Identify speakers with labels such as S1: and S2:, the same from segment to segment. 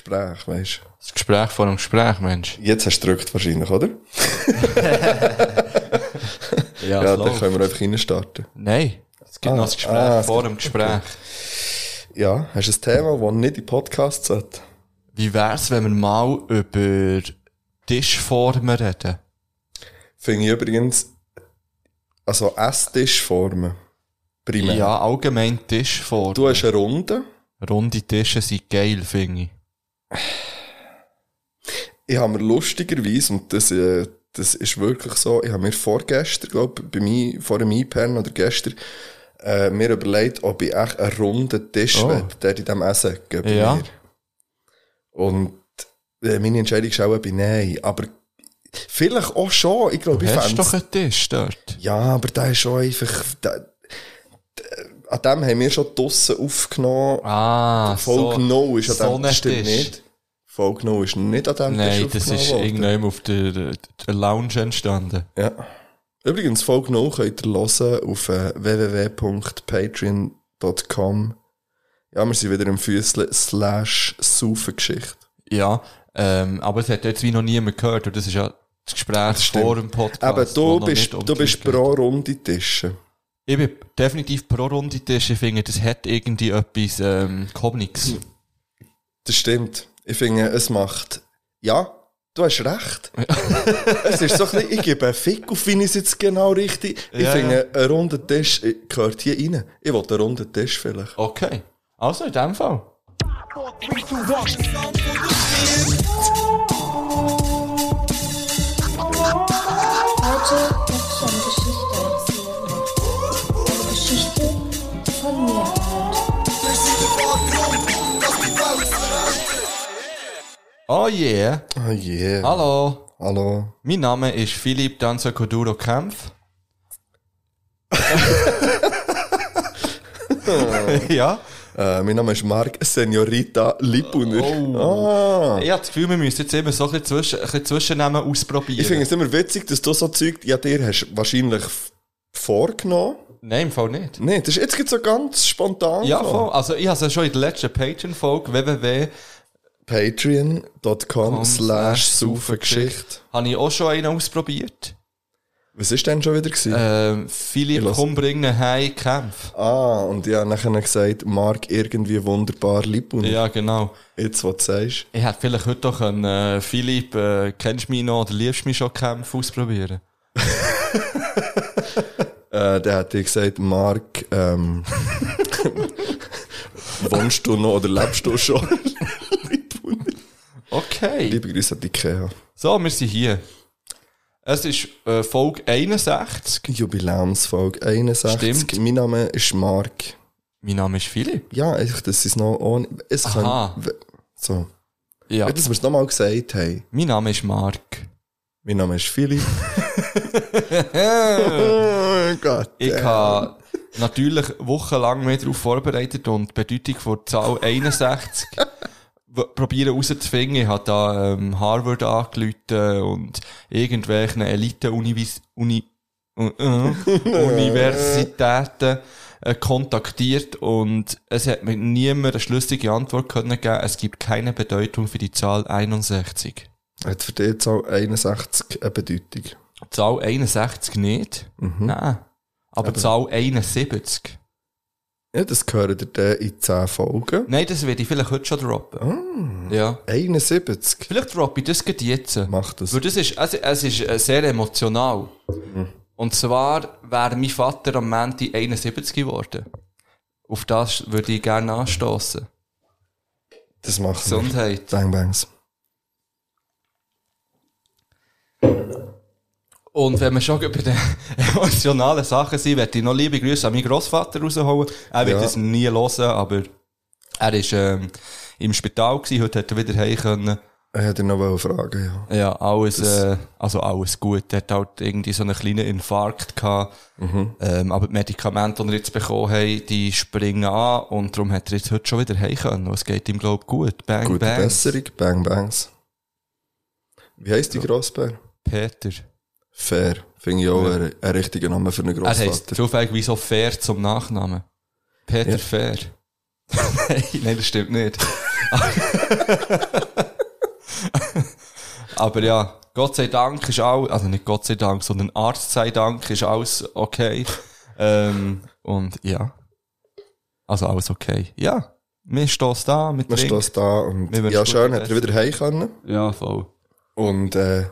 S1: Gespräch, weißt du.
S2: Das Gespräch vor dem Gespräch, Mensch.
S1: Jetzt hast du gedrückt wahrscheinlich, oder? Ja,
S2: es
S1: dann
S2: läuft.
S1: können wir einfach reinstarten.
S2: Nein, es gibt
S1: Ah,
S2: noch das Gespräch
S1: ah, es
S2: vor dem Gespräch.
S1: Ja, hast du ein Thema, das nicht in Podcasts sollte?
S2: Wie wär's, wenn wir mal über Tischformen reden?
S1: Finde ich übrigens, also Esstischformen. Primär.
S2: Ja, allgemein Tischformen.
S1: Du hast eine Runde.
S2: Runde Tische sind geil, finde ich.
S1: Ich habe mir lustigerweise, und das, äh, das ist wirklich so, ich habe mir vorgestern, glaube ich, bei mir, vor dem iPen oder gestern, äh, mir überlegt, ob ich echt einen runden Tisch
S2: Oh.
S1: will, der in diesem Essen gebe
S2: Ja.
S1: mir. Und äh, meine Entscheidung ist auch bei Nein, aber vielleicht auch schon, ich glaube,
S2: Du
S1: ich
S2: hast
S1: fände
S2: doch einen Tisch dort.
S1: Ja, aber der ist schon einfach, der, der, an dem haben wir schon draussen aufgenommen,
S2: Ah,
S1: Folge
S2: so.
S1: 0 ist
S2: so
S1: an dem
S2: ein
S1: stimmt
S2: Tisch.
S1: nicht. Folge 0 ist nicht an dem
S2: Nein,
S1: Tisch
S2: das
S1: aufgenommen
S2: ist
S1: worden.
S2: irgendwann auf der, der Lounge entstanden.
S1: Ja. Übrigens, Folge 0 könnt ihr hören auf äh, www.patreon.com. Ja, wir sind wieder im Füßle slash Saufengeschichte.
S2: Ja, ähm, aber es hat jetzt wie noch niemand gehört und das ist ja das Gespräch
S1: stimmt.
S2: vor dem Podcast.
S1: Aber
S2: wo
S1: du
S2: noch
S1: bist,
S2: nicht
S1: du bist
S2: umgekehrt wird.
S1: pro runde Tische.
S2: Ich bin definitiv pro Runde Tisch. Ich finde, das hat irgendwie etwas ähm, Comics.
S1: Das stimmt. Ich finde, es macht. Ja, du hast recht. es ist so ein bisschen, ich gebe einen Fick auf, wie ich es jetzt genau richtig. Ich
S2: Ja,
S1: finde, ein runder Tisch äh, gehört hier rein. Ich will einen runden Tisch vielleicht.
S2: Okay. Also in dem Fall.
S3: Heute möchte ich eine Geschichte erzählen. Eine Geschichte, die von mir handelt.
S2: Oh yeah.
S1: Oh yeah.
S2: Ah. Hallo.
S1: Hallo.
S2: Mein Name ist Philipp Danza Coduro Kempf.
S1: Oh.
S2: ja.
S1: Äh, mein Name ist Marc Senorita Lipuner.
S2: Oh.
S1: Ah.
S2: Ich habe das Gefühl, wir müssen jetzt immer so ein bisschen, zwischen, ein bisschen Zwischennamen ausprobieren.
S1: Ich finde es immer witzig, dass du so Zeug ja, dir hast wahrscheinlich f- vorgenommen.
S2: Nein, im Fall nicht.
S1: Nein, das ist jetzt gerade so ganz spontan.
S2: Ja,
S1: gekommen.
S2: voll. Also ich habe es ja schon in der letzten Patreon-Folge www.
S1: Patreon.com slash Saufengeschichte.
S2: habe ich auch schon einen ausprobiert.
S1: Was ist denn schon wieder gewesen?
S2: Ähm,
S1: Ich
S2: Philipp,
S1: lass-
S2: komm, bring ihn heim, kämpf.
S1: Ah, und ich habe nachher gesagt, Marc irgendwie wunderbar Lipuner.
S2: Ja, genau.
S1: Jetzt, was du sagst.
S2: Ich hätte vielleicht heute doch einen äh, Philipp, äh, kennst du mich noch oder liebst du mich schon, kämpf ausprobieren.
S1: Äh, dann hätte ich gesagt, Marc, ähm, wohnst du noch oder lebst du schon? Lipuner.
S2: Okay.
S1: Liebe Grüße an die IKEA.
S2: So, wir sind hier. Es ist äh, Folge 61.
S1: Jubiläumsfolge 61.
S2: Stimmt.
S1: Mein Name ist Marc.
S2: Mein Name ist Philipp.
S1: Ja, ich, das ist noch ohne. Es
S2: Aha.
S1: Kann, w- so.
S2: Ja.
S1: Ja, dass wir es nochmal gesagt haben.
S2: Mein Name ist Mark.
S1: Mein Name ist Philipp. oh Gott.
S2: Ich habe natürlich wochenlang mich darauf vorbereitet und die Bedeutung von der Zahl 61 w- probieren herauszufinden. Ich habe da ähm, Harvard angerufen und irgendwelchen Elite-Universitäten Uni, äh, äh, Universitäten, äh, kontaktiert und es hat mir niemand eine schlüssige Antwort können geben. Es gibt keine Bedeutung für die Zahl 61.
S1: Hat für dich jetzt auch 61 eine Bedeutung?
S2: Die Zahl 61 nicht. Nein. Aber, die Zahl 71.
S1: Ja, das gehört dir dann in 10 Folgen.
S2: Nein, das werde ich vielleicht heute schon droppen. Ja.
S1: 71.
S2: Vielleicht droppe ich das gerade jetzt.
S1: Mach das.
S2: Weil das ist, also, es ist äh, sehr emotional. Und zwar wäre mein Vater am Montag 71 geworden. Auf das würde ich gerne anstoßen.
S1: Das macht so.
S2: Gesundheit.
S1: Bang Bangs.
S2: Und wenn wir schon bei den emotionalen Sachen sind, werde ich noch liebe Grüße an meinen Grossvater rausholen. Er wird
S1: Ja.
S2: das nie hören, aber er ist ähm, im Spital gewesen, heute hat er wieder heim können.
S1: Ich hätte noch eine Frage, ja.
S2: Ja, alles, äh, also alles gut. Er hat halt irgendwie so einen kleinen Infarkt gehabt.
S1: Mhm.
S2: Ähm, aber die Medikamente, die er jetzt bekommen hat, die springen an und darum hat er jetzt heute schon wieder heim können. Und Es geht ihm, glaube ich, gut. Bang,
S1: Gute
S2: bang.
S1: Besserung. Bang Bangs. Wie heisst die Grossbär?
S2: Peter.
S1: Fair. Finde ich auch ein, ein richtiger Name für einen
S2: Er heisst
S1: Grossvater.
S2: zufällig wie so fair zum Nachnamen. Peter
S1: Ja.
S2: Fair. nein, nein, das stimmt nicht. Aber ja, Gott sei Dank ist alles, also nicht Gott sei Dank, sondern Arzt sei Dank ist alles okay. ähm, und ja. Also alles okay. Ja. Wir stossen da, mit
S1: Man
S2: trinken.
S1: steht da und
S2: Wir wünschen
S1: ja, schön,
S2: gute
S1: hat er wieder heim können.
S2: Ja, voll.
S1: Und äh,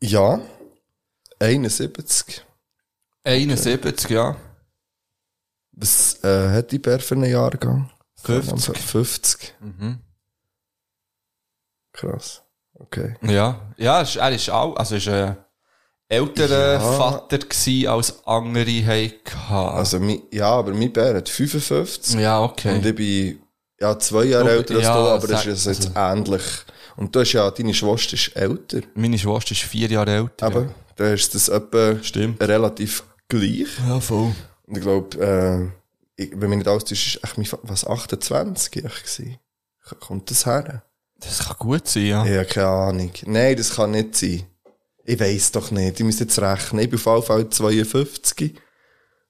S1: ja, 71.
S2: 71, ja.
S1: Was äh, hat die Bär für einen Jahrgang? Also,
S2: 50.
S1: 50.
S2: Mhm.
S1: Krass. Okay.
S2: Ja, ja, es ist- er ist auch, also ist ein älterer
S1: Ja.
S2: Vater gsi als andere hatten.
S1: Also, mi, ja, aber mein Bär hat 55.
S2: ja, okay.
S1: Und ich bin ja, zwei Jahre
S2: Ja,
S1: älter als
S2: ja,
S1: du, aber das
S2: sag- also-
S1: ist jetzt ähnlich. Und du hast ja, deine Schwester ist älter.
S2: Meine Schwester ist vier Jahre älter.
S1: Aber
S2: ja.
S1: da ist das etwa
S2: Stimmt.
S1: relativ gleich.
S2: Ja, voll.
S1: Und ich glaube, äh, ich- wenn mich nicht alles täuscht, ist echt mein Fa- was 28 war ich. gsi? Kommt das her?
S2: Das kann gut sein, ja.
S1: Ja, keine Ahnung. Nein, das kann nicht sein. Ich weiß doch nicht. Ich muss jetzt rechnen. Ich bin auf jeden Fall 52.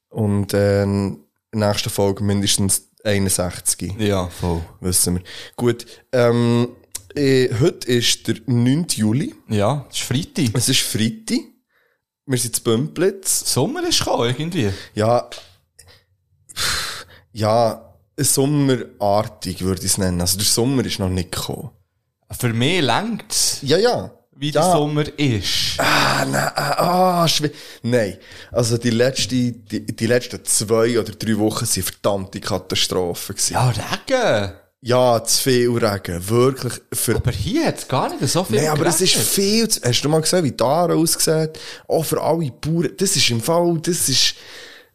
S1: Und äh, in der nächsten Folge mindestens 61.
S2: Ja, voll.
S1: Wissen wir. Gut. Ähm, äh, heute ist der 9. Juli.
S2: Ja, es ist Freitag.
S1: Es ist Freitag. Wir sind zu Bümplitz.
S2: Sommer ist gekommen, irgendwie.
S1: Ja, ja, sommerartig würde ich es nennen. Also der Sommer ist noch nicht gekommen.
S2: Für mich längt es,
S1: Ja, ja.
S2: wie
S1: ja.
S2: der Sommer ist.
S1: Ah, nein, ah, ah, schwer. Nein. Also die, letzte, die, die letzten zwei oder drei Wochen waren verdammte Katastrophen. Ja.
S2: Ja, Regen.
S1: ja, zu viel Regen. Wirklich. Für
S2: Aber hier hat es gar nicht so viel
S1: Nein, aber es ist
S2: geregnet.
S1: viel zu, hast du mal gesehen, wie Dara aussieht? Auch für alle Bauern. Das ist im Fall, das ist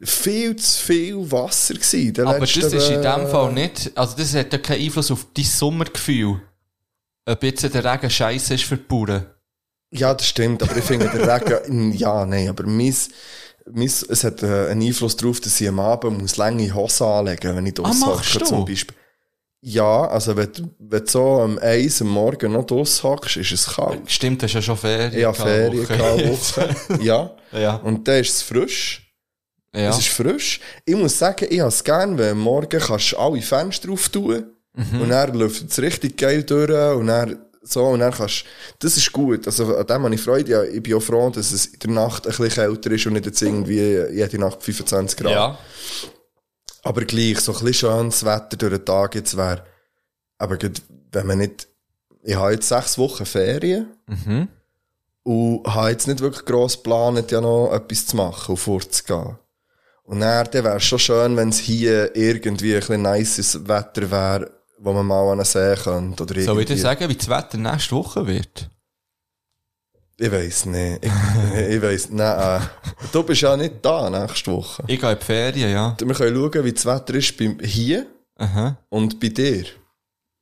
S1: viel zu viel Wasser gewesen. in den
S2: Aber das
S1: letzten,
S2: ist in
S1: äh,
S2: dem Fall nicht, also das hat ja keinen Einfluss auf dein Sommergefühl. Ob jetzt der Regen scheiße ist für die Bauern.
S1: Ja, das stimmt, aber ich finde, der Regen, ja, nein, aber mein, mein, es hat äh, einen Einfluss darauf, dass ich am Abend muss lange Hosen anlegen wenn ich draussen
S2: Ah, machst
S1: hocke,
S2: du?
S1: zum Beispiel. Ja, also wenn, du- wenn du so am 1 am Morgen noch draussen hockst, ist es kalt.
S2: Stimmt, hast ja schon Ferien.
S1: Ich habe
S2: gehabt,
S1: Ferien,
S2: Woche.
S1: keine Woche. ja,
S2: ja,
S1: und dann ist es frisch.
S2: ja.
S1: Es ist frisch. Ich muss sagen, ich habe es gerne, wenn am morgen kannst du alle Fenster auftun und dann läuft es richtig geil durch und dann so und dann kannst das ist gut, also an dem habe ich Freude, ja, ich bin auch froh, dass es in der Nacht ein bisschen kälter ist und nicht jetzt irgendwie jede Nacht 25 Grad.
S2: ja.
S1: Aber gleich, so ein bisschen schönes Wetter durch den Tag jetzt wäre, aber gut, wenn man nicht, ich habe jetzt sechs Wochen Ferien
S2: Mhm.
S1: und habe jetzt nicht wirklich gross geplant, ja noch etwas zu machen und vorzugehen. Und dann, dann wäre es schon schön, wenn es hier irgendwie ein bisschen nices Wetter wäre, wo man mal an den See könnte. Oder
S2: Soll ich
S1: irgendwie.
S2: dir sagen, wie das Wetter nächste Woche wird?
S1: Ich weiss nicht. Ich, ich weiss, nein. äh, Du bist ja nicht da nächste Woche.
S2: Ich gehe in die Ferien, ja.
S1: Wir können schauen, wie das Wetter ist bei, hier
S2: Aha.
S1: und bei dir.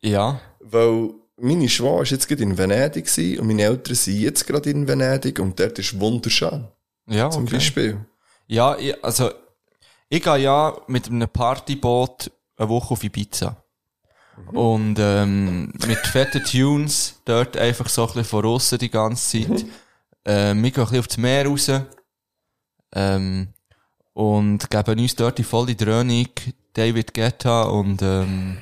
S2: Ja.
S1: Weil meine Schwester war jetzt gerade in Venedig gewesen und meine Eltern sind jetzt gerade in Venedig und dort ist wunderschön.
S2: Ja, okay.
S1: Zum Beispiel.
S2: Ja, ich, also, ich gehe ja mit einem Partyboot eine Woche auf Ibiza. Und ähm, mit fetten Tunes, dort einfach so ein bisschen von aussen die ganze Zeit. Ähm, wir gehen ein bisschen aufs Meer raus. Ähm, und geben uns dort die volle Dröhnung. David Guetta und ähm,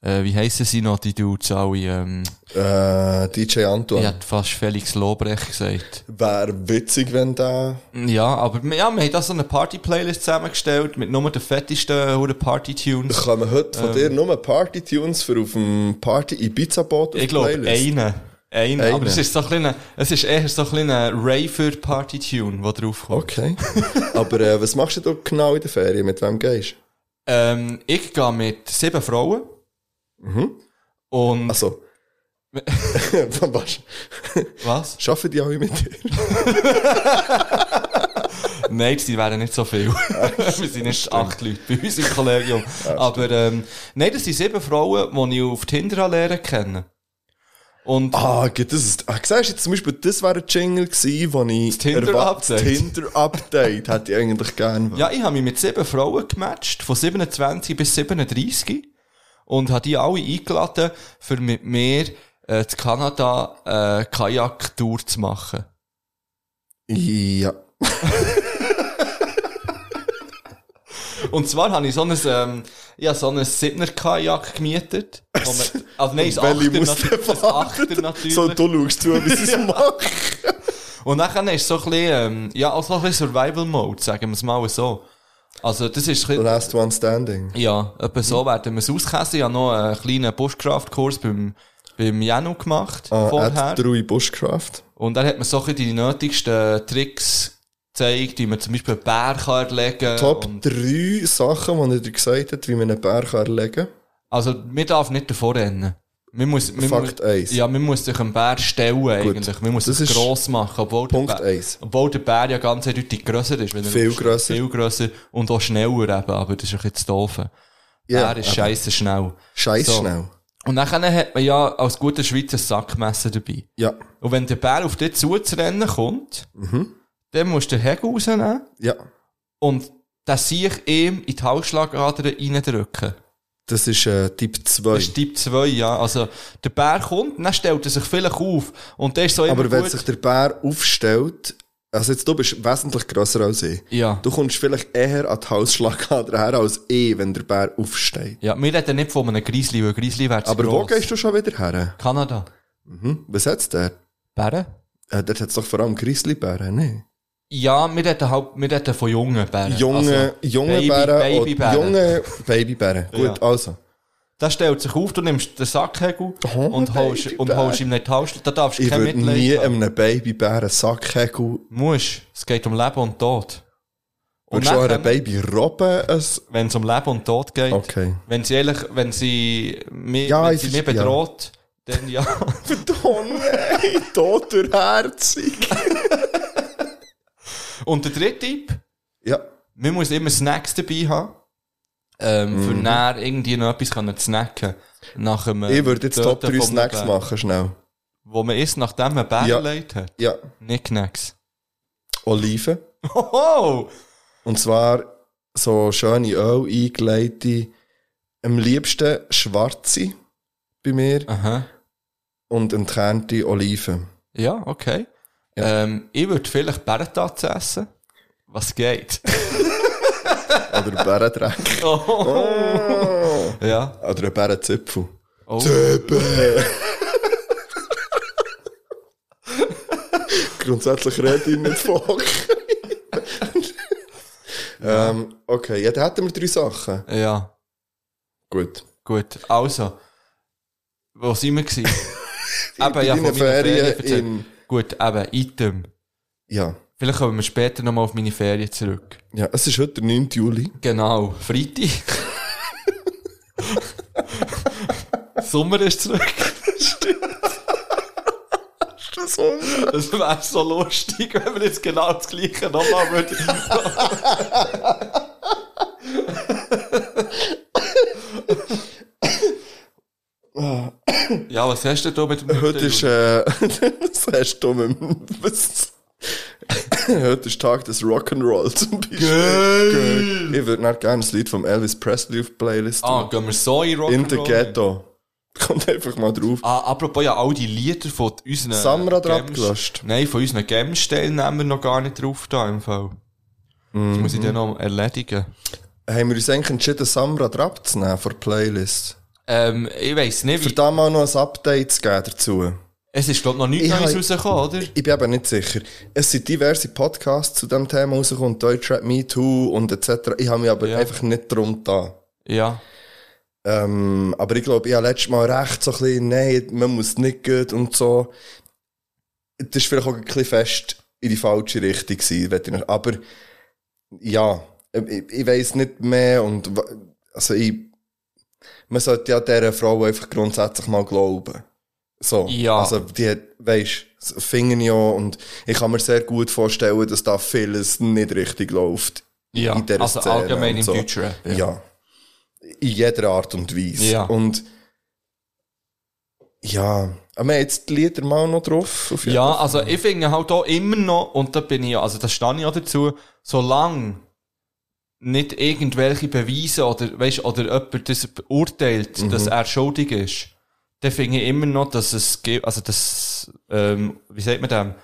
S2: äh, wie heissen sie noch, die Dudes alle? Ähm,
S1: Äh, DJ Antoine.
S2: ich hätte fast Felix Lobrecht gesagt.
S1: Wäre witzig, wenn der.
S2: Ja, aber wir- ja, wir haben da so eine Party-Playlist zusammengestellt mit nur den fettesten oder
S1: Da
S2: Party-Tunes.
S1: kommen heute von dir nur Party-Tunes für auf dem Party Ibiza-Boot.
S2: Ich glaube, einen. Einen.
S1: Einen.
S2: Aber es ist, so ein kleiner, es ist eher so ein kleiner Raver-Party-Tune, der draufkommt.
S1: Okay. Aber äh, was machst du denn genau in der Ferien? Mit wem gehst
S2: Ähm, ich gehe mit sieben Frauen. Mhm. Und,
S1: du? Mhm. Also. was?
S2: was?
S1: Schaffen die alle mit dir?
S2: Nein, die wären nicht so viel.
S1: Ah,
S2: Wir sind nicht acht Leute bei uns im Kollegium. Aber, ähm, nein, das sind sieben Frauen, die ich auf Tinder lernen kenne. Und,
S1: Ah, gut, das ist. Ah, siehst du jetzt zum Beispiel, das wäre ein Jingle gewesen, wo ich.
S2: Tinder
S1: erwar-
S2: Update.
S1: Das Tinder-Update hätte ich eigentlich gerne.
S2: Ja, ich habe mich mit sieben Frauen gematcht, von 27 bis 37. Und habe die alle eingeladen, für mit mir äh, zu Kanada äh, Kajak-Tour zu machen.
S1: Ja.
S2: Und zwar habe ich so ein, ähm, ja, so ein Sittner-Kajak gemietet. wo man- Also nein, ein
S1: Belli
S2: Achter,
S1: muss
S2: natürlich, ein Achter natürlich.
S1: So, du schaust zu, wie sie es macht.
S2: Und dann ist so ein bisschen, ähm, ja, also ein bisschen Survival-Mode, sagen wir es mal so. Also das ist ein bisschen,
S1: Last One Standing.
S2: ja, etwa so werden wir es auskessen. Ich habe noch einen kleinen Bushcraft-Kurs beim, beim Janu gemacht,
S1: Ah,
S2: vorher.
S1: Ed Drui Bushcraft.
S2: Und dann hat man so ein bisschen die nötigsten Tricks gezeigt, wie man zum Beispiel einen Bär kann erlegen kann.
S1: Top
S2: Und-
S1: 3 Sachen, die er dir gesagt hat, wie man einen Bär kann erlegen
S2: Also, man darf nicht davor rennen. Man muss, man
S1: Fakt
S2: muss,
S1: eins.
S2: Ja, man muss sich dem Bär stellen, eigentlich. Man muss
S1: das
S2: es
S1: ist
S2: gross machen, obwohl
S1: Punkt
S2: der, Bär,
S1: eins.
S2: obwohl der Bär ja ganz eindeutig grösser ist. Wenn er
S1: Viel
S2: aufsteht.
S1: grösser.
S2: Viel grösser und auch schneller eben, aber das ist ein bisschen zu doof.
S1: Ja,
S2: Bär ist
S1: aber-
S2: scheiße schnell.
S1: Scheiß
S2: So.
S1: schnell.
S2: Und dann hat man ja als guter Schweizer ein Sackmesser dabei.
S1: Ja,
S2: Und wenn der Bär auf dich zuzurennen kommt,
S1: Mhm.
S2: dann musst du den Hegel rausnehmen
S1: ja.
S2: und den Sieg ihm in die Halsschlagader reindrücken.
S1: Das ist äh, Typ 2.
S2: Das ist Typ 2, ja. Also, der Bär kommt, dann stellt er sich vielleicht auf. Und der ist so immer
S1: Aber wenn
S2: gut.
S1: sich der Bär aufstellt, also jetzt du bist wesentlich grösser als ich.
S2: Ja.
S1: Du kommst vielleicht eher an die Halsschlagader her als ich, wenn der Bär aufsteht.
S2: ja, wir reden nicht von einem Grizzly, weil Grizzly wäre zu
S1: Aber wo
S2: gross.
S1: gehst du schon wieder her?
S2: Kanada.
S1: Mhm. Was hat's der?
S2: Bären?
S1: Äh, dort hat's doch vor allem Grizzlybären, ne?
S2: Ja, wir reden, halt, wir reden von jungen Bären.
S1: Junge,
S2: Also,
S1: junge
S2: Baby-
S1: Bären.
S2: Babybären.
S1: und- Junge Babybären. Gut,
S2: Ja.
S1: also.
S2: Der stellt sich auf, du nimmst den Sackhegel
S1: Oh,
S2: und, holst,
S1: Babybär.
S2: und holst ihm nicht die Halsschl- Da darfst du
S1: Ich
S2: kein
S1: würde
S2: Mitleid
S1: nie
S2: haben.
S1: einem Babybären Sackhegel
S2: Musst. Es geht um Leben und Tod.
S1: und schon
S2: nachher-
S1: einem Babyrobben ein...
S2: wenn es um Leben und Tod geht.
S1: Okay.
S2: Wenn sie ehrlich, wenn sie mir,
S1: Ja,
S2: wenn
S1: es
S2: sie
S1: ist-
S2: mir
S1: ja.
S2: bedroht, dann ja.
S1: Oh nein, toterherzig.
S2: Und der dritte Tipp,
S1: Ja.
S2: man muss immer Snacks dabei haben, ähm, für
S1: Mhm.
S2: näher irgendwie noch etwas können zu snacken. Nach dem, äh,
S1: Ich würde jetzt Top 3
S2: Töten vom
S1: Snacks
S2: Bär.
S1: machen, schnell.
S2: Wo man isst, nachdem man Bär
S1: Ja.
S2: gelegt hat.
S1: Ja.
S2: Nicht Snacks.
S1: Oliven.
S2: Hoho!
S1: Und zwar so schöne Öl eingelegte, am liebsten schwarze bei mir
S2: Aha.
S1: und entkernte Oliven.
S2: Ja, okay. Ähm, ich würde vielleicht Bärentatze essen. Was geht?
S1: Oder Bärendreck.
S2: oh.
S1: Oder
S2: Ja.
S1: ein Bärenzipfel.
S2: Oh.
S1: Grundsätzlich rede ich nicht von Hockey. ähm, okay, ja, dann hätten wir drei Sachen.
S2: Ja.
S1: Gut.
S2: Gut, also. Wo sind wir gewesen? eben,
S1: Bei
S2: ja,
S1: deinen
S2: von meinen
S1: Ferien
S2: Ferien erzählt.
S1: in-
S2: Gut, eben, Item.
S1: Ja.
S2: Vielleicht kommen wir später nochmal auf meine Ferien zurück.
S1: ja, es ist heute der 9. Juli.
S2: Genau, Freitag. Sommer ist zurück. Das wäre so lustig, wenn wir jetzt genau das Gleiche nochmal würden. ja, was hast du denn da mit dem
S1: Heute ist, äh, das hast du mit dem- was? Heute ist Tag des Rock'n'Roll zum Beispiel.
S2: Geil.
S1: Ich würde nicht gerne das Lied von Elvis Presley auf die Playlist
S2: Ah,
S1: tun.
S2: gehen wir so in Rock'n'Roll?
S1: In the Ghetto. Kommt einfach mal drauf.
S2: Ah, apropos, ja, all die Lieder von unseren...
S1: Samrad
S2: Gems-
S1: abgelöscht.
S2: Nein, von unseren Gemstellen haben wir noch gar nicht drauf da im Fall. Das muss ich
S1: Mhm.
S2: dann noch erledigen.
S1: Haben wir uns eigentlich entschieden, Samrad abzunehmen von der Playlist?
S2: Ähm, ich weiss nicht,
S1: Für
S2: wie...
S1: da mal noch ein Update zu geben dazu.
S2: Es ist, glaub ich, noch nichts
S1: Ich
S2: Neues
S1: hab-
S2: rausgekommen, oder?
S1: Ich bin eben nicht sicher. Es sind diverse Podcasts zu diesem Thema rausgekommen, Deutschrap, Me Too und etc. Ich habe mich aber
S2: Ja.
S1: einfach nicht drum da.
S2: Ja.
S1: Ähm, aber ich glaube, ich habe letztes Mal recht, so ein bisschen, nein, man muss nicht gut und so. Das ist vielleicht auch ein bisschen fest in die falsche Richtung gewesen, will ich nicht. aber ja, ähm, ich, ich weiß nicht mehr und wa- also ich, man sollte ja dieser Frau einfach grundsätzlich mal glauben. So.
S2: Ja.
S1: Also, die hat, weisst, das Finger ja und ich kann mir sehr gut vorstellen, dass da vieles nicht richtig läuft.
S2: Ja,
S1: in dieser
S2: also
S1: Szene
S2: allgemein
S1: und
S2: im
S1: so.
S2: Deutschrap, ja.
S1: Ja. In jeder Art und Weise.
S2: Ja.
S1: Und ja, aber wir haben jetzt die Lieder mal noch drauf. Auf jeden
S2: Ja,
S1: Fall.
S2: also ich finde halt auch immer noch, und da bin ich ja, also da stehe ich auch dazu, solange nicht irgendwelche Beweise oder, weißt, oder jemand das urteilt,
S1: Mhm.
S2: dass er schuldig ist, dann finde ich immer noch, dass es gibt, also das, ähm, wie sagt man dem,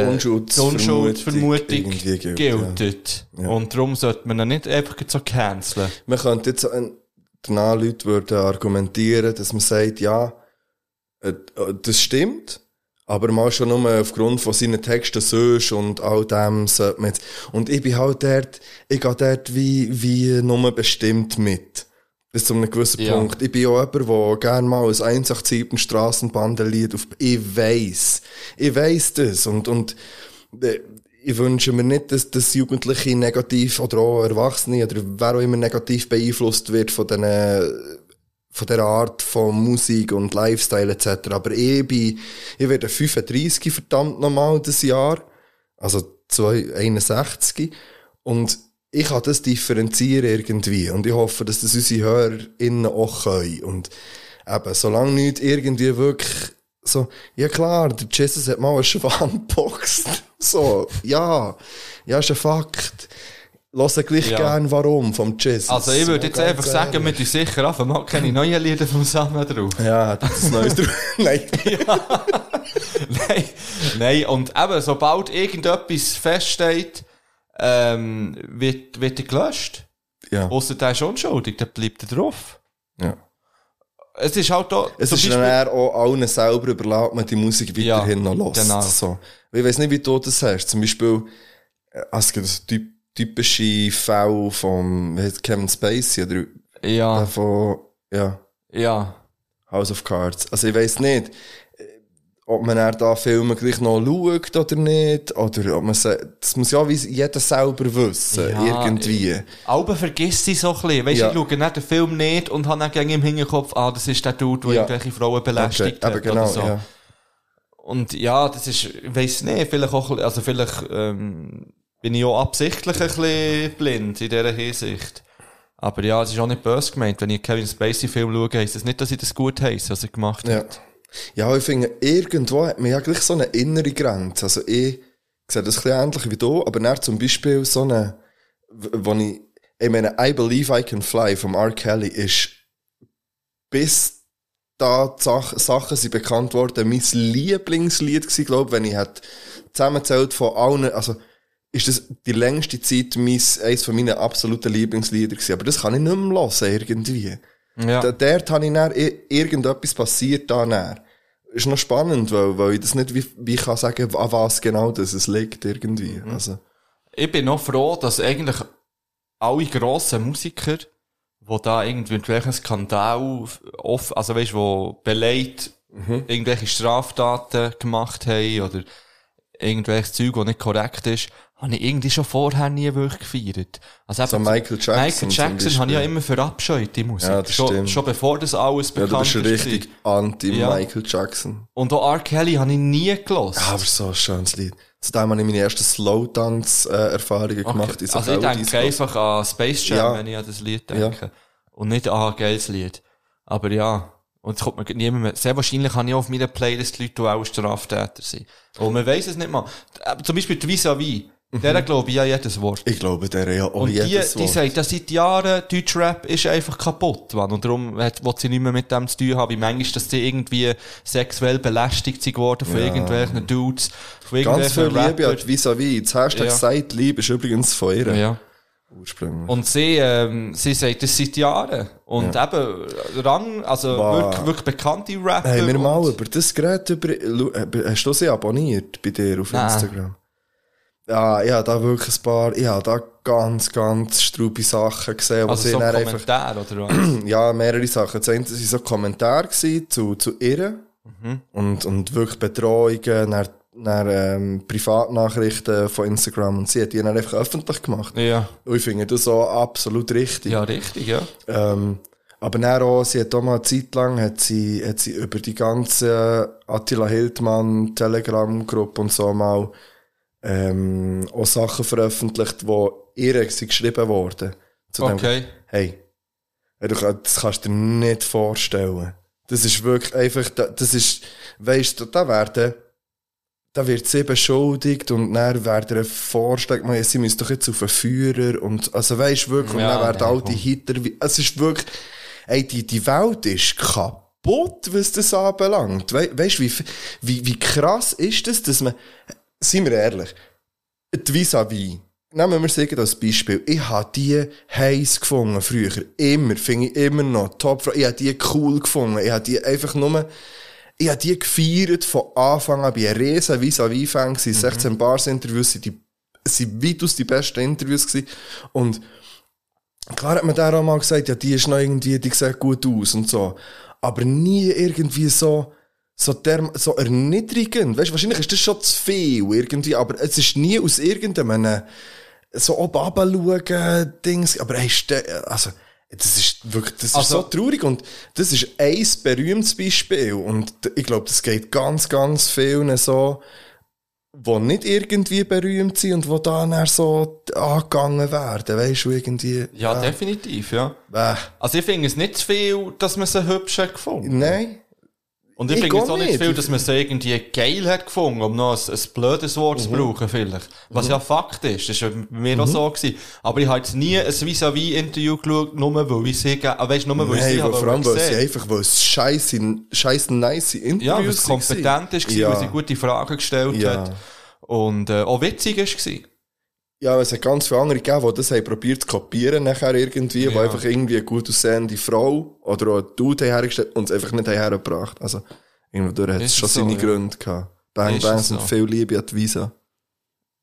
S1: Die Unschulds-
S2: die Unschuldsvermutung
S1: Vermutung
S2: gilt.
S1: irgendwie gilt, Ja.
S2: Und darum sollte man ihn nicht einfach so canceln.
S1: Man könnte jetzt, äh, danach Leute würden argumentieren, dass man sagt, ja, äh, äh, das stimmt, aber mal schon nur aufgrund von seinen Texten sonst und all dem sollte man jetzt, und ich bin halt dort, ich gehe dort wie, wie nur bestimmt mit. Bis zu einem gewissen
S2: Ja.
S1: Punkt. Ich bin auch jemand, der gerne mal ein 187 Strassenbandenlied auf, ich weiss. Ich weiss das und, und, äh, ich wünsche mir nicht, dass, dass Jugendliche negativ oder auch Erwachsene oder wer auch immer negativ beeinflusst wird von diesen von der Art von Musik und Lifestyle etc. Aber ich bin, ich werde 35 verdammt nochmal das Jahr, also 61 und ich kann das differenzieren irgendwie und ich hoffe, dass das unsere HörerInnen auch können und eben, solange nicht irgendwie wirklich so, ja klar, der Jesus hat mal einen Schwan geboxt. so, ja, ja, ist ein Fakt. Lass gleich
S2: Ja.
S1: gern warum vom Jesus.
S2: Also ich würde jetzt
S1: Ganz
S2: einfach sagen,
S1: ehrlich.
S2: wir tun sicher auf einmal keine neuen Lieder vom Samen drauf.
S1: Ja, hat das Neues drauf. Nein.
S2: Nein, nein, und eben, sobald irgendetwas feststeht, ähm, wird, wird er gelöscht.
S1: Ja.
S2: Außer der ist unschuldig, dann bleibt er drauf.
S1: ja.
S2: Es ist halt auch,
S1: Es
S2: zum
S1: ist
S2: Beispiel-
S1: dann auch allen selber überlassen, ob man die Musik
S2: Ja,
S1: weiterhin noch lässt.
S2: genau.
S1: So. Ich weiß nicht, wie du das hast. Zum Beispiel, äh, es gibt so typ, typische Fälle von wie heißt Kevin Spacey oder äh,
S2: Ja,
S1: von, ja.
S2: ja.
S1: House of Cards. Also ich weiß nicht, äh, ob man dann da Filme gleich noch schaut oder nicht, oder ob man se- das muss ja wie jeder selber wissen,
S2: Ja,
S1: irgendwie.
S2: Aber vergiss sie so ein bisschen. Weißt du,
S1: Ja.
S2: ich schaue nicht den Film nicht und habe dann gegen im Hinterkopf, ah, das ist der Dude, der
S1: Ja.
S2: irgendwelche Frauen belästigt
S1: aber
S2: hat
S1: genau,
S2: oder halt so.
S1: ja.
S2: Und ja, das ist, ich weiss nicht, vielleicht auch, ein bisschen- also vielleicht, ähm, bin ich auch absichtlich ein bisschen blind in dieser Hinsicht. Aber ja, es ist auch nicht böse gemeint. Wenn ich einen Kevin Spacey-Film schaue, heisst das nicht, dass ich das gut heiße, was er gemacht hat.
S1: Ja. ja, ich finde, irgendwo hat man ja gleich so eine innere Grenze. Also ich sehe das ein bisschen ähnlich wie du, aber dann zum Beispiel so eine, w- wo ich, ich meine, I Believe I Can Fly von R. Kelly ist bis da die Sach Sachen sind bekannt worden, mein Lieblingslied war, glaube ich, wenn ich hätte zusammenzählt von allen, also ist das die längste Zeit mein, eines meiner absoluten Lieblingslieder gewesen. Aber das kann ich nicht mehr hören, irgendwie.
S2: Ja.
S1: Da, dort habe ich dann, i- irgendetwas passiert da dann. Ist noch spannend, weil, weil ich das nicht wie, wie kann sagen, an was genau das es liegt irgendwie.
S2: Mhm.
S1: Also,
S2: Ich bin noch froh, dass eigentlich alle grossen Musiker, die da irgendwie irgendwelchen Skandal, off, also weißt du, die beleidigt
S1: Mhm.
S2: irgendwelche Straftaten gemacht haben oder irgendwelches Zeug, das nicht korrekt ist, habe ich irgendwie schon vorher nie wirklich gefeiert. Also
S1: So
S2: eben
S1: Michael Jackson
S2: Michael
S1: zum
S2: Jackson habe ich ja
S1: Beispiel.
S2: immer verabscheut, die Musik.
S1: Ja, das
S2: schon,
S1: stimmt.
S2: schon bevor das alles
S1: ja,
S2: bekannt
S1: du bist
S2: ist.
S1: richtig anti-Michael Jackson.
S2: Und auch R. Kelly habe ich nie gelassen.
S1: Aber so ein schönes Lied. Zudem habe ich meine ersten Slowdance-Erfahrungen gemacht. in so
S2: also ich
S1: Caldis-
S2: denke einfach an Space Jam,
S1: Ja.
S2: wenn ich an das Lied denke. Und nicht an ein geiles Lied. Aber ja. Und es kommt mir niemand mehr. Sehr wahrscheinlich habe ich auch auf meiner Playlist Leute, die auch Straftäter sind. Und man weiß es nicht mal. Aber Zum Beispiel die Vis-a-vis. Der glaube ich ja jedes Wort.
S1: Mhm. Ich glaube, der ja auch
S2: Und die,
S1: jedes
S2: die
S1: Wort.
S2: sagt, dass seit Jahren Deutschrap ist einfach kaputt, Mann. Und darum hat, will sie nicht mehr mit dem zu tun haben. Wie manchmal, dass sie irgendwie sexuell belästigt sind worden von irgendwelchen Dudes, von
S1: Ganz viel
S2: irgendwelchen
S1: Liebe
S2: Rappern.
S1: hat vis-à-vis. Das Hashtag
S2: Ja.
S1: sagt Liebe ist übrigens von ihr.
S2: ja.
S1: Ursprünglich.
S2: Und sie, ähm, sie sagt das seit Jahren. Und eben, Rang, also
S1: Wow.
S2: wirklich, wirklich bekannte Rapper.
S1: Haben wir mal
S2: und-
S1: über das geredet? Über, Lu- äh, hast du sie abonniert bei dir auf
S2: Nein.
S1: Instagram? Ja, ich habe da wirklich ein paar, ich habe da ganz, ganz strube Sachen gesehen, wo
S2: also
S1: sie
S2: so
S1: dann einfach,
S2: Kommentare oder was?
S1: ja, mehrere Sachen. Das eine waren so Kommentare gewesen zu, zu ihr
S2: Mhm.
S1: und, und wirklich Betreuungen, dann, dann ähm, Privatnachrichten von Instagram und sie hat die dann einfach öffentlich gemacht.
S2: ja.
S1: Und ich finde das so absolut richtig.
S2: Ja, richtig, ja.
S1: Ähm, aber dann auch, sie hat auch mal eine Zeit lang hat sie, hat sie über die ganze Attila Hildmann Telegram-Gruppe und so mal ähm, auch Sachen veröffentlicht, wo ihr sind geschrieben worden. Zu dem-
S2: Okay.
S1: hey, hey, du, kann- das kannst du dir nicht vorstellen. Das ist wirklich einfach, da- das ist, weißt du, da werden, da wird sie beschuldigt und dann werden ein Vorschlag gemacht, sie müssen doch jetzt auf einen Führer und, also weißt du wirklich,
S2: Ja,
S1: und dann werden
S2: nein,
S1: all
S2: komm.
S1: die Hitler, wie- es ist wirklich, ey, die, die Welt ist kaputt, was das anbelangt. We, weißt du, wie, f- wie, wie krass ist das, dass man, seien wir ehrlich, die Vis-à-vis, nehmen wir sagen als Beispiel, ich habe die heiß gefunden früher. Immer, finde ich immer noch. Top, ich habe die cool gefunden. Ich habe die einfach nur, ich habe die gefeiert von Anfang an. Ich war ein riesen Vis-à-vis-Fan. gewesen. 16 Bars-Interviews sind die, sind weitaus die besten Interviews gewesen. Und, Klar hat man da auch mal gesagt, ja, die ist noch irgendwie, die sieht gut aus und so. Aber nie irgendwie so, so, derm, so erniedrigend. Weißt, wahrscheinlich ist das schon zu viel irgendwie, aber es ist nie aus irgendeinem äh, so oben runterschauen, Dings. Aber hey, ste- also, das ist wirklich, das
S2: Also-
S1: ist so traurig und das ist ein berühmtes Beispiel und d- ich glaube, das geht ganz, ganz vielen so die nicht irgendwie berühmt sind und die dann eher so angegangen werden, weißt du, irgendwie.
S2: Ja, definitiv, ja.
S1: Äh,
S2: Also ich finde es nicht zu viel, dass man sie hübsch hat gefunden.
S1: nein.
S2: Und ich,
S1: Ich
S2: finde es
S1: gar
S2: auch nicht zu
S1: nicht.
S2: viel, dass man sie irgendwie geil hat gefunden, um noch ein, ein blödes Wort
S1: Mhm.
S2: zu brauchen vielleicht. Was ja Fakt ist, das war bei mir auch so. Gewesen. Aber ich habe jetzt nie ein Vis-à-vis-Interview geschaut, nur weil ich sie, ge- ah, weisst, nur weil ich
S1: Nein,
S2: sie
S1: weil
S2: habe
S1: vor allem, weil sie
S2: gesehen.
S1: einfach, weil es scheisse, scheisse nice Interviews
S2: Ja, weil es
S1: waren.
S2: kompetent war,
S1: Ja.
S2: weil sie gute Fragen gestellt
S1: Ja.
S2: hat. Und äh, auch witzig war.
S1: Ja, es hat ganz viele andere gegeben, die das haben probiert zu kopieren nachher irgendwie, die
S2: Ja.
S1: einfach irgendwie eine gut aussehende Frau oder auch ein Dude haben hergestellt und es einfach nicht haben hergebracht. Also, irgendwo durch hat
S2: Ist
S1: es schon
S2: es so,
S1: seine
S2: ja.
S1: Gründe gehabt. Bang
S2: Ist
S1: Bang
S2: es
S1: sind
S2: so.
S1: viel Liebe an die Visa.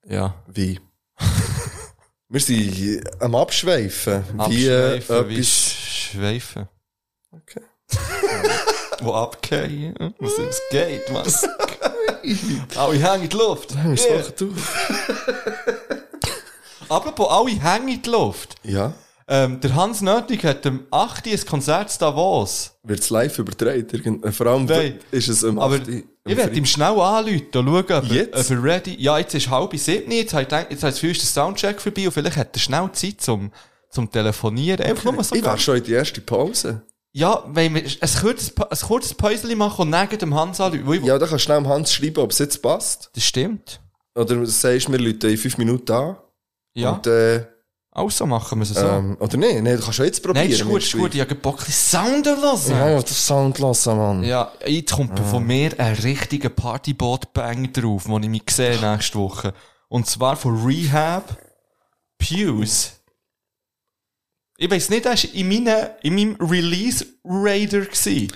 S2: Ja.
S1: Wie? Wir sind am Abschweifen. Wie äh,
S2: Abschweifen, wie
S1: etwas.
S2: schweifen.
S1: Okay.
S2: Wo abgehen? hm? Was es geht, Mann. alle hängen in die Luft. Yeah.
S1: Sag du.
S2: Apropos, alle hängen in die Luft.
S1: Ja.
S2: Ähm, der Hans Nötig hat am 8. ein Konzert in Davos.
S1: Wird es live übertragen? Irgend- äh, Vor allem
S2: Nein.
S1: ist es am
S2: Aber
S1: 8. am
S2: ich werde ihm
S1: Freitag.
S2: schnell anrufen und schauen, ob er,
S1: Jetzt?
S2: ob er ready Ja, jetzt ist halb sieben. Jetzt habe ich gedacht, jetzt habe ich das Gefühl, ist der Soundcheck vorbei und vielleicht hat er schnell Zeit zum, zum Telefonieren. Einfach nur so
S1: Ich war
S2: ganz-
S1: schon in die erste Pause.
S2: Ja, wenn wir ein kurzes, Pa- ein kurzes Päuschen machen und dann gleich dem Hans anrufen. weil ich-
S1: Ja, da kannst du schnell dem Hans schreiben, ob es jetzt passt.
S2: Das stimmt.
S1: Oder du sagst mir, Leute, in 5 Minuten an.
S2: Ja,
S1: Und, äh,
S2: also machen wir es so.
S1: ähm, oder nein, nee, du kannst schon jetzt probieren.
S2: Nein, ist gut, ist gut. Ich habe Bock, ein bisschen Sound zu hören.
S1: Ja, auf den Sound lassen, Mann.
S2: Ja, jetzt kommt
S1: Ah.
S2: von mir ein richtiger Partyboat-Bang drauf, den ich mich sehe nächste Woche. Und zwar von Rehab Pews. Ich weiss nicht, er war in, meine, in meinem Release-Radar. gewesen.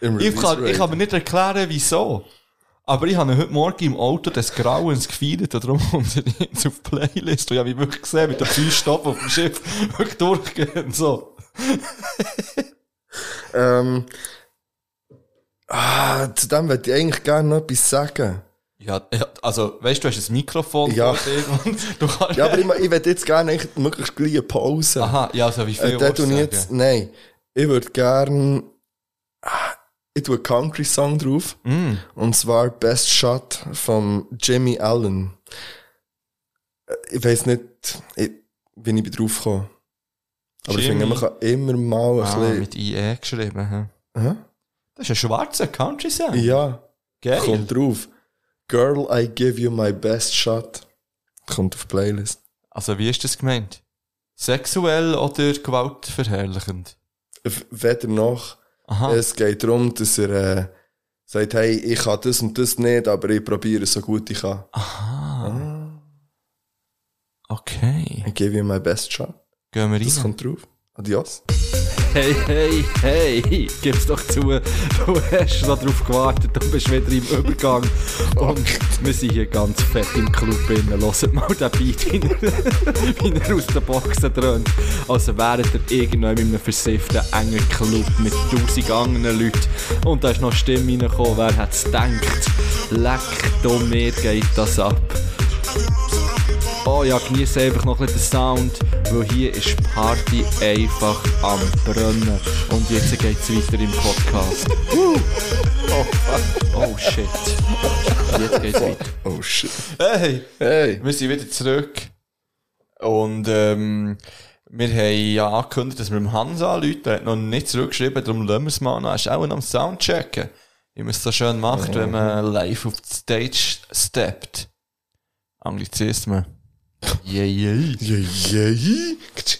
S1: Im
S2: Ich
S1: Release
S2: kann,
S1: Rate.
S2: ich kann mir nicht erklären, wieso. Aber ich habe ihn heute Morgen im Auto des Grauens gefeiert und darum kommt er jetzt auf die Playlist. Und ich habe ihn wirklich gesehen, mit den fünf Stoppen auf dem Schiff wirklich durchgehen. So.
S1: Ähm, ah, zu dem würde ich eigentlich gerne noch etwas sagen.
S2: Ja, ja, also, weißt du, du hast ein Mikrofon
S1: Ja.
S2: vor dir und du kannst...
S1: Ja, aber ich, ich würde jetzt gerne eigentlich möglichst gleich eine Pause.
S2: Aha, ja, also wie viel
S1: Äh, der
S2: willst du
S1: tue ich
S2: sagen?
S1: jetzt, nein, ich würde gern, Ah, ich tue einen Country-Song drauf.
S2: Mm.
S1: Und zwar Best Shot von Jimmy Allen. Äh, Ich weiß nicht, ich, wie ich drauf komme. Aber ich
S2: Jimmy.
S1: finde, man kann immer mal
S2: Ah,
S1: ein
S2: mit IE geschrieben. hä?
S1: bisschen.
S2: Das ist ein schwarzer Country-Song.
S1: Hä? Ja,
S2: Geil.
S1: kommt drauf. Girl, I give you my best shot. Kommt auf die Playlist.
S2: Also, wie ist das gemeint? Sexuell oder gewaltverherrlichend?
S1: W- Äh, Weder noch.
S2: Aha.
S1: Es geht darum, dass er äh, sagt, hey, ich kann das und das nicht, aber ich probiere es so gut ich kann.
S2: Aha.
S1: Ah.
S2: Okay.
S1: I give you my best shot.
S2: Gehen wir
S1: Das
S2: rein.
S1: kommt drauf. Adios.
S4: Hey, hey, hey, gib's doch zu, du hast noch drauf gewartet, du bist wieder im Übergang und wir sind hier ganz fett im Club drinnen. Hört mal den Beat, wie er- wie er aus den Boxen dröhnt. Also wäret ihr irgendwann in einem versifften, engen Club mit tausend anderen Leuten und da ist noch Stimme reingekommen, wer hat's gedacht? Leck, da mir geht das ab. Oh ja, genieße einfach noch ein bisschen den Sound, weil hier ist die Party einfach am Brennen. Und jetzt geht's weiter im Podcast. Woo! Oh, fuck. oh shit. Jetzt geht's weiter.
S1: Oh shit.
S2: Hey!
S1: Hey.
S2: Wir sind wieder zurück. Und ähm, wir haben ja angekündigt, dass wir dem Hans anrufen. Er hat noch nicht zurückgeschrieben, darum lassen wir es mal noch. Er ist auch noch am Soundchecken. Wie man es so schön macht, wenn man live auf die Stage steppt. Anglizismen. Yeah, yeah.
S1: Yeah, yeah. Ktsch.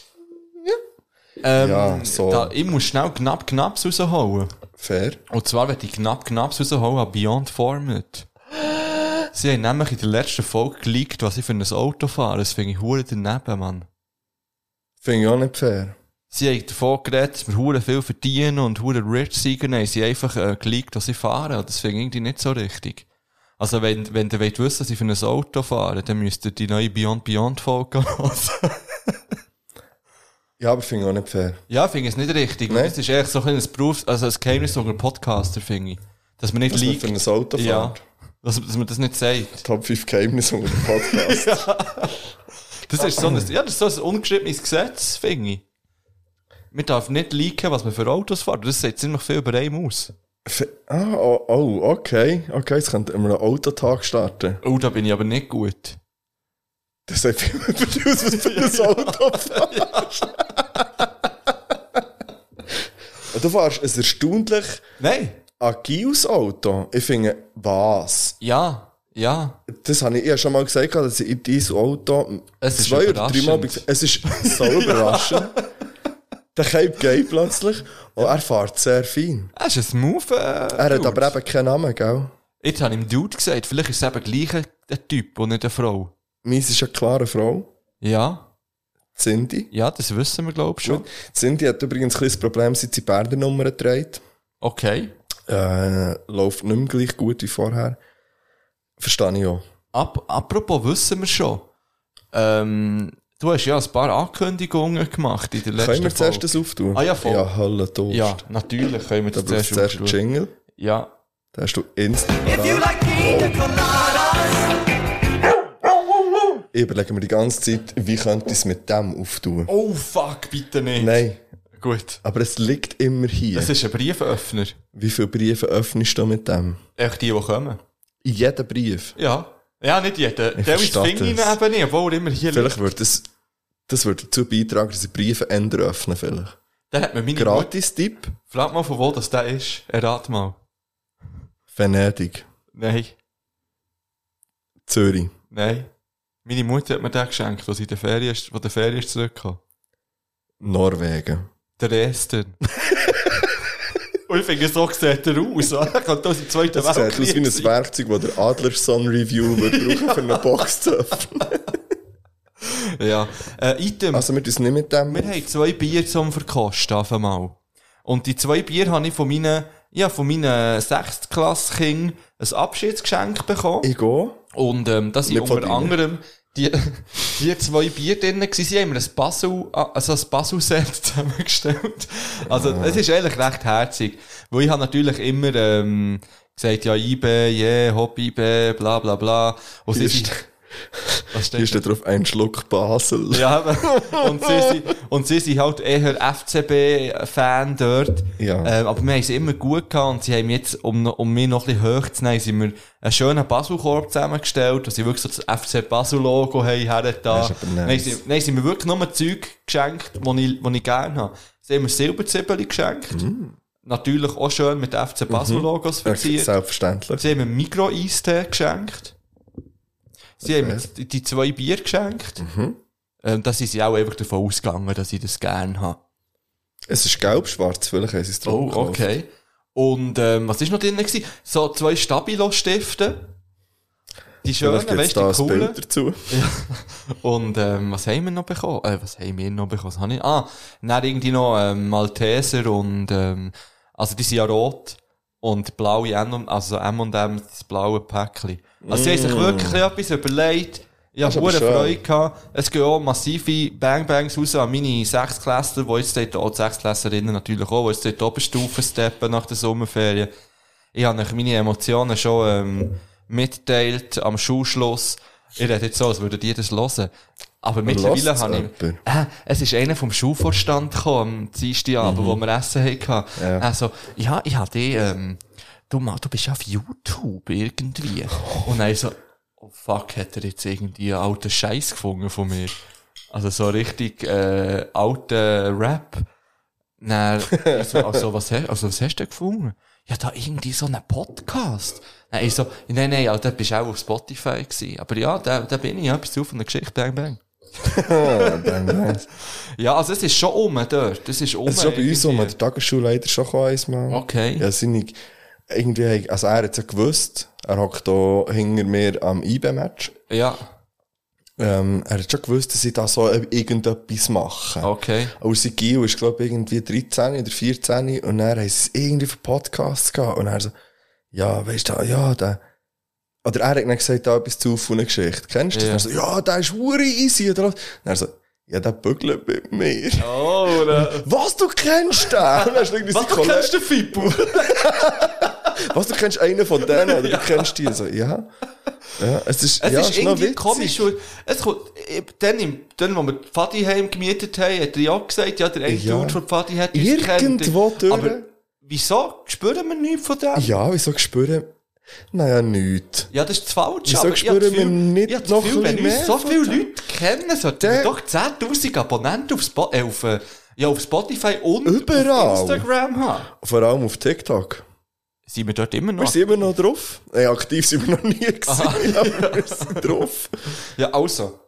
S2: Ähm,
S1: Ja, so.
S2: da, ich muss schnell knapp Knaps rausholen.
S1: Fair.
S2: Und zwar werde ich knapp Knaps rausholen an Beyond Format. Sie haben nämlich in der letzten Folge geleakt, was ich für ein Auto fahre. Das finde ich hure daneben, Mann.
S1: Finde ich auch nicht fair.
S2: Sie haben davon geredet, dass wir hure viel verdienen und hure rich sind. Nein, sie haben einfach äh, geleakt, was ich fahre. Das finde ich irgendwie nicht so richtig. Also, wenn, wenn ihr wollt wissen, dass ich für ein Auto fahre, dann müsst ihr die neue Beyond Beyond Folge hören.
S1: Ja, aber finde ich auch nicht fair.
S2: ja, finde ich es nicht richtig.
S1: Nein.
S2: Das ist echt so ein kleines Berufs-, also ein Geheimnis unter Podcaster, finde ich. Dass man nicht
S1: Dass man
S2: liegt.
S1: für ein Auto fährt.
S2: Ja. Dass, dass man das nicht sagt.
S1: Top 5 Geheimnisse unter dem Podcast.
S2: Das ist so ein, ja, das ist so ein ungeschriebenes Gesetz, finde ich. Man darf nicht liken, was man für Autos fährt. Das sagt ziemlich viel über einem aus.
S1: F- ah, oh, oh, okay. Okay, jetzt könnten wir einen Autotag starten.
S2: Oh, da bin ich aber nicht gut.
S1: Das sagt viel über dich aus, was für ein Auto fährst. Und du fährst ein erstaunlich
S2: Nein.
S1: agiles Auto. Ich finde, was?
S2: Ja, ja.
S1: Das habe ich ja schon mal gesagt, dass ich dieses Auto
S2: Es ist
S1: zwei oder
S2: überraschend.
S1: dreimal be- Es ist so überraschend. Der Cape geht plötzlich und er fährt sehr fein.
S2: Er ist ein Move. äh,
S1: Er hat aber eben keinen Namen, gell?
S2: Jetzt habe ich ihm Dude gesagt, vielleicht ist es eben gleich ein ein Typ und nicht eine Frau.
S1: Meins ist eine klare Frau,
S2: Ja,
S1: Cindy.
S2: ja, das wissen wir, glaube ich, schon.
S1: Gut. Cindy hat übrigens ein kleines Problem, seit sie die Bärdennummer trägt.
S2: Okay.
S1: äh, läuft nicht mehr gleich gut wie vorher. Verstehe ich auch.
S2: Ap apropos wissen wir schon. Ähm, du hast ja ein paar Ankündigungen gemacht in der letzten
S1: Können wir
S2: Folge.
S1: zuerst das auftun?
S2: Ah ja, voll.
S1: Ja, Hölle Durst.
S2: Ja, natürlich können wir
S1: Da
S2: das
S1: brauchst du
S2: zuerst
S1: zuerst einen
S2: anschauen.
S1: Jingle.
S2: Ja.
S1: Da hast du instant Ich überlege mir die ganze Zeit, wie könnte ich es mit dem auftun?
S2: Oh fuck, bitte nicht.
S1: Nein,
S2: Gut.
S1: aber es liegt immer hier.
S2: Es ist ein Brieföffner.
S1: Wie viele Briefe öffnest du mit dem?
S2: Echt die, die kommen.
S1: In jedem Brief.
S2: Ja. Ja, nicht jeder. Der ist
S1: verstehe
S2: Finger
S1: das.
S2: neben nicht, obwohl er immer hier liegt.
S1: Vielleicht würde das, das würde dazu beitragen, dass ich Briefe ändern öffnen vielleicht.
S2: Der hat mir meine Mutter.
S1: Gratis-Tipp?
S2: Frag mal, von wo das der ist. Errat mal.
S1: Venedig.
S2: Nein.
S1: Zürich.
S2: Nein. Meine Mutter hat mir den geschenkt, als ich in der Ferien, wo der Ferien ist zurückkam.
S1: Norwegen.
S2: Der erste. Und ich finde, so sieht er aus. Er kommt aus dem zweiten
S1: Das sieht aus wie
S2: Weltkrieg
S1: ein
S2: sein.
S1: Werkzeug, das der Adlerson Review würde brauchen für eine Box zu öffnen.
S2: Ja. Äh, Item.
S1: Also wir tun es nicht mit dem.
S2: Wir haben zwei Bier zum Verkosten auf einmal. Und die zwei Bier habe ich von meinen, ja, von meinen Sechstklasskindern ein Abschiedsgeschenk bekommen.
S1: Ich gehe.
S2: Und, ähm, das sind
S1: Nicht von
S2: unter
S1: dir.
S2: anderem die, die zwei Bier drinnen gewesen. Sie haben mir ein Basel, also ein Basel-Set zusammengestellt. Also,
S1: Ah.
S2: es ist eigentlich recht herzig. Weil ich habe natürlich immer, ähm, gesagt, ja, eBay, yeah, Hobby-eBay, bla, bla, bla. Und sie
S1: Hier
S2: sind, was steht
S1: Hier steht drauf ein Schluck Basel.
S2: ja, aber- und sie, sind, und sie sind halt eher FCB-Fan dort.
S1: Ja.
S2: Ähm, aber wir haben sie immer gut gehabt und sie haben jetzt, um, noch- um mich noch ein bisschen hoch zu nehmen, sind wir einen schönen Baselkorb zusammengestellt, dass sie wirklich so das FC Basel-Logo haben hergetan.
S1: Das ist aber nice.
S2: Nein, sie, nein, sie haben mir wirklich nur Zeug geschenkt, die ich, die ich gerne habe. Sie haben mir Silberzippeli geschenkt.
S1: Mm.
S2: Natürlich auch schön mit FC Basel-Logos
S1: Mhm.
S2: verziert.
S1: Selbstverständlich.
S2: Sie haben mir Mikro-Eistee geschenkt. Sie haben mir die, die zwei Bier geschenkt.
S1: Mhm.
S2: Ähm, da sind sie auch einfach davon ausgegangen, dass ich das gerne habe.
S1: Es ist gelb-schwarz, vielleicht haben sie es drauf
S2: Oh,
S1: gekauft.
S2: Und ähm, was ist noch drin? Gewesen? So zwei Stabilo-Stifte. Die schönen,
S1: Vielleicht gibt es
S2: weißt du,
S1: da
S2: die
S1: ein
S2: coolen.
S1: Bild dazu.
S2: Und ähm, was haben wir noch bekommen? Äh, was haben wir noch bekommen? Was habe ich? Ah, dann irgendwie noch ähm, Malteser und ähm, also die sind ja rot und blaue M also M&M, das blaue Päckchen. Also sie haben sich wirklich etwas überlegt. Ich habe
S1: Mm. aber
S2: hohe
S1: schön.
S2: Freude gehabt. Es gehen auch massive Bang-Bangs raus an meine Sechstklässler, die jetzt dort, auch die Sechstklässlerinnen natürlich auch, die jetzt dort die Oberstufe steppen nach der Sommerferien ich habe euch meine Emotionen schon ähm, mitteilt am Schulschluss. Ich rede jetzt so, als würdet ihr das hören. Aber mittlerweile
S1: Hört's
S2: habe ich...
S1: jemand?
S2: Äh, es ist einer vom Schulvorstand gekommen, am Dienstagabend, wo wir Essen hatten.
S1: Mhm. Ja.
S2: Also, ja, ich habe die... Ähm, du, Ma- du bist ja auf YouTube irgendwie. Und dann so... Oh fuck, hat er jetzt irgendwie einen alten Scheiß gefunden von mir? Also so richtig äh, alten Rap. Dann, ich so, also, was hast, also, was hast du denn gefunden? Ja, da irgendwie so einen Podcast. Nein, ich so, nein, nein, also, da bist du auch auf Spotify gewesen. Aber ja, da, da bin ich ja, bis zu von der Geschichte, bang, bang. Ja, also, es ist schon um dort. Es ist um.
S1: Es ist schon bei uns
S2: irgendwie.
S1: um, der Tagesschulleiter schon gekommen, einmal.
S2: Okay.
S1: Ja, seine irgendwie, hab ich- also er hat es ja gewusst, er hockt da hinter mir am IB-Match.
S2: Ja,
S1: Ähm, er hat schon gewusst, dass ich da so irgendetwas mache.
S2: okay.
S1: Aber sein Gil ist, glaube ich, irgendwie 13 oder 14 und dann haben sie es irgendwie für Podcasts gehabt. Und er so, ja, weißt du, ja, der. Oder er hat dann gesagt, da etwas zu von einer Geschichte. Kennst du
S2: Ja.
S1: das? Und er so, ja, der ist hure easy. Oder was? Und er so, ja, der bügelt mit mir.
S2: Oh, oder?
S1: Was, du kennst den? Und dann ist irgendwie sein Kollege-
S2: den Fippo?
S1: Was, du kennst einen von denen? Oder du kennst die? So, ja. Ja, es ist,
S2: Es
S1: ja,
S2: ist
S1: noch
S2: irgendwie
S1: witzig.
S2: komisch, weil es kommt, ich- dann, im, dann, wo wir Pfadiheim gemietet haben, hat er ja auch gesagt, ja, der eine
S1: Ja.
S2: ja. von Pfadi hat uns
S1: Irgendwo
S2: gekannt.
S1: durch.
S2: Aber wieso spüren wir nichts von dem? Ja,
S1: Ja, wieso spüren? Naja, nichts.
S2: das ist das falsch.
S1: Wieso
S2: aber ich hab
S1: spüren
S2: das Gefühl-
S1: wir nicht
S2: ich hab das
S1: noch
S2: Gefühl,
S1: ein
S2: wenn
S1: bisschen
S2: uns so
S1: mehr
S2: viele
S1: von dem?
S2: Leute kennen, sollten
S1: Der-
S2: wir doch 10'000 Abonnenten auf, Spo äh, auf, äh, ja, auf Spotify und
S1: Überall.
S2: auf Instagram haben.
S1: Vor allem auf TikTok.
S2: Sind wir dort immer
S1: Wir
S2: noch?
S1: sind immer noch drauf. Nein, aktiv sind wir noch nie gewesen, aber wir sind drauf.
S2: Ja, also.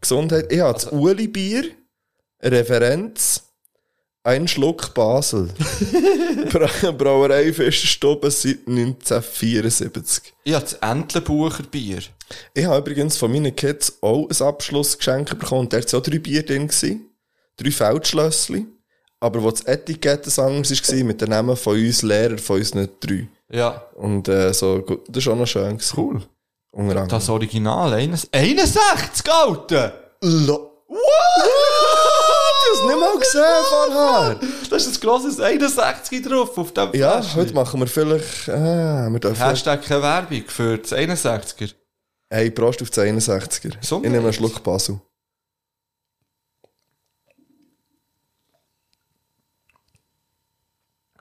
S1: Gesundheit. Ich habe das Uli-Bier, Referenz, ein Schluck Basel. Bra- Brauerei Fischerstube seit 1974.
S2: Ich habe das Entlebucher Bier.
S1: Ich habe übrigens von meinen Kids auch ein Abschlussgeschenk bekommen. Da waren auch drei Bier drin. gewesen. Drei Feldschlösschen. Aber wo das Etikett ein anderes war, mit den Namen von uns Lehrer, von uns nicht drei.
S2: Ja.
S1: Und äh, so, gut, das war auch noch schön. Gewesen.
S2: Cool.
S1: Unter anderem.
S2: Das Original, eines- 61, Alter!
S1: Lo
S2: Wow!
S1: das nicht mal gesehen vorher.
S2: Das ist ein grosses 61 drauf auf dem
S1: Ja,
S2: Fläschchen.
S1: heute machen wir vielleicht. Ah, wir dürfen.
S2: Hashtag keine Werbung für das 61er.
S1: Hey, Prost auf den 61er. Ich
S2: Gesundheit.
S1: nehme einen Schluck Basel.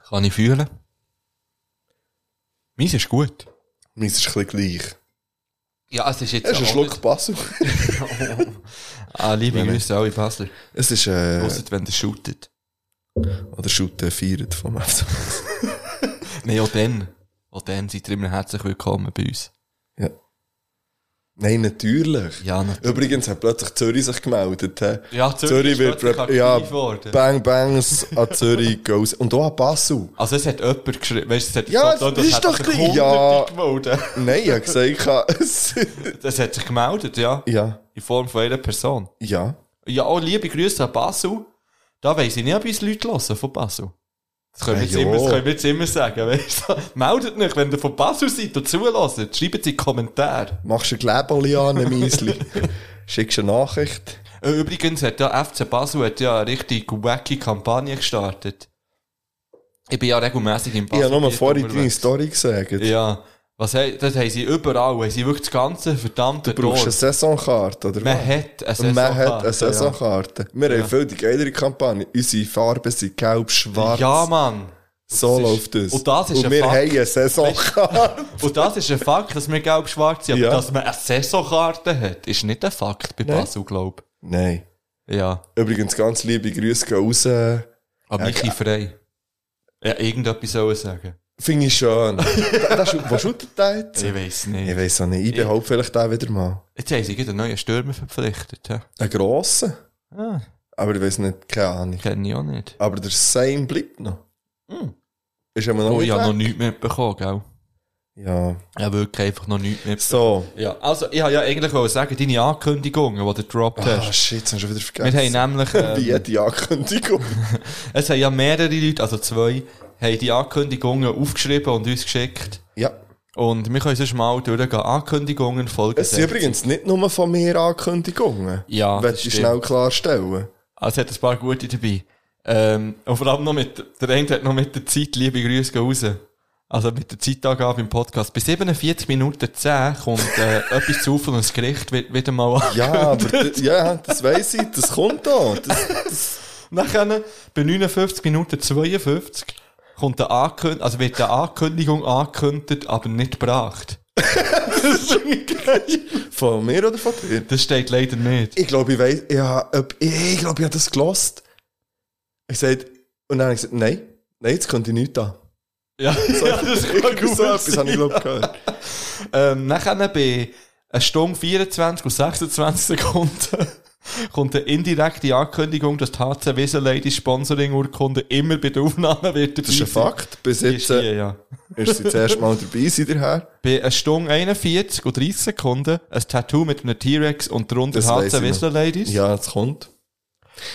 S2: Kann ich fühlen. Meins ist gut.
S1: Meins ist ein bisschen gleich.
S2: Ja, es ist jetzt
S1: Es ist ein
S2: auch
S1: Schluck Basel.
S2: nicht- ah, liebe
S1: Nein, nein.
S2: Grüße alle Basler.
S1: Es ist. Äh,
S2: Ausser wenn ihr shootet.
S1: oder Schutte feiert vom FC.
S2: Nein, auch dann. Auch dann seid ihr immer herzlich willkommen bei uns.
S1: Nein, natürlich.
S2: Ja, natürlich.
S1: Übrigens hat plötzlich Zürich sich gemeldet. hä?
S2: Ja,
S1: Zürich
S2: ist
S1: wird
S2: plötzlich
S1: prä-
S2: aktiv
S1: ja,
S2: geworden.
S1: Bang Bangs an Zürich goes. Und auch an Basel.
S2: Also es hat jemand geschrieben, weißt du, es hat
S1: Ja,
S2: so-
S1: es ist
S2: hat
S1: doch
S2: sich
S1: gleich-
S2: Hunderte gemeldet.
S1: Nein, ich habe gesagt, ich habe- es-
S2: Das hat sich gemeldet, ja.
S1: Ja,
S2: In Form von einer Person.
S1: ja.
S2: Ja, auch liebe Grüße an Basel. Da weiss ich nicht, ob uns Leute hören von Basel. Das können, wir
S1: Ja,
S2: jetzt immer,
S1: ja.
S2: das können wir jetzt immer sagen, weißt du. Meldet nicht, wenn ihr von Basel seid und zulässt. Schreibt es in die Kommentare.
S1: Machst du ein Gläbeli an, ein Miesli. Schickst eine Nachricht.
S2: Äh, Übrigens hat ja FC Basel hat ja eine richtig wacky Kampagne gestartet. Ich bin ja regelmäßig im
S1: Ich
S2: Basel.
S1: habe nochmal vorhin deine
S2: unterwegs.
S1: Story gesagt.
S2: Ja. Was he, das haben sie überall. Haben sie wirklich das ganze verdammte
S1: Du brauchst eine
S2: Dorf.
S1: Saisonkarte, oder
S2: Man
S1: was?
S2: hat eine
S1: Und Man hat eine
S2: Saisonkarte,
S1: Saisonkarte. Wir haben viel die geilere Kampagne. Unsere Farben sind gelb,
S2: Ja,
S1: schwarz.
S2: ja Mann.
S1: so
S2: Das ist-
S1: läuft es.
S2: Und das ist
S1: Und
S2: ein
S1: wir
S2: Fakt.
S1: haben eine Saisonkarte.
S2: Und das ist ein Fakt, dass wir gelb-schwarz sind. Aber
S1: Ja.
S2: dass man eine Saisonkarte hat, ist nicht ein Fakt bei
S1: Nein.
S2: Basel, glaube
S1: Nein.
S2: ich. Ja.
S1: Übrigens, ganz liebe Grüße gehen raus.
S2: Aber
S1: Ja,
S2: Michi frei. Ja, irgendetwas soll ich sagen.
S1: Finde ich schön. da, da, schu- wo shootet der jetzt?
S2: Ich weiß
S1: Ich
S2: nicht.
S1: weiss auch nicht. Ich behalte vielleicht auch wieder mal.
S2: Jetzt haben sie gerade einen neuen Stürmer verpflichtet. hä?
S1: Einen grossen.
S2: Ah,
S1: Aber ich weiss nicht, keine Ahnung.
S2: kenne ich auch nicht.
S1: Aber der Same bleibt noch.
S2: Hm.
S1: Ist immer noch
S2: Oh,
S1: nicht
S2: ich habe
S1: weg.
S2: noch nichts mehr bekommen, gell?
S1: Ja.
S2: Ich habe wirklich einfach noch nichts mehr bekommen.
S1: So.
S2: Ja, also, ich wollte ja eigentlich wollen sagen, deine Ankündigungen, die du gedroppt
S1: Ah,
S2: hast.
S1: shit, das haben wir schon wieder
S2: Wir haben
S1: vergessen.
S2: nämlich...
S1: Wie
S2: ähm,
S1: jede Ankündigung.
S2: Es haben ja mehrere Leute, also zwei, haben die Ankündigungen aufgeschrieben und uns geschickt.
S1: ja.
S2: Und wir können sonst mal durchgehen. Ankündigungen, Folge
S1: Es sind
S2: 6.
S1: übrigens nicht nur von mir Ankündigungen.
S2: Ja,
S1: Willst du
S2: das
S1: schnell klarstellen?
S2: Ah, Es hat ein paar gute dabei. Ähm, und vor allem noch mit, der eine hat noch mit der Zeit, liebe Grüße gehen raus. Also mit der Zeitangabe im Podcast. Bei 47 Minuten 10 kommt äh, etwas zu und das Gericht wird wieder mal an.
S1: Ja, aber d- ja, das weiss ich, das kommt da. Das,
S2: Nachher, bei 59 Minuten 52, kommt eine Ankündigung, also wird eine Ankündigung angekündigt, aber nicht gebracht.
S1: von mir oder von dir?
S2: Das steht leider nicht.
S1: Ich glaube, ich weiss, ich habe ich glaub, ich hab das gelost. Ich sagte, und dann habe ich gesagt, nein, nein, jetzt könnte ich nichts an.
S2: Ja, ja das kann
S1: Irgendwie
S2: gut
S1: so etwas habe ich,
S2: sein.
S1: glaube ich, gehört.
S2: Ähm, nachher bei einer Stunde 24 und 26 Sekunden kommt eine indirekte Ankündigung, dass die HC Wiesel Ladies Sponsoring-Urkunde immer bei der Aufnahme wird.
S1: Das ist ein Fakt. Bis
S2: Die Ist
S1: jetzt
S2: hier,
S1: äh,
S2: ja.
S1: ist sie das erste Mal dabei, seit daher.
S2: Bei einer Stunde 41 und 30 Sekunden ein Tattoo mit einem T-Rex und darunter
S1: Das weiss
S2: HC
S1: ich noch.
S2: Wiesel Ladies.
S1: Ja, es kommt.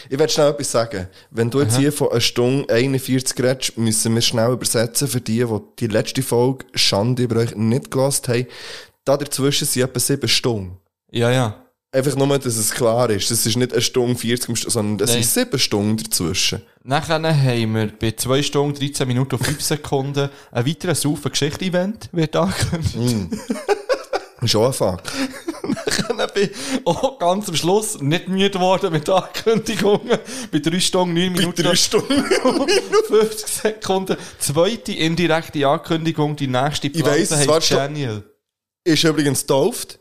S1: Ich will schnell etwas sagen. Wenn du jetzt hier von einer Stunde 41 redest, müssen wir schnell übersetzen für die, die die letzte Folge Schande über euch nicht gelassen haben. Da dazwischen sind etwa sieben Stunden.
S2: Ja, ja.
S1: Einfach nur, dass es klar ist. Es ist nicht eine Stunde 40, am St- sondern es
S2: Nein.
S1: sind sieben Stunden dazwischen.
S2: Nachher haben wir bei 2 Stunden, 13 Minuten und 5 Sekunden ein weiteres Saufen-Geschichte-Event wird angekündigt.
S1: Schon ein Fakt.
S2: Dann bin ich auch ganz am Schluss nicht müde geworden mit Ankündigungen. Bei 3 Stunden, 9 Minuten
S1: Drei Stunden.
S2: und 50 Sekunden. Zweite indirekte Ankündigung, die nächste
S1: weiss, es war
S2: heisst
S1: schon-
S2: Daniel.
S1: Ist übrigens getauft.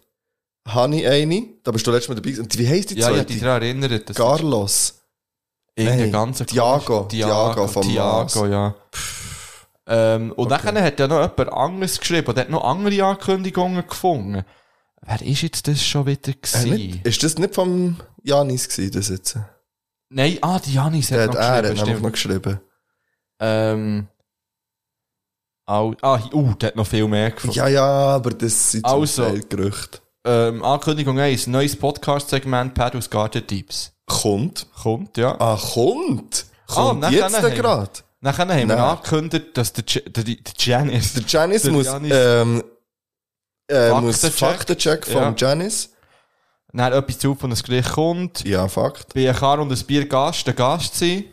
S1: Hani eine. Da bist du letztes Mal dabei. gewesen. Und wie heisst die
S2: Ja, ich habe
S1: zweite?
S2: dich daran erinnert. dass-
S1: Carlos.
S2: Irgendein
S1: Nein,
S2: ganzer
S1: Thiago,
S2: Tiago
S1: Thiago vom
S2: Tiago,
S1: Mars.
S2: ja. Ähm, und nachher hat ja noch jemand anderes geschrieben und hat noch andere Ankündigungen gefunden. Wer ist jetzt das schon wieder
S1: Äh,
S2: gewesen?
S1: nicht, ist das nicht vom Janis gewesen, das jetzt? Der
S2: Nein, ah, die Janis hat
S1: hat,
S2: noch
S1: er hat
S2: geschrieben,
S1: nämlich
S2: stimmt.
S1: noch geschrieben.
S2: Ähm, au, ah, hi- uh, der hat noch viel mehr gefunden.
S1: Ja, ja, aber das sind
S2: Also.
S1: zum Teil Gerüchte.
S2: Ähm, Ankündigung 1, neues Podcast-Segment Pedals Garden Deeps.
S1: Kommt.
S2: Kommt, ja.
S1: Ah, kommt. Kommt
S2: nachher
S1: jetzt
S2: haben wir-
S1: gerade.
S2: Nachher haben wir
S1: Nein.
S2: angekündigt, dass der, J- der, der Janice
S1: Der Janis
S2: Der
S1: muss,
S2: Janis-
S1: ähm, äh,
S2: Faktencheck.
S1: muss Faktencheck vom
S2: Ja.
S1: Janis.
S2: nachher etwas zu von einem Gericht kommt.
S1: Ja, Fakt.
S2: bei einem Kar und ein Bier Gast der Gast sein.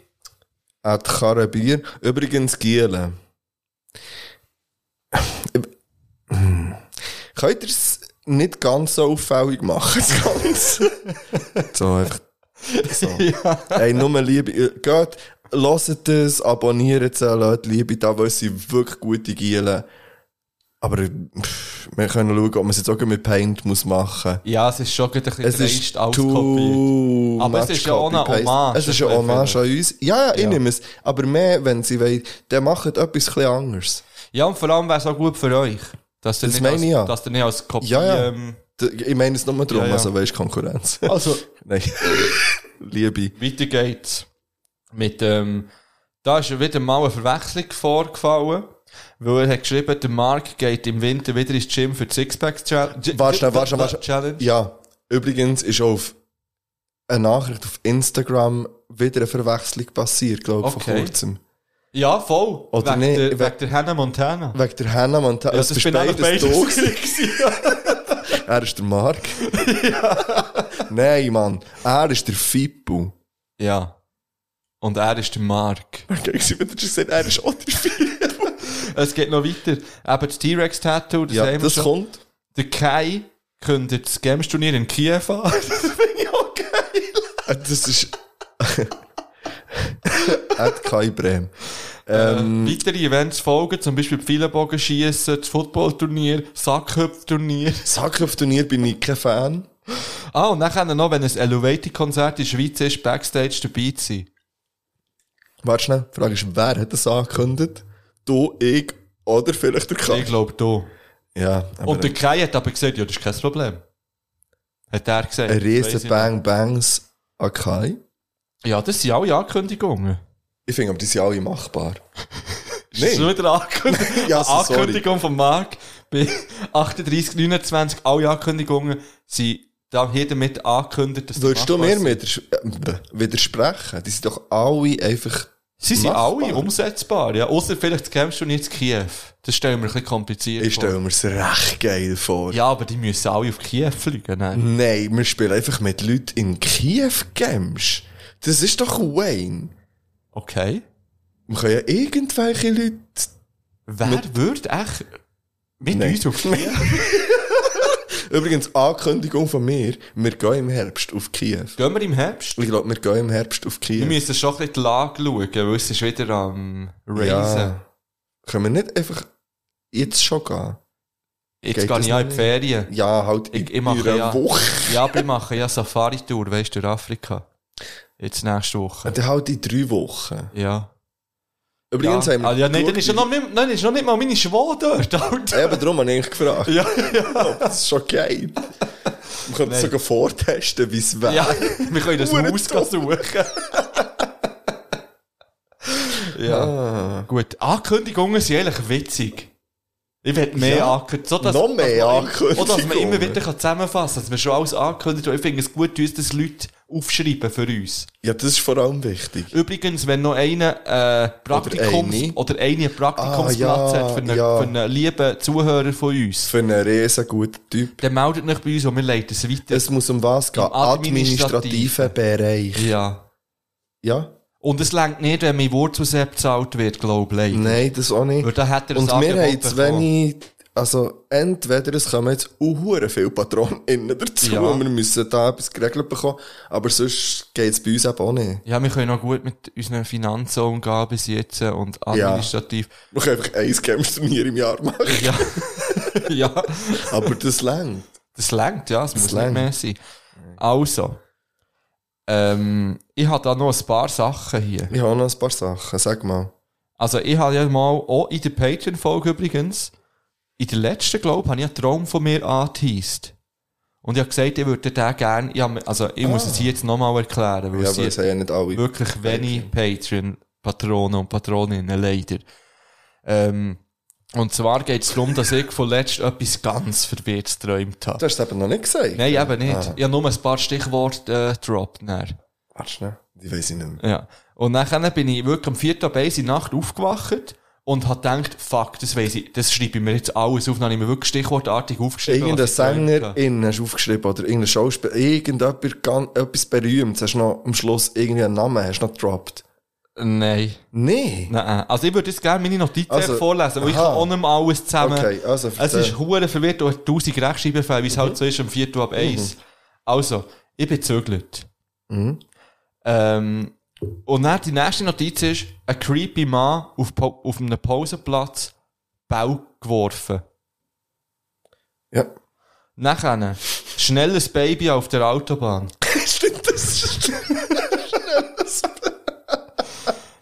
S1: Ad Karabier. Übrigens Giele. Hm. Könnt ihr es nicht ganz so auffällig machen, das Ganze? so, einfach so.
S2: Ja.
S1: Ey, nur Liebe. äh, Geht, hört es, abonniert es, lasst Liebe da, weil es sind wirklich gute Giele. Aber pff, wir können schauen, ob man es jetzt auch mit Paint muss machen muss.
S2: Ja, es ist schon gerade ein bisschen
S1: Es
S2: dreist
S1: ist
S2: alles kopiert.
S1: too
S2: Aber es
S1: much
S2: ist ja auch eine
S1: copy-paste.
S2: Hommage,
S1: Es ist eine
S2: das
S1: Hommage an uns. Ja, ja, ich
S2: Ja.
S1: nehme es. Aber mehr, wenn sie wollen, dann machen sie etwas etwas anderes.
S2: Ja, und vor allem wäre es auch gut für euch. Dass ihr,
S1: Das
S2: nicht,
S1: meine
S2: als,
S1: ich ja.
S2: dass ihr nicht als Kopie...
S1: Ja, ja.
S2: Ähm,
S1: D- Ich meine es nur darum,
S2: Ja, ja.
S1: also weißt Konkurrenz.
S2: also,
S1: Nein. Liebe.
S2: weiter geht's. Mit, ähm, da ist wieder mal eine Verwechslung vorgefallen. Weil er hat geschrieben, der Mark geht im Winter wieder ins Gym für die Sixpack-Challenge.
S1: Warte schnell, warte schnell, warte
S2: Challenge.
S1: Ja, übrigens ist auf eine Nachricht auf Instagram wieder eine Verwechslung passiert, glaube ich,
S2: Okay.
S1: vor kurzem.
S2: Ja, voll.
S1: Oder
S2: wegen,
S1: nicht,
S2: der,
S1: we-
S2: wegen der Hannah Montana. Also,
S1: Wegen der Hannah Montana.
S2: Ja,
S1: es bist beides du gewesen. Er ist der Mark. Nein, Mann. Er ist der Fippo.
S2: Ja. Und er ist der Mark.
S1: Okay, sie wird gesagt, er ist auch der Fippo.
S2: Es geht noch weiter. Eben das T-Rex-Tattoo, das
S1: Ja,
S2: haben wir
S1: das
S2: schon.
S1: kommt.
S2: Der Kai kündet das Games-Turnier in Kiew an.
S1: Äh, Das ist. Hat kein Brem. Ähm,
S2: Äh, Weitere Events folgen, zum Beispiel Pfeilenbogenschiessen, das Footballturnier, Sackhüpfturnier.
S1: Sackhoff-Turnier bin ich kein Fan.
S2: Ah, und nachher noch, wenn ein Elevated-Konzert in der Schweiz ist, Backstage dabei zu sein.
S1: Warte schnell, die Frage ist, wer hat das angekündigt? Du, ich oder vielleicht der
S2: Ich
S1: Kai?
S2: glaube, du.
S1: Ja, aber
S2: Und der Kai hat aber gesagt, ja, das ist kein Problem. Hat er gesagt.
S1: ein
S2: Weiss ich
S1: riesen
S2: nicht.
S1: Bang Bangs an Kai.
S2: Ja, das sind alle Ankündigungen.
S1: Ich finde, aber die sind alle machbar.
S2: Nein. Das ist wieder eine Ankündigung,
S1: Ja, so
S2: eine
S1: sorry.
S2: Ankündigung von Marc. Bei 38, 29, alle Ankündigungen sind da hier damit angekündigt, dass sie
S1: Würdest du
S2: machbar
S1: mir
S2: sind.
S1: widers äh, widersprechen? Die sind doch alle einfach.
S2: Sie sind
S1: machbar?
S2: alle umsetzbar, ja. Außer vielleicht das kämpfst du nicht in Kiew. Das stellen wir ein bisschen kompliziert
S1: Ich
S2: vor.
S1: stelle mir es recht geil vor.
S2: Ja, aber die müssen alle auf Kiew fliegen,
S1: Mm.
S2: nein.
S1: Nein, wir spielen einfach mit Leuten in Kiew Games. Das ist doch Wayne.
S2: Okay.
S1: Wir können ja irgendwelche Leute.
S2: Wer würde echt mit
S1: Nein.
S2: uns auf Kiew?
S1: Übrigens, Ankündigung von mir: Wir gehen im Herbst auf Kiew.
S2: Gehen wir im Herbst?
S1: Ich glaube, wir gehen im Herbst auf Kiew.
S2: Wir müssen schon ein bisschen die Lage schauen, weil es ist wieder am Raisen.
S1: Ja. Können wir nicht einfach jetzt schon gehen?
S2: Jetzt
S1: Geht
S2: gehe
S1: das
S2: ich ja in
S1: noch
S2: die
S1: nicht?
S2: Ferien.
S1: Ja, halt
S2: Ich-
S1: in
S2: ich mache
S1: einer
S2: ja-
S1: Woche.
S2: Ja, aber ich mache ja Safari-Tour, weißt du, durch Afrika. Jetzt nächste Woche.
S1: Dann halt in drei Wochen.
S2: Ja.
S1: Übrigens
S2: ja.
S1: haben wir.
S2: Ah, ja, nein, dann ist ja
S1: geschaut,
S2: noch nicht, nein, ist noch nicht mal meine Schwester dort, Alter.
S1: Äh. Eben darum habe ich gefragt.
S2: Ja, ja.
S1: Das ist schon geil. Man könnte
S2: Nein.
S1: sogar vortesten, wie es wäre.
S2: Ja, wir können das
S1: Hure
S2: Haus suchen. ja,
S1: Ah.
S2: gut. Ankündigungen sind eigentlich witzig. Ich will mehr
S1: Ja.
S2: ankündigen. So, dass-
S1: Noch mehr
S2: dass man- Oder dass man
S1: Ankündigungen.
S2: immer wieder kann zusammenfassen kann, dass man schon alles angekündigt hat. Ich finde es gut, dass das Leute aufschreiben für uns.
S1: Ja, das ist vor allem wichtig.
S2: Übrigens, wenn noch einer äh, Praktikums
S1: eine.
S2: oder eine, Praktikumsplatz
S1: Ah, ja,
S2: hat für einen,
S1: ja.
S2: für einen lieben Zuhörer von uns,
S1: Für einen riesen guten Typ.
S2: dann meldet euch bei uns und wir leiten es weiter.
S1: Es muss um was gehen?
S2: Im administrativen.
S1: Administrativen Bereich.
S2: ja.
S1: Ja?
S2: Und es längt nicht, wenn mein Wurzelsepp bezahlt wird, glaube ich.
S1: Nein, das auch nicht.
S2: Weil dann hat er ein
S1: Und wir
S2: Angebot
S1: haben zu
S2: bekommen.
S1: wenig, also entweder es kommen jetzt unhure viele PatronInnen dazu
S2: Ja.
S1: und wir müssen da etwas geregelt bekommen, aber sonst geht es bei uns eben auch nicht.
S2: Ja, wir können auch gut mit unseren Finanzen umgehen bis jetzt äh, und administrativ.
S1: Wir können einfach ein Games-Turnier im Jahr machen,
S2: Ja. ja.
S1: aber das längt.
S2: Das längt, ja. Es muss
S1: längt.
S2: nicht mehr sein. Also. Ähm, ich habe da noch ein paar Sachen hier.
S1: Ich habe noch ein paar Sachen, sag mal.
S2: Also ich habe ja mal, auch in der Patreon-Folge übrigens, in der letzten, glaube ich, habe ich einen Traum von mir angeteased. Und ich habe gesagt, ich würde den gerne, ich habe- also ich muss es hier jetzt nochmal erklären, weil
S1: Ja,
S2: es
S1: aber
S2: hier-
S1: das haben ja nicht alle.
S2: wirklich wenig Patreon-Patronen und Patroninnen, leider. Ähm, und zwar geht es darum, dass ich von letzt etwas ganz Verwirrtes geträumt
S1: Du
S2: habe.
S1: hast es eben noch nicht gesagt.
S2: Nein, eben nicht.
S1: Ah.
S2: Ich habe nur ein paar Stichworte äh, gedroppt. dann.
S1: Warte schnell, die weiss ich nicht mehr.
S2: Ja. Und dann bin ich wirklich am vierten Abend in der Nacht aufgewacht und habe gedacht, fuck, das weiss ich, das schreibe ich mir jetzt alles auf. Dann habe ich mir wirklich stichwortartig aufgeschrieben.
S1: Irgendein
S2: was ich geträumt habe.
S1: Sängerin hast du aufgeschrieben oder irgendein Schauspieler, irgendjemand, ganz- etwas berühmt, hast du noch am Schluss irgendeinen Namen, hast du noch gedroppt.
S2: Nein.
S1: Nee.
S2: Nein. Also ich würde jetzt gerne meine Notizen
S1: Also,
S2: vorlesen, weil ich
S1: aha.
S2: kann auch nicht mehr alles zusammen...
S1: Okay, Mhm. also
S2: Es
S1: erzähl.
S2: ist hure verwirrt durch 1000 Rechtschreibfälle, wie es halt so ist, am 4. ab 1. Also, ich bin gezögert.
S1: Mhm.
S2: Ähm, und dann die nächste Notiz ist, ein creepy Mann auf, Po- auf einem Pausenplatz Bau geworfen.
S1: Ja.
S2: Nachher, schnelles Baby auf der Autobahn.
S1: Stimmt, das ist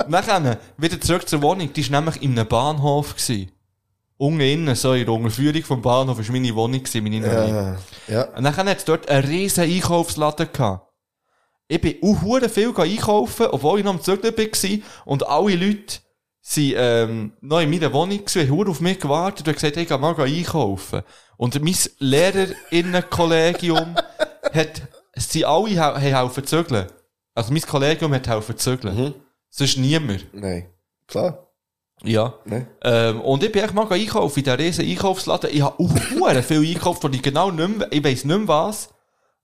S2: Nachher, wieder zurück zur Wohnung, die war nämlich in einem Bahnhof. Gewesen. Unten innen, so in der Unterführung vom Bahnhof, war meine Wohnung, gewesen, meine neue.
S1: Ja. ja.
S2: Und dann hat es dort einen riesen Einkaufsladen gehabt. Ich bin auch hure viel gegangen einkaufen, obwohl ich noch am Zügeln war. Und alle Leute sind, ähm, noch in meiner Wohnung gewesen, haben hure auf mich gewartet und haben gesagt, ich geh mal einkaufen. Und mein Lehrerinnenkollegium hat, sie alle hau- haben helfen zügeln. Also mein Kollegium hat helfen zügeln. Sonst niemand.
S1: Nein. Klar.
S2: Ja.
S1: Nein.
S2: Ähm, und ich bin echt mal einkaufen in diesem riesen Einkaufsladen. Ich habe auch viel einkauft, von ich genau nicht mehr, ich weiss nicht mehr was.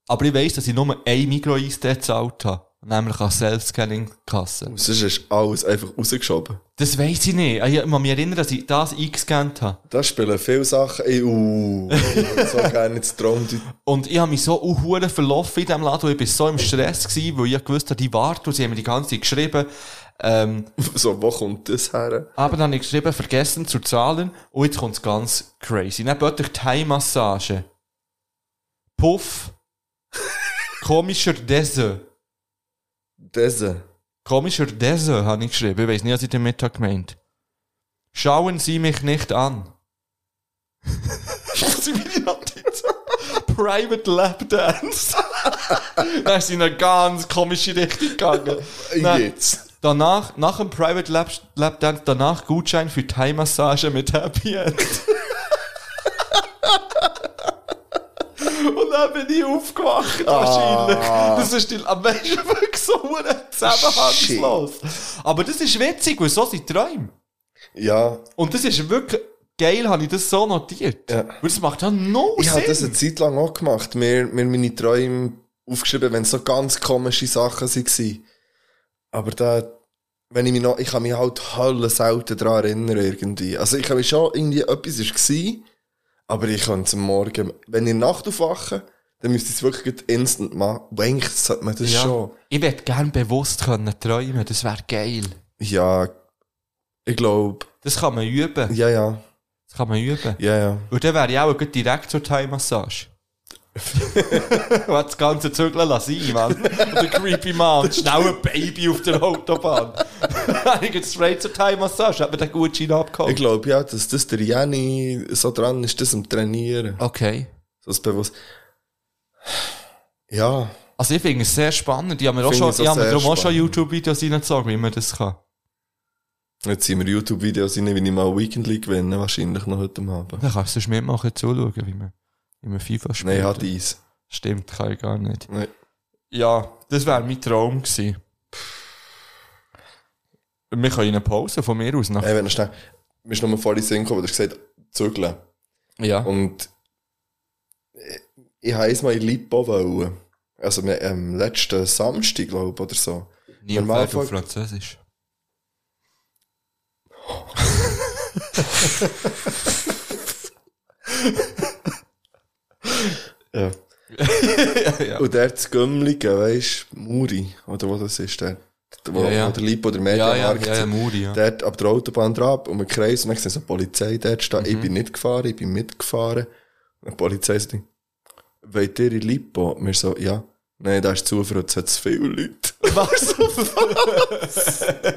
S2: Aber ich weiss, dass ich nur ein Mikro-Eis dort gezahlt habe. Nämlich an Self-Scanning-Kasse.
S1: Sonst ist alles einfach rausgeschoben.
S2: Das weiss ich nicht. Ich muss mich erinnern, dass ich das eingescannt habe.
S1: Da spielen viele Sachen. Ey, uh, ich würde so gerne ins Traum.
S2: Und ich habe mich so hure verlaufen in diesem Laden. und Ich war so im Stress, gewesen, weil ich gewusst habe, die warten. und Sie haben mir die ganze Zeit geschrieben. Ähm,
S1: So, wo kommt das her?
S2: aber dann habe ich geschrieben, vergessen zu zahlen. Und jetzt kommt es ganz crazy. Dann plötzlich Thai-Massage. Puff. Komischer Dessert.
S1: Diese.
S2: Komischer Dessert habe ich geschrieben. Ich weiß nicht, was ich damit habe gemeint. Schauen Sie mich nicht an. Das sind meine Notizen. Private Lab Dance. Dann ist sie in eine ganz komische Richtung gegangen. Nein.
S1: Jetzt.
S2: Danach, nach dem Private Lab, Lab Dance, danach Gutschein für Thai-Massage mit Happy End. Und dann bin ich aufgewacht,
S1: Ah.
S2: wahrscheinlich. Das ist die, am meisten wirklich so ein zusammenhangslos. Aber das ist witzig, weil so sind Träume.
S1: Ja,
S2: Und das ist wirklich geil, habe ich das so notiert.
S1: Ja.
S2: Weil das macht ja no
S1: ich habe das
S2: Sinn.
S1: eine Zeit lang auch gemacht. Mir, mir meine Träume aufgeschrieben, wenn es so ganz komische Sachen waren. Aber da, wenn ich mich noch, ich kann mich halt hölle selten daran erinnern irgendwie. Also ich kann mich schon irgendwie etwas ist gewesen, aber ich kann zum Morgen, wenn ich in der Nacht aufwache, dann müsste ich es wirklich gleich instant machen. Und eigentlich sollte man das
S2: Ja.
S1: schon.
S2: Ich würde gerne bewusst können träumen, das wäre geil.
S1: Ja, ich glaube,
S2: Das kann man üben.
S1: ja, ja,
S2: Das kann man üben.
S1: ja, ja.
S2: Und dann wäre ich auch gut direkt zur Thai-Massage. Was das ganze Zügeln lassen sein, Mann. Und der creepy Mann. Schnell ein Baby auf der Autobahn. ich gehe straight zur Thai-Massage. Hat mir den Gutschein
S1: Ich
S2: abgeholt.
S1: glaube ja, dass das der Jenny so dran ist, das am Trainieren.
S2: Okay.
S1: So das bewusst. Ja.
S2: Also ich finde es sehr spannend. Ich habe mir auch
S1: Finde
S2: schon,
S1: es auch
S2: ich habe mir
S1: sehr
S2: darum auch schon
S1: spannend.
S2: YouTube-Videos reingezogen, wie man das kann.
S1: Jetzt sind wir YouTube-Videos rein, wenn ich mal Weekend League gewinne, wahrscheinlich noch heute Abend.
S2: Dann kannst du sonst mitmachen, zuschauen, wie man, wie man FIFA spielt.
S1: Nein, halt hat Eis.
S2: Stimmt, kann ich gar nicht.
S1: Nein.
S2: Ja, das wäre mein Traum gewesen. Wir können eine Pause von mir aus nach.
S1: Ey, wenn du schnell, mir ist nochmal vorhin in den Sinn gekommen, du hast gesagt, zügeln.
S2: Ja.
S1: Und ich- ich habe mal in Lipo wollen. Also am ähm, letzten Samstag, glaube ich, oder so.
S2: Niemand
S1: normal
S2: auf
S1: folgt-
S2: Französisch.
S1: Ja.
S2: ja.
S1: Und der zu Gömmligen, weißt du, Muri, oder wo das ist, der, wo,
S2: Ja, ja.
S1: wo der Lipo oder
S2: Ja, ja,
S1: Mediamarkt
S2: ja, ja, Muri, ja.
S1: Dort ab der Autobahn drauf, um einen Kreis, und dann sehe ich so die Polizei dort stehen.
S2: Mhm.
S1: Ich bin nicht gefahren, ich bin mitgefahren. Und die Polizei sagt, wollt ihr in Lipo? Und wir so, ja. Nein, da ist Zufall, jetzt hat es viele Leute. Was? er so,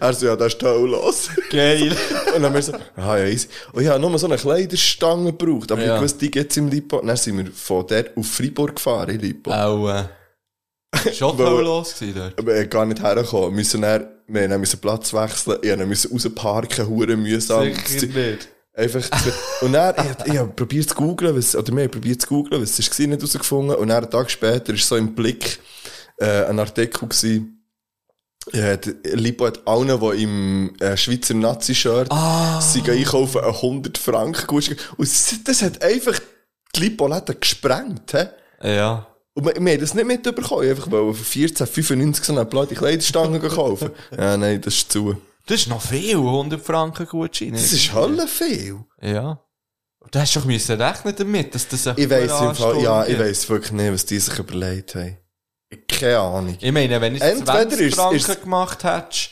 S1: Also, ja, das ist toll los.
S2: Geil.
S1: Und dann haben wir so, ah ja, easy. Und ich habe nur so eine Kleiderstange gebraucht, aber
S2: Ja.
S1: ich wusste, die gibt es im Lipo. Und dann sind wir von dort auf Freiburg gefahren, in Lipo.
S2: Auch, äh, schon
S1: Weil-
S2: voll los gewesen dort.
S1: Aber er gar nicht hergekommen. Müssen dann, wir haben müssen Platz wechseln, ich habe müssen rausparken, hure mühsam.
S2: nicht.
S1: Einfach zu, und dann, ich, hab- ich habe probiert zu googeln, was, oder wir haben probiert zu googeln, was es war, nicht herausgefunden. Und dann, einen Tag später, ist so im Blick, äh, ein Artikel gewesen, ja, der Lipo hat allen, die im äh, Schweizer Nazi-Shirt
S2: Ah.
S1: sie gehen einkaufen, einen 100 Franken Gutschein. Und das, das hat einfach die Lipo-Läden gesprengt. He?
S2: Ja.
S1: Und wir, wir haben das nicht mitbekommen. Ich einfach wollte für 14, 95 so eine platte Kleiderstange kaufen. ja, nein, das ist zu.
S2: Das ist noch viel, 100 Franken Gutschein.
S1: Das ist halt- Hölle viel.
S2: Ja. Du hast doch müssen rechnen damit, dass das ein
S1: Ich weiss im Fall,
S2: Ansturm
S1: ja, ich
S2: gibt.
S1: weiss wirklich nicht, was die sich überlegt haben. Keine Ahnung.
S2: Ich meine, wenn ich
S1: Entweder
S2: 20
S1: ist-
S2: Franken
S1: ist-
S2: gemacht hättest,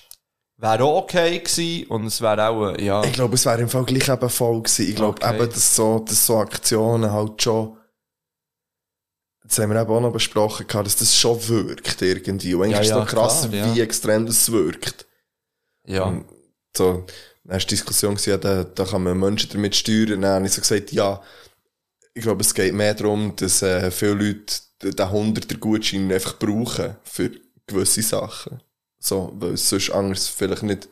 S2: wäre auch okay gewesen und es wäre auch, äh, ja.
S1: Ich glaube, es wäre im Fall gleich eben voll gewesen. Ich glaube
S2: Okay.
S1: eben, dass so, dass so Aktionen halt schon, das haben wir eben auch noch besprochen, gehabt, dass das schon wirkt irgendwie. Und eigentlich
S2: Ja,
S1: ist es
S2: ja,
S1: noch krass,
S2: klar, ja.
S1: wie extrem das wirkt.
S2: ja.
S1: Und So, dann war die Diskussion, gewesen, ja, da, da kann man Menschen damit steuern. Dann habe ich so gesagt, ja, ich glaube, es geht mehr darum, dass äh, viele Leute den den 100er Gutschein einfach brauchen für gewisse Sachen. So, weil es sonst anders vielleicht nicht.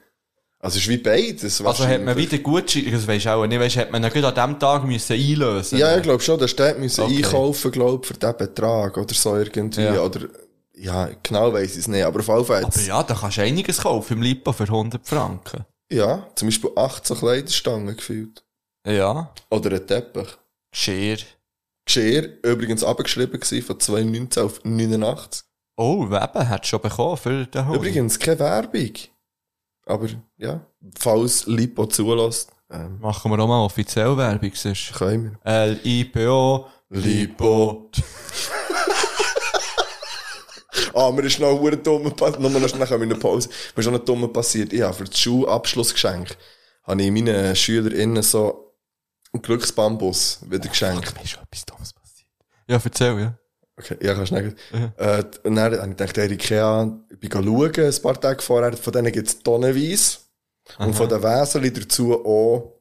S1: Also, es ist wie beides.
S2: Also hat man
S1: wahrscheinlich.
S2: wieder Gutschein, das weisst du auch nicht, weisst, hat man ihn gerade an diesem Tag müssen einlösen
S1: Ja, ich glaube schon, der Staat müssen
S2: Okay.
S1: einkaufen, glaube für diesen Betrag oder so irgendwie.
S2: Ja.
S1: Oder, ja, genau weiss ich es nicht, aber auf jeden Fall
S2: Aber
S1: jetzt,
S2: ja, da kannst du einiges kaufen im Lipa für 100 Franken.
S1: ja, zum Beispiel 18 Kleiderstangen gefühlt.
S2: Ja.
S1: Oder ein Teppich.
S2: Geschirr.
S1: Geschirr übrigens abgeschrieben gewesen, von 2019 auf 89.
S2: Oh, eben, hat schon bekommen für den Hund.
S1: Übrigens, keine Werbung. Aber ja, falls Lipo zulässt, ähm,
S2: Machen wir auch mal offiziell Werbung, sonst.
S1: können wir.
S2: L-I-P-O. Lipo.
S1: Ah, mir ist noch ein dummer passiert. Nur noch schnell kommen wir in eine Pause. Mir ist noch ein dummer passiert. Ich habe für das Schulabschlussgeschenk habe ich meinen SchülerInnen so einen Glücksbambus wieder geschenkt.
S2: Mir ist schon etwas Dummes passiert. Ja, erzähl, ja.
S1: Okay, ja, kannst du nicht.
S2: Ja.
S1: Äh, und dann habe ich gedacht, hey, Ikea, ich bin schauen, ein paar Tage vorher, von denen gibt es tonnenweise.
S2: Aha.
S1: Und von den Wesen dazu auch.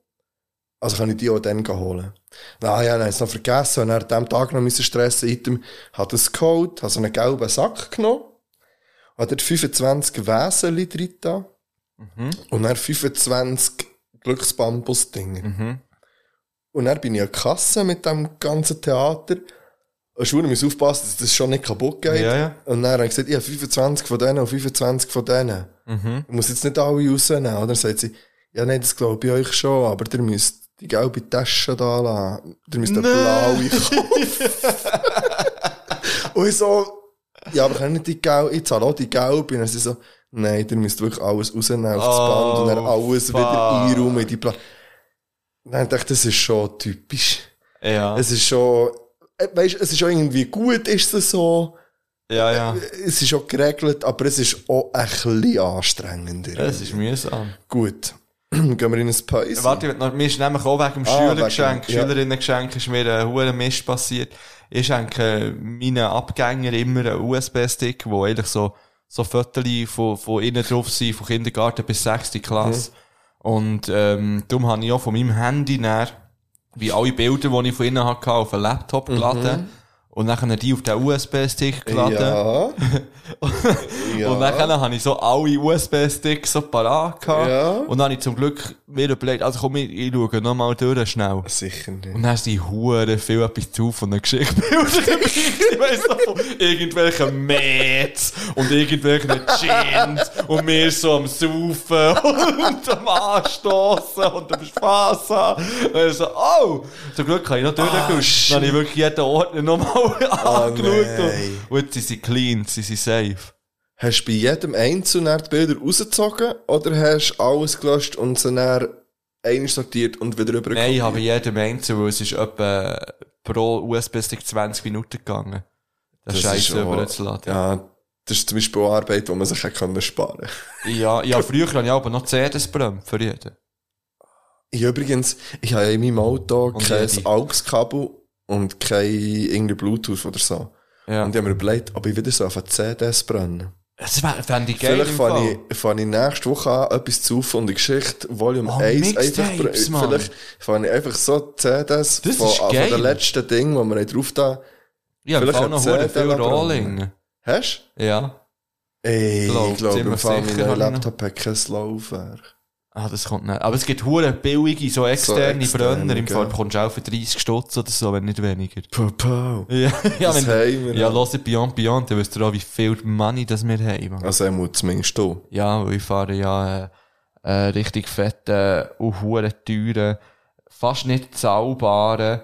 S1: Also kann ich die auch dann holen. Nein, ja, dann habe ich es noch vergessen. Und dann an diesem Tag noch mein Stress-Item, habe das geholt, habe so einen gelben Sack genommen, habe dort 25 Wesen drin da
S2: Mhm.
S1: und dann 25 Glücksbambus-Dinger.
S2: Mhm.
S1: Und dann bin ich an der Kasse mit dem ganzen Theater. Und ich muss aufpassen, dass das schon nicht kaputt geht.
S2: Ja, ja.
S1: Und dann habe ich gesagt, ich habe 25 von denen und 25 von denen.
S2: Mhm.
S1: Ich muss jetzt nicht alle rausnehmen. Oder dann sagt sie, ja, nein, das glaube ich euch schon, aber ihr müsst die gelbe Tasche da lassen. Ihr müsst eine blaue
S2: Nein.
S1: kaufen. und ich so, ja, aber kann nicht die gelbe, ich zahle auch die gelbe. Und dann sie so, nein, ihr müsst wirklich alles rausnehmen auf das Band und dann
S2: Oh,
S1: alles wieder
S2: fuck.
S1: einräumen in die Pla Nein, ich dachte, das ist schon typisch.
S2: Ja.
S1: Es ist schon, äh, weißt, es ist auch irgendwie gut, ist es so.
S2: Ja, ja.
S1: Es ist auch geregelt, aber es ist auch ein bisschen anstrengender.
S2: Das ist mühsam.
S1: Gut. Gehen wir in ein Päuschen.
S2: Warte, ich will noch, mir ist nämlich auch wegen dem
S1: Ah,
S2: Schülergeschenk,
S1: wegen- ja.
S2: Schülerinnengeschenk ist mir ein hoher Mist passiert. Ich schenke äh, meinen Abgängern immer einen USB-Stick, wo eigentlich so, so Fotos von, von innen drauf sind, von Kindergarten bis 6. Klasse.
S1: Mhm.
S2: Und, ähm, darum habe ich auch von meinem Handy näher, wie alle Bilder, die ich von innen hatte, auf einen Laptop geladen. Und dann die auf den USB-Stick geladen.
S1: Mhm. Ja. ja.
S2: Und dann habe ich so alle USB-Sticks so parat gehabt.
S1: Ja.
S2: Und dann habe ich zum Glück mir überlegt, also komm, ich, ich schaue nochmal durch schnell.
S1: Sicher nicht.
S2: Und dann sind Huren viel etwas zu von den Geschichtsbildern. ich weiss noch, von irgendwelchen Mädels und irgendwelchen Gins und wir so am Saufen und am Anstossen und am Spass haben. Und dann so, oh, zum Glück habe ich noch
S1: Ah,
S2: durchgeschaut. dann habe ich wirklich jeden Ordner nochmal angeschaut.
S1: Oh, nein.
S2: und, und jetzt sind sie clean, sie sind safe.
S1: Hast du bei jedem Einzelnen die Bilder rausgezogen oder hast du alles gelöscht und sie dann einmal sortiert und wieder rüber
S2: Nein, ich habe jedem einzeln, weil es ist etwa pro USB-Stick 20 Minuten gegangen. Das Scheiß
S1: auch-
S2: überzuladen.
S1: Ja, das ist zum Beispiel auch Arbeit, die man sich hätte können sparen können.
S2: Ja, ja, früher habe ich aber noch CDs brennt für jeden.
S1: Ich übrigens, ich habe ja in meinem Auto
S2: Und
S1: kein
S2: jede.
S1: AUX-Kabel und kein irgendwie Bluetooth oder so.
S2: Ja.
S1: Und ich habe mir überlegt, ob ich wieder so auf eine CDs brenne.
S2: Das wär- fände ich geil.
S1: Vielleicht
S2: im
S1: fange
S2: Fall.
S1: ich, fange ich nächste Woche an, etwas zu von der Geschichte, Volume
S2: Oh,
S1: 1
S2: Mixtapes,
S1: einfach. br-
S2: Mann.
S1: Vielleicht fange ich einfach so CDs
S2: Das
S1: von,
S2: ist
S1: von
S2: geil.
S1: den letzten Dingen, die wir haben drauf da.
S2: Ich habe im
S1: vielleicht
S2: Fall noch
S1: eine
S2: hure
S1: CD
S2: viel
S1: dran.
S2: Rolling.
S1: Hast
S2: Ja.
S1: du? Ey,
S2: Glaub,
S1: ich glaube,
S2: ziemlich
S1: im Fall
S2: sicher
S1: meiner
S2: habe ich noch-
S1: Laptop hat kein Laufwerk.
S2: Ah, das kommt nicht. Aber es gibt hure billige, so externe,
S1: externe,
S2: Brenner. Im
S1: gell.
S2: Fall bekommst du auch für 30 Stutz oder so, wenn nicht weniger.
S1: Papa.
S2: Ja, ja,
S1: Das
S2: wenn,
S1: haben wir.
S2: ja,
S1: noch.
S2: hört Beyond Beyond, dann wisst ihr auch, wie viel Money das wir haben. Mann.
S1: also, er muss zumindest du.
S2: Ja, weil ich fahre ja äh, äh, richtig fette und hure teure, fast nicht bezahlbaren,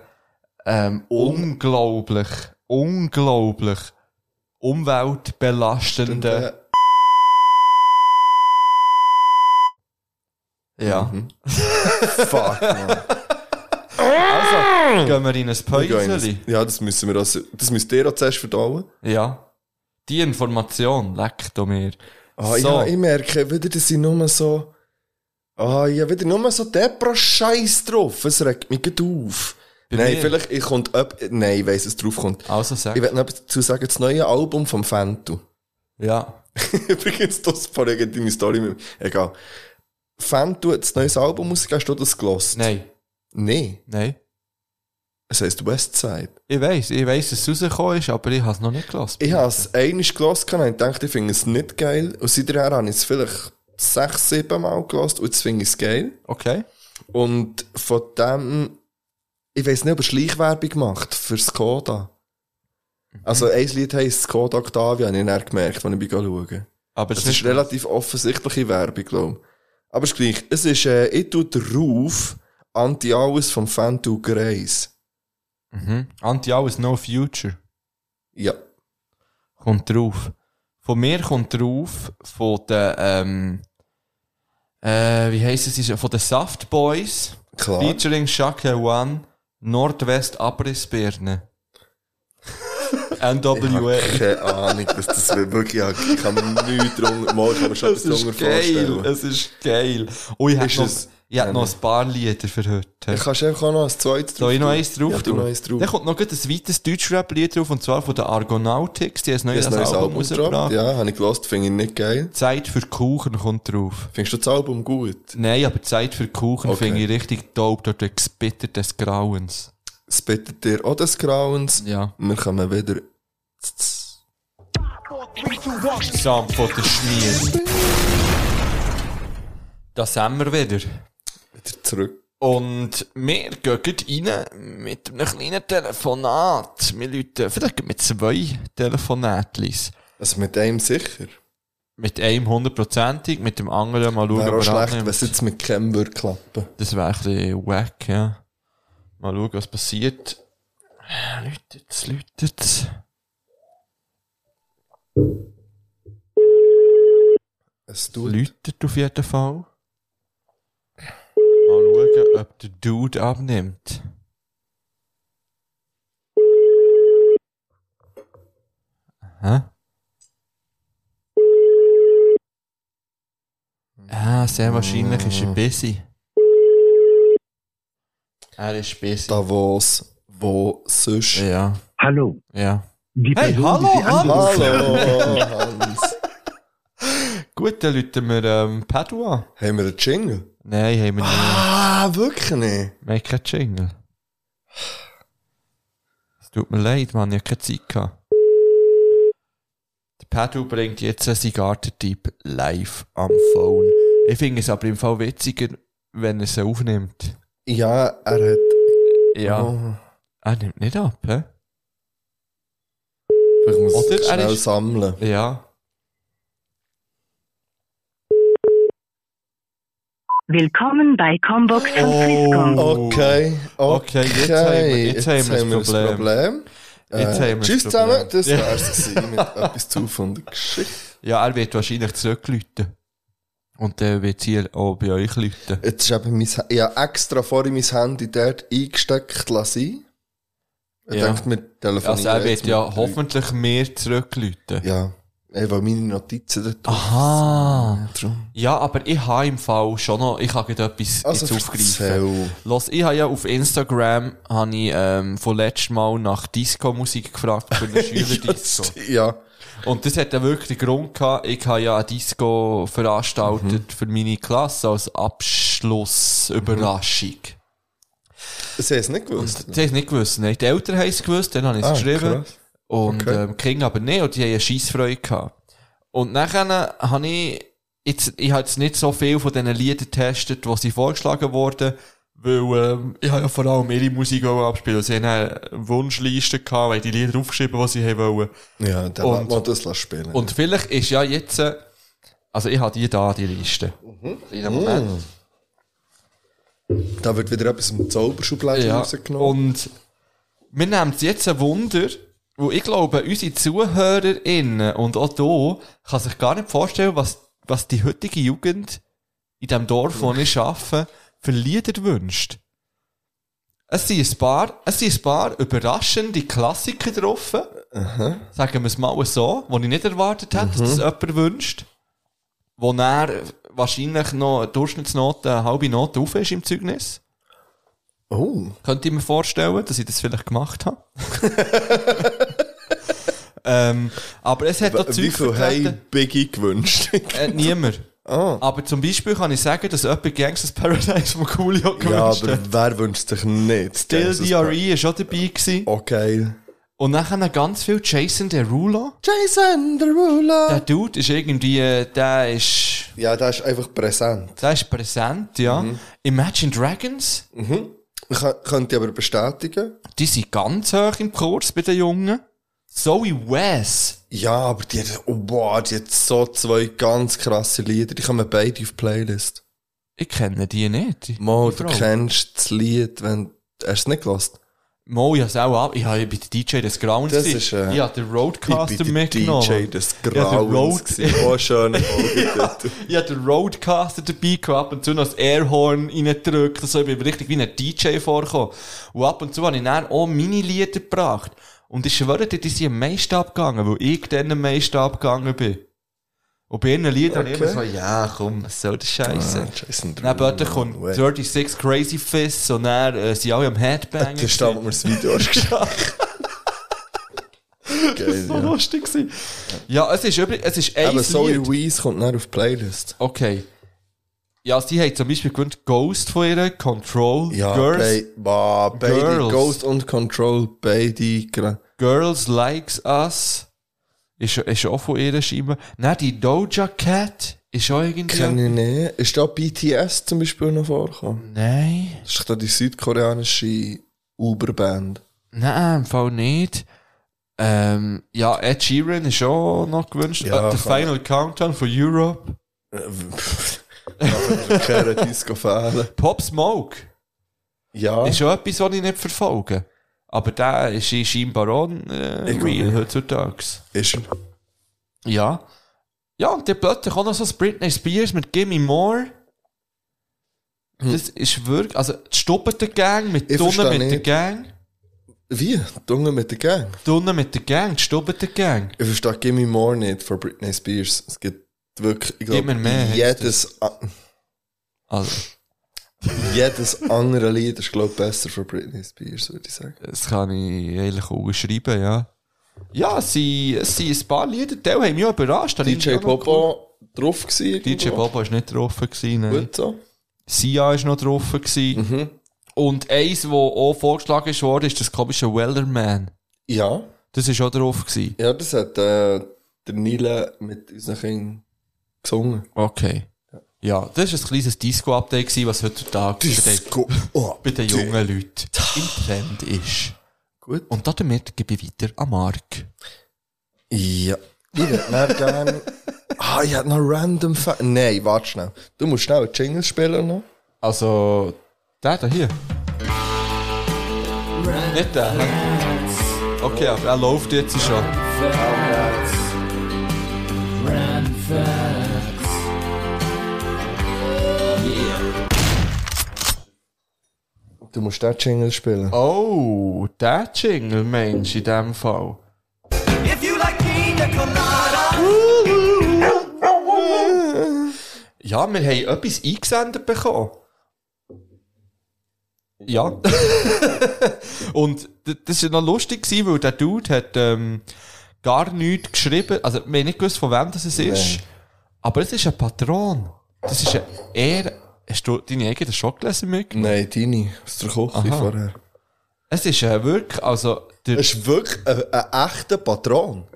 S2: ähm, unglaublich, unglaublich umweltbelastenden. Ja.
S1: Mhm. Fuck, man.
S2: Also, gehen
S1: Wir
S2: wir in ein
S1: gehen ins-
S2: Päuschen.
S1: Ja, das müssen wir also, das müsst ihr auch zuerst verdauen.
S2: Ja. Die Information leckt um mir.
S1: Ah,
S2: So.
S1: ja, ich merke wieder, dass ich nur so, ah, ich habe wieder nur so Depro-Scheiß drauf. Es regt mich gerade auf.
S2: Bei
S1: nein,
S2: mir?
S1: vielleicht, ich kommt ab, nein, ich weiss, es drauf kommt.
S2: Also
S1: Ich
S2: sag.
S1: werde noch etwas dazu sagen, das neue Album vom Fentu.
S2: Ja.
S1: Übrigens, das war deine Story mit, egal. Fentu hat das neues Album rausgegeben, hast du das gelost?
S2: Nein.
S1: Nein.
S2: Nein.
S1: Es heisst Westside.
S2: Ich weiss, ich weiss, dass es rausgekommen ist, aber ich habe es noch nicht gelassen.
S1: Ich habe es einmal gelesen und dachte, ich finde es nicht geil. Und seither habe ich es vielleicht sechs, sieben Mal gelesen und jetzt finde ich es geil.
S2: Okay.
S1: Und von dem, ich weiß nicht, ob er Schleichwerbung gemacht für Skoda.
S2: Mhm.
S1: Also ein Lied heisst Skoda Octavia, habe ich dann gemerkt, als ich schaue.
S2: Aber
S1: Das
S2: es
S1: ist relativ offensichtliche Werbung, glaube ich. Aber es ist gleich. Es ist, äh, ich tue den Ruf Anti-Alles vom Fantu Grace.
S2: Mhm. Anti-Alles No Future.
S1: Ja.
S2: kommt drauf. Von mir kommt drauf, von den, ähm, äh, wie heisst es, ist- von den Soft Boys,
S1: Klar.
S2: featuring Shaka One, Nordwest Abrissbirne. NWA.
S1: Keine Ahnung, dass das wirklich, ich kann mir nichts drunter, mal kann mir schon etwas drunter vorstellen.
S2: es ist geil. Und ich hätte
S1: Ist
S2: noch,
S1: es-
S2: ich hätte
S1: Nein,
S2: noch ein paar Lieder für heute.
S1: Ich kannst einfach auch noch ein zweites
S2: Soll ich noch eins drauf
S1: Ja, tu
S2: tun?
S1: noch eins drauf.
S2: Dann kommt noch gleich ein weiteres Deutschrap-Lied drauf, und zwar von den Argonautics, die nou haben ein neues,
S1: ein neues Album
S2: rausgebracht.
S1: gedroppt. nou Ja, habe ich gelost, finde ich nicht geil.
S2: Zeit für Kuchen kommt drauf.
S1: Findest du das Album gut?
S2: Nein, aber Zeit für Kuchen
S1: Okay.
S2: finde ich richtig dope. Dort wird gespittert des Grauens.
S1: Es bittet dir auch des Grauens.
S2: Ja.
S1: Wir kommen wieder.
S2: Sam von der Schmier. Das haben wir wieder.
S1: wieder zurück.
S2: Und wir gehen gleich rein mit einem kleinen Telefonat. Wir läuten vielleicht mit zwei Telefonatlis.
S1: Also mit einem sicher.
S2: Mit einem hundertprozentig, mit dem anderen mal schauen,
S1: Wäre auch
S2: ob er
S1: schlecht,
S2: annimmt.
S1: wenn es jetzt mit keinem würde klappen.
S2: Das wäre ein bisschen wack, ja. Mal schauen, was passiert. Läutet's, läutet's.
S1: Es tut.
S2: läutet auf jeden Fall. Mal schauen, ob der Dude abnimmt. Aha. Ah, sehr wahrscheinlich ist er busy. Er ist busy.
S1: Da wo's, wo sonst.
S2: Ja,
S5: Hallo.
S2: ja.
S5: Die
S2: Hey,
S5: Person,
S2: hallo,
S5: die Sie
S2: hallo.
S5: anrufen-
S1: Hallo, Hans.
S2: Gut, dann läuten wir ähm, Padua.
S1: Haben wir einen Jingle?
S2: Nein, haben wir nicht.
S1: Ah, wirklich nicht.
S2: Wir haben keinen Jingle. Es Tut mir leid, Mann, ich habe keine Zeit gehabt. Der Pedro bringt jetzt einen Zigarrentyp live am Phone. Ich finde es aber im Fall witziger, wenn er es aufnimmt.
S1: Ja, er hat. Oh,
S2: Er nimmt nicht ab, hä?
S1: ich muss
S2: Oder er
S1: schnell
S2: ist-
S1: sammeln.
S2: Ja.
S5: Willkommen bei Combox von
S2: Oh.
S5: Swisscom.
S1: Okay, okay.
S2: Okay, jetzt haben wir- jetzt haben wir ein Problem. Jetzt
S1: Äh,
S2: haben wir
S1: tschüss
S2: ein
S1: zusammen,
S2: Problem.
S1: das
S2: Ja.
S1: wär's gewesen mit etwas zu von der Geschichte.
S2: Ja, er wird wahrscheinlich zurückläuten. Und dann wird es hier auch bei euch läuten.
S1: Jetzt ist eben mein, ich habe extra vorhin mein Handy dort eingesteckt lassen. Ich
S2: Ja.
S1: denke, wir telefonieren
S2: Also er
S1: jetzt
S2: wird
S1: mit
S2: ja
S1: Leuten.
S2: hoffentlich mehr zurückläuten.
S1: Ja, ich will meine Notizen dort
S2: Aha.
S1: drum.
S2: Ja, aber ich habe im Fall schon noch, ich habe gerade etwas
S1: Also
S2: jetzt aufgreifen.
S1: erzähl.
S2: Los, ich habe ja auf Instagram habe ich, ähm, von letztem Mal nach Disco-Musik gefragt für eine Schülerdisco.
S1: Ja,
S2: Und das hat ja wirklich den Grund gehabt. Ich habe ja eine Disco veranstaltet für meine Klasse als Abschlussüberraschung.
S1: sie haben es nicht gewusst.
S2: Sie haben es nicht gewusst. Nein, ne? die Eltern haben es gewusst, dann habe ich es
S1: Ah,
S2: geschrieben.
S1: krass.
S2: Und
S1: Okay.
S2: ähm, die Kinder aber nicht, und die haben eine Scheissfreude gehabt. Und nachher habe ich, jetzt, ich habe jetzt nicht so viel von diesen Liedern getestet, die sie vorgeschlagen wurden, weil ähm, ich habe ja vor allem ihre Musik auch abspielen. Sie haben eine Wunschliste gehabt, weil die Lieder aufgeschrieben, die sie haben wollen.
S1: ja, der
S2: Und-
S1: und, will das lassen spielen.
S2: Und vielleicht ist ja jetzt, äh, also ich habe die da, die Liste.
S1: Mhm.
S2: Kleiner Moment.
S1: da wird wieder etwas im Zauberschublade
S2: Ja,
S1: rausgenommen.
S2: und mir nimmt jetzt ein Wunder, wo ich glaube, unsere ZuhörerInnen und auch du kann sich gar nicht vorstellen, was, was die heutige Jugend in dem Dorf, wo ich arbeite, für Lieder wünscht. Es sind ein paar, es sind ein paar überraschende Klassiker drauf. Sagen wir es mal so, wo ich nicht erwartet hätte, dass das jemand wünscht. Wo er wahrscheinlich noch eine Durchschnittsnote, eine halbe Note auf ist im Zeugnis.
S1: oh,
S2: Könnte ich mir vorstellen, dass ich das vielleicht gemacht habe. ähm, aber es hat auch
S1: wie
S2: Zeug
S1: viel
S2: vertreten.
S1: haben Biggie gewünscht?
S2: Äh, niemand.
S1: Ah.
S2: Aber zum Beispiel kann ich sagen, dass jemand Gangsters Paradise von
S1: ja,
S2: Coolio gewünscht
S1: aber
S2: hat.
S1: wer wünscht sich nicht?
S2: Dill
S1: Gangsta's
S2: DRE war schon dabei. Gewesen.
S1: Oh, geil.
S2: Und nachher ganz viel Jason Derulo.
S1: Jason Derulo.
S2: Der Dude ist irgendwie, äh, der ist,
S1: Ja, der ist einfach präsent.
S2: der ist präsent, ja.
S1: Mhm.
S2: Imagine Dragons,
S1: Ich kann- könnte ich aber bestätigen.
S2: die sind ganz hoch im Kurs bei den Jungen. Zoe Wes.
S1: Ja, aber die hat, oh, boah, die hat so zwei ganz krasse Lieder. Die kommen beide auf die Playlist.
S2: Ich kenne die nicht. die-
S1: Mo,
S2: die
S1: du
S2: Frau.
S1: kennst das Lied, wenn du es nicht gehört
S2: Mo, ich hab's auch ab. Ich habe bei den DJ des Grauens.
S1: Das
S2: gewesen.
S1: ist, äh,
S2: Ich habe den
S1: Ich bin
S2: Roadcaster
S1: der
S2: mitgenommen.
S1: DJ des
S2: Ja, der Road-
S1: Grauens. Ja, oh, schön.
S2: Ich habe den Roadcaster dabei gehabt, ab und zu noch das Airhorn reingedrückt. Also ich bin richtig wie ein DJ vorgekommen. Und ab und zu habe ich dann auch meine Lieder gebracht. Und ich schwöre dir, die sind am meisten abgegangen, weil ich dann am meisten abgegangen bin. Und bei ihren Liedern habe ich immer so, ja komm, was soll das
S1: Ah,
S2: Scheiße.
S1: Jason
S2: Dann plötzlich kommt
S1: Wait.
S2: 36 Crazy Fists und dann äh, sind alle am Headbang.
S1: Da stammt mir das Video hast du geschaut. Geil,
S2: so
S1: ja.
S2: lustig gewesen. Ja, es ist übrigens, es ist ein
S1: Aber Zoe
S2: Lied.
S1: Wees kommt nicht auf die Playlist.
S2: Okay. Ja, sie haben zum Beispiel gewünscht Ghost von ihr, Control,
S1: Ja,
S2: Girls,
S1: Play, boah, beide,
S2: Girls.
S1: Ghost und Control, beide. gra-
S2: Girls Likes Us. Ist, ist auch von ihr scheinbar. Nein, die Doja Cat ist auch irgendwie...
S1: Kenn ich nicht. Ist da BTS zum Beispiel noch vorgekommen?
S2: Nein.
S1: Das ist doch die südkoreanische Uberband.
S2: Nein, im Fall nicht. Ähm, ja, Ed Sheeran ist auch noch gewünscht.
S1: Ja,
S2: äh, the
S1: kann-
S2: Final Countdown for Europe.
S1: Äh, Keine Disco fehlen.
S2: Pop Smoke.
S1: Ja.
S2: Ist auch etwas, was ich nicht verfolge. Aber der ist scheinbar auch äh,
S1: Ich
S2: real
S1: glaube, ja.
S2: heutzutage.
S1: Ist
S2: Ja. Ja, und dann plötzlich auch noch so das Britney Spears mit Gimme More. Das ist wirklich, also die Stuppete Gang mit
S1: Hm. Ich
S2: Dunne
S1: verstehe
S2: mit der
S1: nicht.
S2: Gang.
S1: Wie? Dunge mit der Gang?
S2: Dunne mit der Gang, die Stuppete Gang.
S1: Ich verstehe Gimme More nicht von Britney Spears. Es gibt wirklich, ich
S2: Immer
S1: glaube,
S2: mehr heisst
S1: jedes, a-
S2: Also,
S1: jedes andere Lied ist, glaube ich, besser von Britney Spears, würde ich sagen.
S2: das kann ich eigentlich auch schreiben, ja. Ja, es sind, es sind ein paar Lieder, die haben mich auch überrascht. habe ich
S1: DJ
S2: auch noch cool-
S1: Bobo drauf gewesen.
S2: DJ
S1: irgendwo.
S2: Bobo war nicht drauf. Gewesen, nein.
S1: Gut so.
S2: Sia war noch drauf. Gewesen. Und eins, das auch vorgeschlagen wurde, ist das komische Wellerman.
S1: Ja,
S2: Das war auch drauf. Gewesen.
S1: ja das hat äh, der Nile mit unseren Kindern gesungen.
S2: Okay. Ja, das war ein kleines Disco-Update, gewesen, was heutzutage bei den-
S1: Oh,
S2: bei den jungen Leuten im Trend ist.
S1: Gut.
S2: Und damit gebe ich weiter an Marc.
S1: Ja. Ich würde nicht gerne. Ah, ich hätte noch random Fa Nein, warte schnell. Du musst schnell einen Jingle spielen noch.
S2: Also, der da hier. Nicht der. hä? Okay, aber er läuft jetzt schon.
S1: Du musst den Jingle spielen.
S2: Oh, der Jingle, Mensch, in dem Fall. Ja, wir haben etwas eingesendet bekommen. Ja. Und d- das war noch lustig, gewesen, weil der Dude hat ähm, gar nichts geschrieben. Also, wir haben nicht gewusst, von wem das es ist. Aber es ist ein Patron. Das ist ein Ehre. Hast du deine eigene Schokolade mitgenommen?
S1: Nein, deine. Aus der Küche
S2: Aha.
S1: vorher.
S2: Es ist äh, wirklich, also, der,
S1: Das ist wirklich ein, ein echter Patron.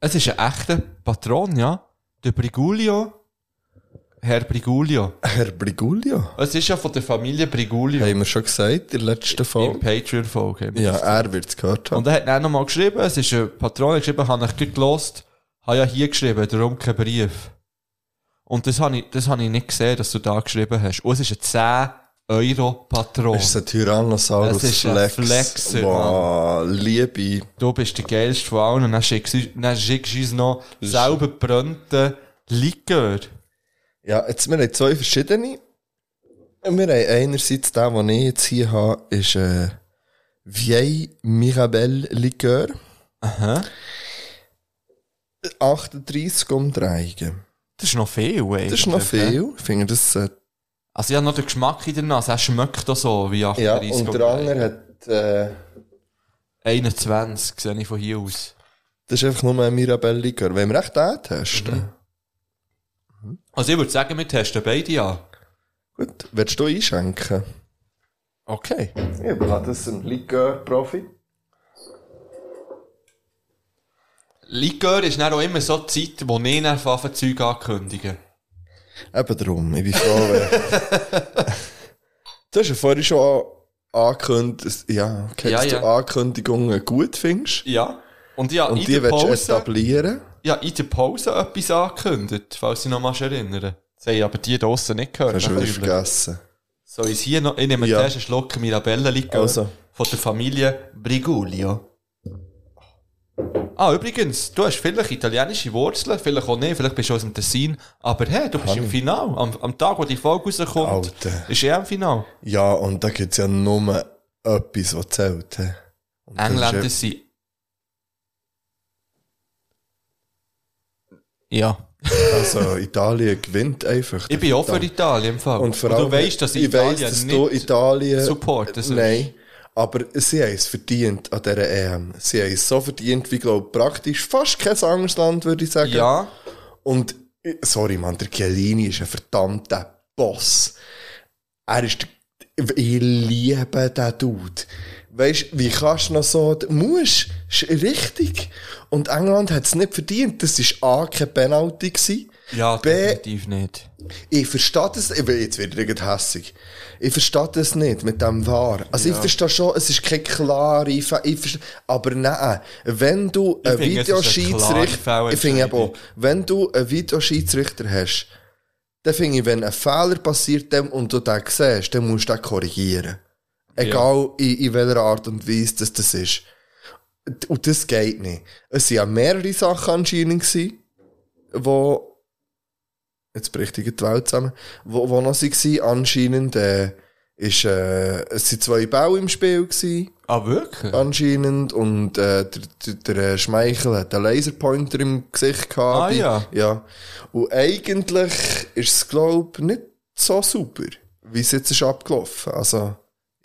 S2: Es ist ein echter Patron, ja. Der Brigulio. Herr Brigulio.
S1: Herr Briguglio.
S2: Es ist ja von der Familie Brigulio.
S1: Haben wir schon gesagt in der letzten
S2: Im
S1: Folge.
S2: Patreon-Folge.
S1: Ja, er wird es gehört haben.
S2: Und er hat dann nochmal geschrieben, es ist ein Patron, er hat geschrieben, habe ich gleich gelost, habe ja hier geschrieben, darum kein Brief. Und das habe ich, das habe ich nicht gesehen, dass du da geschrieben hast. Und es ist ein 10-Euro-Patron.
S1: Das ist ein Tyrannosaurus
S2: Es ist ein
S1: Flex.
S2: Flexer,
S1: wow, Liebe.
S2: Du bist der geilste von allen. Und dann schickst du dann schickst du uns noch selber brennten Likör.
S1: Ja, jetzt, wir haben zwei verschiedene. Wir haben einerseits den, den ich jetzt hier habe, ist äh, Vieille Mirabelle Likör.
S2: Aha.
S1: 38 Umdrehungen.
S2: Das ist noch viel, ey.
S1: Das ist noch viel. Ich finde, das äh,
S2: Also ich habe noch den Geschmack in der Nase, er schmeckt auch so wie 38.
S1: Ja, und der andere hat. Äh,
S2: 21 sehe ich von hier aus.
S1: das ist einfach nur ein Mirabelle Likör. Wenn wir echt den testen.
S2: Also ich würde sagen, wir testen beide an.
S1: Gut, willst du einschenken?
S2: Okay.
S1: Ich überlasse das einem Likör-Profi.
S2: Likör ist dann auch immer so die Zeit, wo ich dann anfange, Zeug ankündigen.
S1: Eben drum, ich bin froh, wenn... Du hast ja vorhin schon angekündigt, dass- ja, okay,
S2: Ja,
S1: dass du
S2: ja.
S1: Ankündigungen gut findest.
S2: Ja. Und ich habe
S1: Und
S2: in
S1: die
S2: der
S1: willst du
S2: Pause,
S1: etablieren.
S2: ja, in der Pause etwas angekündigt, falls ich noch mal erinnere. Das haben aber die draussen nicht gehört.
S1: Hast du wieder
S2: natürlich.
S1: vergessen.
S2: So, ich hier noch, ich nehme
S1: Ja.
S2: den ersten Schluck Mirabellenlikör
S1: Also.
S2: von der Familie Brigulio. Ah, übrigens, du hast vielleicht italienische Wurzeln, vielleicht auch nicht, vielleicht bist du aus dem Tessin, aber hey, du bist im Final. Am, am Tag, wo die Folge rauskommt,
S1: Alter.
S2: ist er im Final.
S1: Ja, und da gibt es ja nur etwas, was zählt. hä? Und das ist
S2: Engländer
S1: eben-
S2: sind. Ja.
S1: Also, Italien gewinnt einfach.
S2: Ich bin auch für Italien im Fall.
S1: Und vor
S2: Und
S1: allem,
S2: du weißt, dass
S1: ich
S2: Italien
S1: weiss, dass
S2: nicht
S1: du Italien
S2: supporten sollst.
S1: Nein, aber sie haben es verdient an dieser EM. Sie haben es so verdient, wie glaube ich, praktisch fast kein anderes Land, würde ich sagen.
S2: Ja,
S1: Und, äh, sorry, Mann, der Chiellini ist ein verdammter Boss. Er ist, der- ich liebe den Dude. Weisst, wie kannst du noch so, musst, ist richtig. Und England hat es nicht verdient. Das war A, kein Penalty. Gewesen.
S2: ja,
S1: B,
S2: definitiv nicht.
S1: ich verstehe das, ich- jetzt wird ich gerade hässig. Ich verstehe das nicht mit dem War. Also ich verstehe schon, es ist keine klare, Fa ich verstehe, aber nein, wenn du einen
S2: finde, es ist eine
S1: Videoschiedsrichter,
S2: klare
S1: ich finde eben, auch,
S2: Fehlentscheidung.
S1: wenn du einen Videoschiedsrichter hast, dann finde ich, wenn ein Fehler passiert dem und du den siehst, dann musst du den korrigieren. Egal in, in welcher Art und Weise das, das ist. Und das geht nicht. Es waren ja mehrere Sachen anscheinend, gewesen, wo jetzt bricht die Welt zusammen, wo, wo noch sie waren, anscheinend, äh, ist, äh, es sind zwei Bälle im Spiel gewesen,
S2: Ah, wirklich?
S1: anscheinend, und, äh, der, der, der äh, Schmeichel hat einen Laserpointer im Gesicht gehabt.
S2: Ah, ja.
S1: Ja. Und eigentlich ist es, glaub, nicht so super, wie es jetzt ist abgelaufen. Also,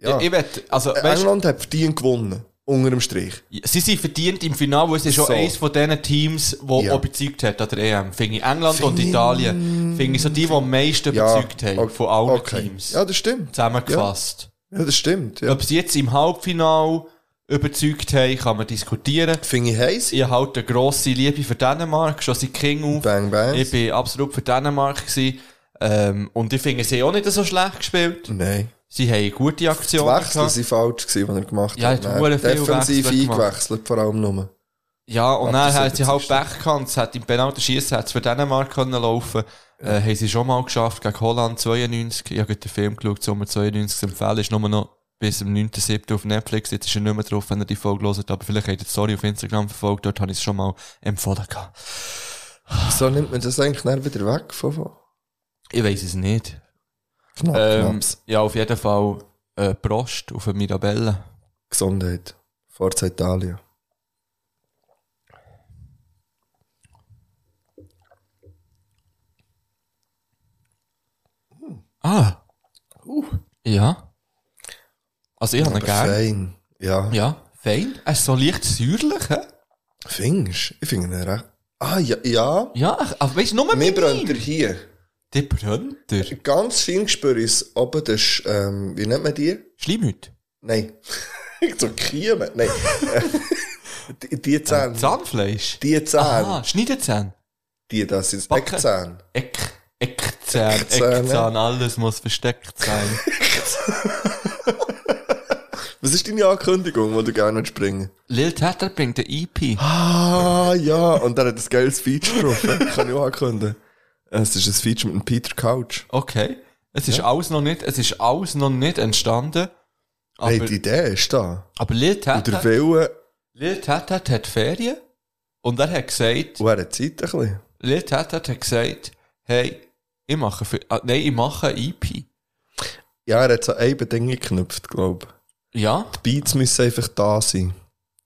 S1: ja.
S2: Ich, ich wett, also,
S1: Äh,
S2: weißt,
S1: England hat verdient gewonnen. Unter dem Strich.
S2: Sie sind verdient im Finale, weil sie schon
S1: So.
S2: eins von diesen Teams, die
S1: Ja.
S2: überzeugt hat an der EM. Finde ich England und Italien. Finde ich so die, die am meisten überzeugt haben
S1: ok-
S2: von allen
S1: okay.
S2: Teams.
S1: Ja, das stimmt.
S2: Zusammengefasst.
S1: Ja, das stimmt. Ja.
S2: Ob sie jetzt im Halbfinale überzeugt haben, kann man diskutieren.
S1: Finde ich heiß.
S2: Ich habe halt eine grosse Liebe für Dänemark, schon seit King auf.
S1: Bang Bang.
S2: Ich bin absolut für Dänemark gewesen. Ähm, und ich finde, sie haben auch nicht so schlecht gespielt.
S1: Nein.
S2: Sie haben gute
S1: Die
S2: Aktionen
S1: Wechsel
S2: gehabt.
S1: waren falsch, gewesen, die er gemacht
S2: Ja,
S1: hat.
S2: er hat verdammt viele
S1: Defensiv
S2: Wechsel gemacht.
S1: eingewechselt, vor allem nur.
S2: Ja, und
S1: Ab
S2: dann
S1: der
S2: hat sie halt
S1: 70..
S2: Pech gehabt, und es hat im Penalty-Schießen hat's für Dänemark können laufen äh, haben sie schon mal geschafft, gegen Holland 92. Ich habe gerade den Film geschaut, Sommer 92 zu empfehlen, ist nur noch bis am 9.7. auf Netflix, jetzt ist er nicht mehr drauf, wenn ihr die Folge hört, aber vielleicht habt ihr die Story auf Instagram verfolgt, dort habe ich es schon mal empfohlen gehabt.
S1: Wieso nimmt man das eigentlich dann wieder weg von von?
S2: Ich weiß es nicht.
S1: Knapp,
S2: Ähm,
S1: knapps.
S2: ja, auf jeden Fall, äh, Prost auf eine Mirabelle.
S1: Gesundheit. Forza Italia.
S2: Ah. Ja. Also ich habe ihn gerne.
S1: Fein. Ja.
S2: Ja, fein. Er ist so leicht säuerlich, hä?
S1: Findest du? Ich finde ihn recht. Ah, ja. ja.
S2: Ja, ach, aber weißt du, nur
S1: Mir
S2: mit
S1: brennt er
S2: ihm.
S1: hier.
S2: Der brennt er.
S1: Ganz fein spüre ich es oben, das ist, ähm, wie nennt man die?
S2: Schleimhüt.
S1: Nein. so Kiemen. Nein. die, die Zähne.
S2: Zahnfleisch.
S1: Die Zähne.
S2: Ah, Schneidezahn.
S1: Die, das sind
S2: Backen.
S1: Eckzähne.
S2: Eck, Eckzahn,
S1: Eckzähne.
S2: Eckzahn, alles muss versteckt sein.
S1: Was ist deine Ankündigung, wo du gerne springen
S2: Lil Tatter bringt E eine EP.
S1: Ah, ja. Und dann hat ein geiles Feature drauf. ja. Kann ich auch ankündigen. Es ist ein Feature mit dem Peter Couch.
S2: Okay. Es ist alles noch nicht, es ist alles noch nicht entstanden. Aber, Ah,
S1: Hey, die Idee ist da.
S2: aber Lil
S1: Und der
S2: Tatter,
S1: Wille,
S2: Lil Tatter hat Ferien. Und er hat gesagt,
S1: und er hat Zeit ein bisschen.
S2: Lil Tatter hat gesagt, hey, ich mache für, ah, nein, ich mache eine EP.
S1: Ja, er hat so eine Bedingung geknüpft, glaube ich.
S2: Ja?
S1: Die Beats müssen einfach da sein.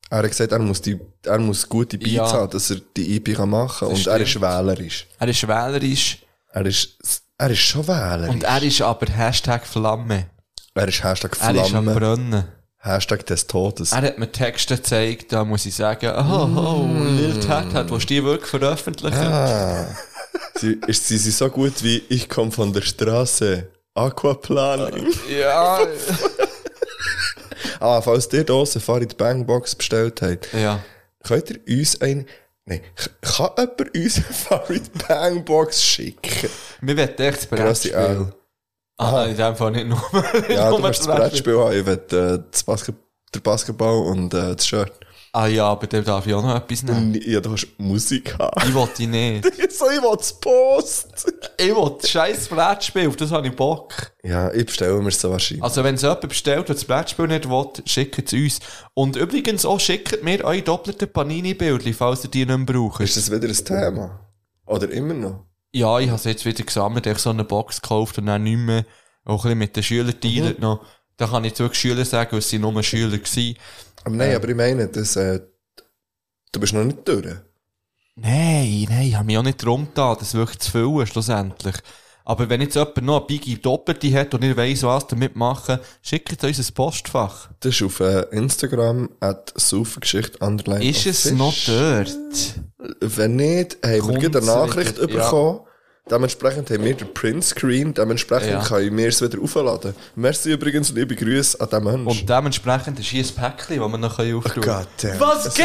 S1: Er hat gesagt, er muss, die, er muss gute Beats
S2: Ja.
S1: haben, dass er die EP kann machen kann. Und
S2: Das
S1: er ist
S2: stimmt.
S1: wählerisch.
S2: Er ist wählerisch.
S1: Er ist, er ist schon wählerisch.
S2: Und er ist aber Hashtag Flamme.
S1: er ist Hashtag
S2: Er ist am
S1: Flamme,
S2: Brennen.
S1: Hashtag des Todes.
S2: Er hat mir Texte gezeigt, da muss ich sagen, oh, oh Lil Tat hat, willst du die wirklich veröffentlichen?
S1: Mm. Ah. sie, ist, sie sind so gut wie Ich komme von der Straße.
S2: Äh,
S1: Aquaplaning.
S2: Ja.
S1: Ah, falls ihr Dose Farid Bangbox bestellt habt,
S2: ja.
S1: könnt ihr uns ein... Nein, kann jemand uns eine Farid Bangbox schicken?
S2: Wir wollen echt das
S1: Grossi
S2: Brettspiel.
S1: L.
S2: Ah, in dem Fall nicht nur.
S1: Ja,
S2: nur
S1: du musst das Brettspiel haben. Ich will äh, das Basket, der Basketball und äh, das Shirt.
S2: Ah ja, aber dem darf ich auch noch etwas nehmen.
S1: Und ja, du hast Musik haben.
S2: Ich wollte nicht.
S1: so, ich will das Post.
S2: Ich will das scheiß Brettspiel, auf das habe ich Bock.
S1: Ja, ich bestelle mir so wahrscheinlich.
S2: Also wenn es jemand bestellt und das Brettspiel nicht will, schickt es uns. Und übrigens auch schickt mir eure doppelten Panini-Bildchen, falls ihr die nicht mehr braucht.
S1: ist das wieder ein Thema? Oder immer noch?
S2: Ja, ich habe es jetzt wieder gesammelt. Ich habe so eine Box gekauft und dann nicht mehr. Auch ein bisschen mit den Schülern teilen noch. Da kann ich jetzt wirklich Schüler sagen, weil es sind nur Schüler gewesen.
S1: Aber nein, aber ich meine, das, äh, du bist noch nicht durch.
S2: Nein, nein, ich habe mich auch nicht drum getan, das wirklich zu füllen, schlussendlich. Aber wenn jetzt jemand noch eine Biggie Doppelte hat und ihr weiss, was damit machen, schickt es uns ein Postfach.
S1: Das ist auf äh, Instagram at Saufengeschichte underline
S2: Ist es noch dort?
S1: Wenn nicht, haben wir
S2: Kommt's
S1: gerade eine Nachricht
S2: wieder, ja.
S1: bekommen. Dementsprechend haben wir den Printscreen, dementsprechend
S2: Ja.
S1: kann ich mir es wieder aufladen. Merci übrigens, liebe Grüße an den Menschen.
S2: Und dementsprechend ist hier ein Päckchen, das wir noch auftun können.
S1: Goddamn.
S2: Was geht,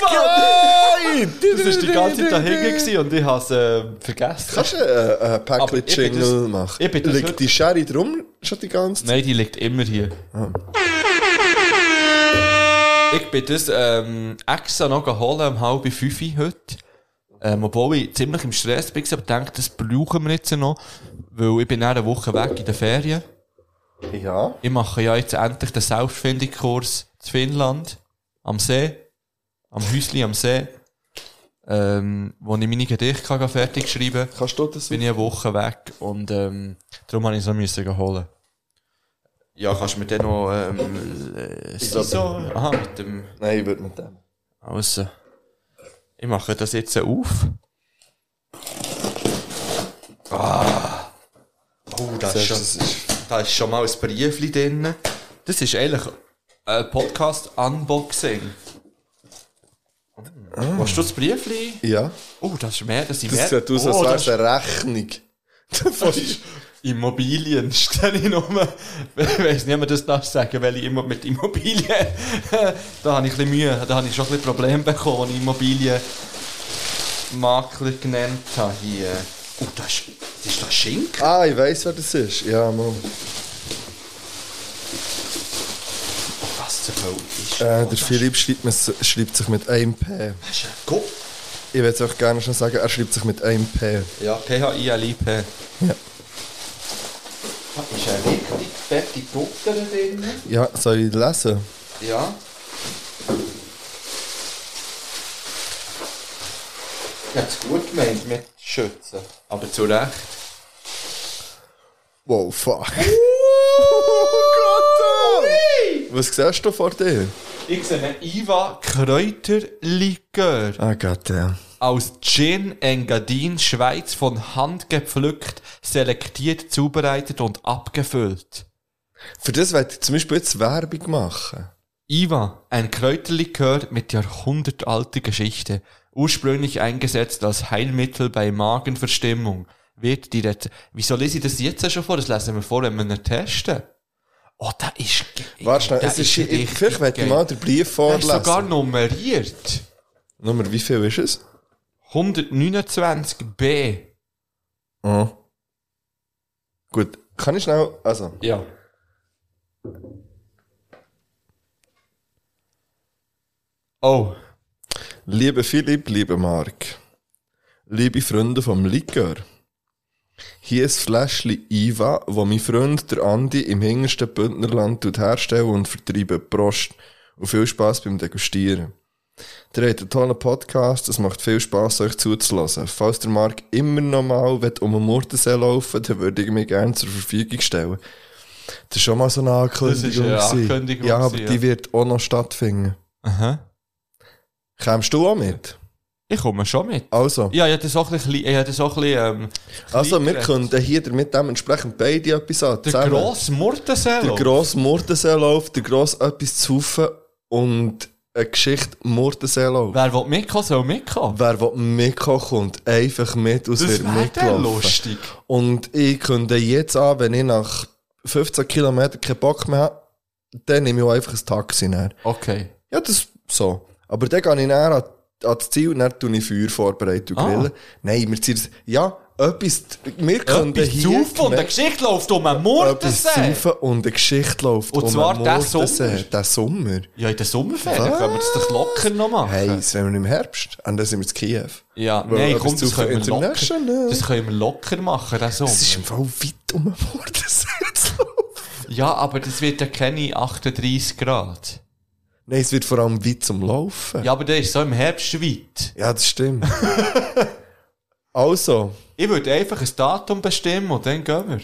S2: Mann? Das war die ganze Zeit da hinten und ich habe es äh, vergessen.
S1: Kannst du äh, einen
S2: Aber ich bin
S1: Päckchen-Jingle
S2: das-
S1: machen?
S2: ich bin das
S1: Liegt
S2: heute-
S1: die Sherry drum schon die ganze Zeit?
S2: Nein, die liegt immer hier. Ich bin das ähm, extra noch geholt um halb fünf heute. Ähm, obwohl ich ziemlich im Stress bin, aber denke, das brauchen wir jetzt noch. Weil ich bin dann eine Woche weg in den Ferien.
S1: Ja.
S2: Ich mache ja jetzt endlich den Selbstfindungskurs in Finnland. Am See. Am Häusli am See. Ähm, wo ich meine Gedichte kann fertig schreiben kann.
S1: Kannst du das
S2: bin ich eine Woche weg und ähm, darum habe ich so müssen holen. Ja, kannst du mir dann noch ähm, äh, so aha mit dem
S1: Nein, ich würde mit dem.
S2: außen. Ich mache das jetzt auf. Ah. Oh, das ist,
S1: Das
S2: schon, da ist schon mal ein Briefli drin. Das ist eigentlich ein Podcast Unboxing. Mm. Willst du das Briefli?
S1: Ja.
S2: Oh, das ist mehr, das sind
S1: Das
S2: mehr.
S1: sieht aus,
S2: oh,
S1: als wäre
S2: das
S1: es eine Rechnung. Von-
S2: Immobilien stelle ich nur. Ich weiß nicht, ob man das darf sagen, weil ich immer mit Immobilien. da habe ich ein bisschen Mühe. Da habe ich schon ein bisschen Probleme bekommen, als ich Immobilienmakler genannt habe hier. Oh, das ist, das ist das Schinken.
S1: Ah, ich weiss, wer das ist. Ja, Mann.
S2: Was zur Hölle ist
S1: Äh,
S2: das?
S1: der Philipp schreibt, mir's- schreibt sich mit einem P.
S2: Das ist ein Guck.
S1: Ich würde es euch gerne schon sagen, er schreibt sich mit einem P.
S2: Ja, PHI-Liebe. Ja. Das ist eine richtig fette Butter da drin.
S1: Ja, soll ich lesen?
S2: Ja. Ich hab's gut gemeint mit Schützen. Aber zu Recht.
S1: Wow, fuck. Oh Gott! äh. Was siehst du vor dir?
S2: Ich sehe einen Iva Kräuterlikör
S1: Ah, Gott, ja.
S2: aus Gin Engadin, Schweiz, von Hand gepflückt, selektiert, zubereitet und abgefüllt.
S1: Für das wollte ich zum Beispiel jetzt Werbung machen.
S2: Iva, ein Kräuterlikör mit jahrhundertalter Geschichte, ursprünglich eingesetzt als Heilmittel bei Magenverstimmung, wird die Rez Wieso lese ich das jetzt schon vor? Das lesen wir vor, wenn wir ihn testen. Oh, das ist geil.
S1: Warte schnell,
S2: Das
S1: es ist,
S2: richtig
S1: ich, vielleicht werde ich
S2: geil.
S1: mal den Brief
S2: Der ist
S1: vorlesen.
S2: sogar nummeriert.
S1: Nummer, wie viel ist es?
S2: 129b.
S1: Ah. Gut, kann ich schnell, also,
S2: Ja. Oh.
S1: liebe Philipp, liebe Mark, liebe Freunde vom Likör, hier ein Fläschchen IVA, wo mein Freund der Andi im hintersten Bündnerland tut herstellen und vertreiben. Prost und viel Spaß beim Degustieren. Ihr habt einen tollen Podcast, es macht viel Spaß euch zuzulassen. Falls der Mark immer noch mal will um den Murtensee laufen will, dann würde ich mich gerne zur Verfügung stellen. Das ist schon mal so eine Ankündigung.
S2: eine
S1: gewesen.
S2: Ankündigung
S1: ja, aber
S2: gewesen, ja.
S1: die wird auch noch stattfinden.
S2: Aha.
S1: Kämst du auch mit?
S2: Ich komme schon mit.
S1: Also.
S2: Ja, ja, das auch ein bisschen, ja, das auch ein bisschen, ähm,
S1: Also, wir
S2: Kleingrecht.
S1: können hier damit dementsprechend beide etwas an.
S2: der grosse Murtensee.
S1: der grosse Mordensee-Lauf, der grosse etwas zu saufen und eine Geschichte Mordensee-Lauf.
S2: Wer will mitkommen, soll mitkommen.
S1: Wer will mitkommen, kommt einfach mit aus
S2: Das
S1: wird
S2: wäre dann
S1: mitlaufen.
S2: lustig.
S1: Und ich könnte jetzt an, wenn ich nach 15 Kilometern keinen Bock mehr habe, dann nehme ich auch einfach ein Taxi näher.
S2: Okay.
S1: Ja, das so. Aber dann gehe ich näher an, an das Ziel und dann tue ich Feuer vorbereiten und
S2: Ah.
S1: grillen. Nein, wir ziehen es. Ja, etwas. Wir können
S2: Etwas
S1: hier.
S2: saufen und eine Geschichte läuft um einen
S1: etwas
S2: Murtensee.
S1: saufen und eine Geschichte läuft.
S2: Und zwar
S1: den
S2: diesen
S1: Mordensee.
S2: Sommer.
S1: Den Sommer.
S2: Ja, in den Sommerferien können wir das doch locker noch machen.
S1: Hey, das wollen wir im Herbst. Und dann sind wir in Kiew.
S2: Ah, Ja,
S1: Weil
S2: nein,
S1: etwas
S2: komm, das
S1: zu
S2: können wir
S1: international.
S2: locker, das können wir locker machen, den Sommer.
S1: Es ist im Fall weit um den Mordensee zu laufen.
S2: Ja, aber das wird ja keine 38 Grad.
S1: Nein, es wird vor allem weit zum Laufen.
S2: Ja, aber der ist so im Herbst weit.
S1: Ja, das stimmt. also,
S2: Ich würde einfach ein Datum bestimmen und dann gehen wir.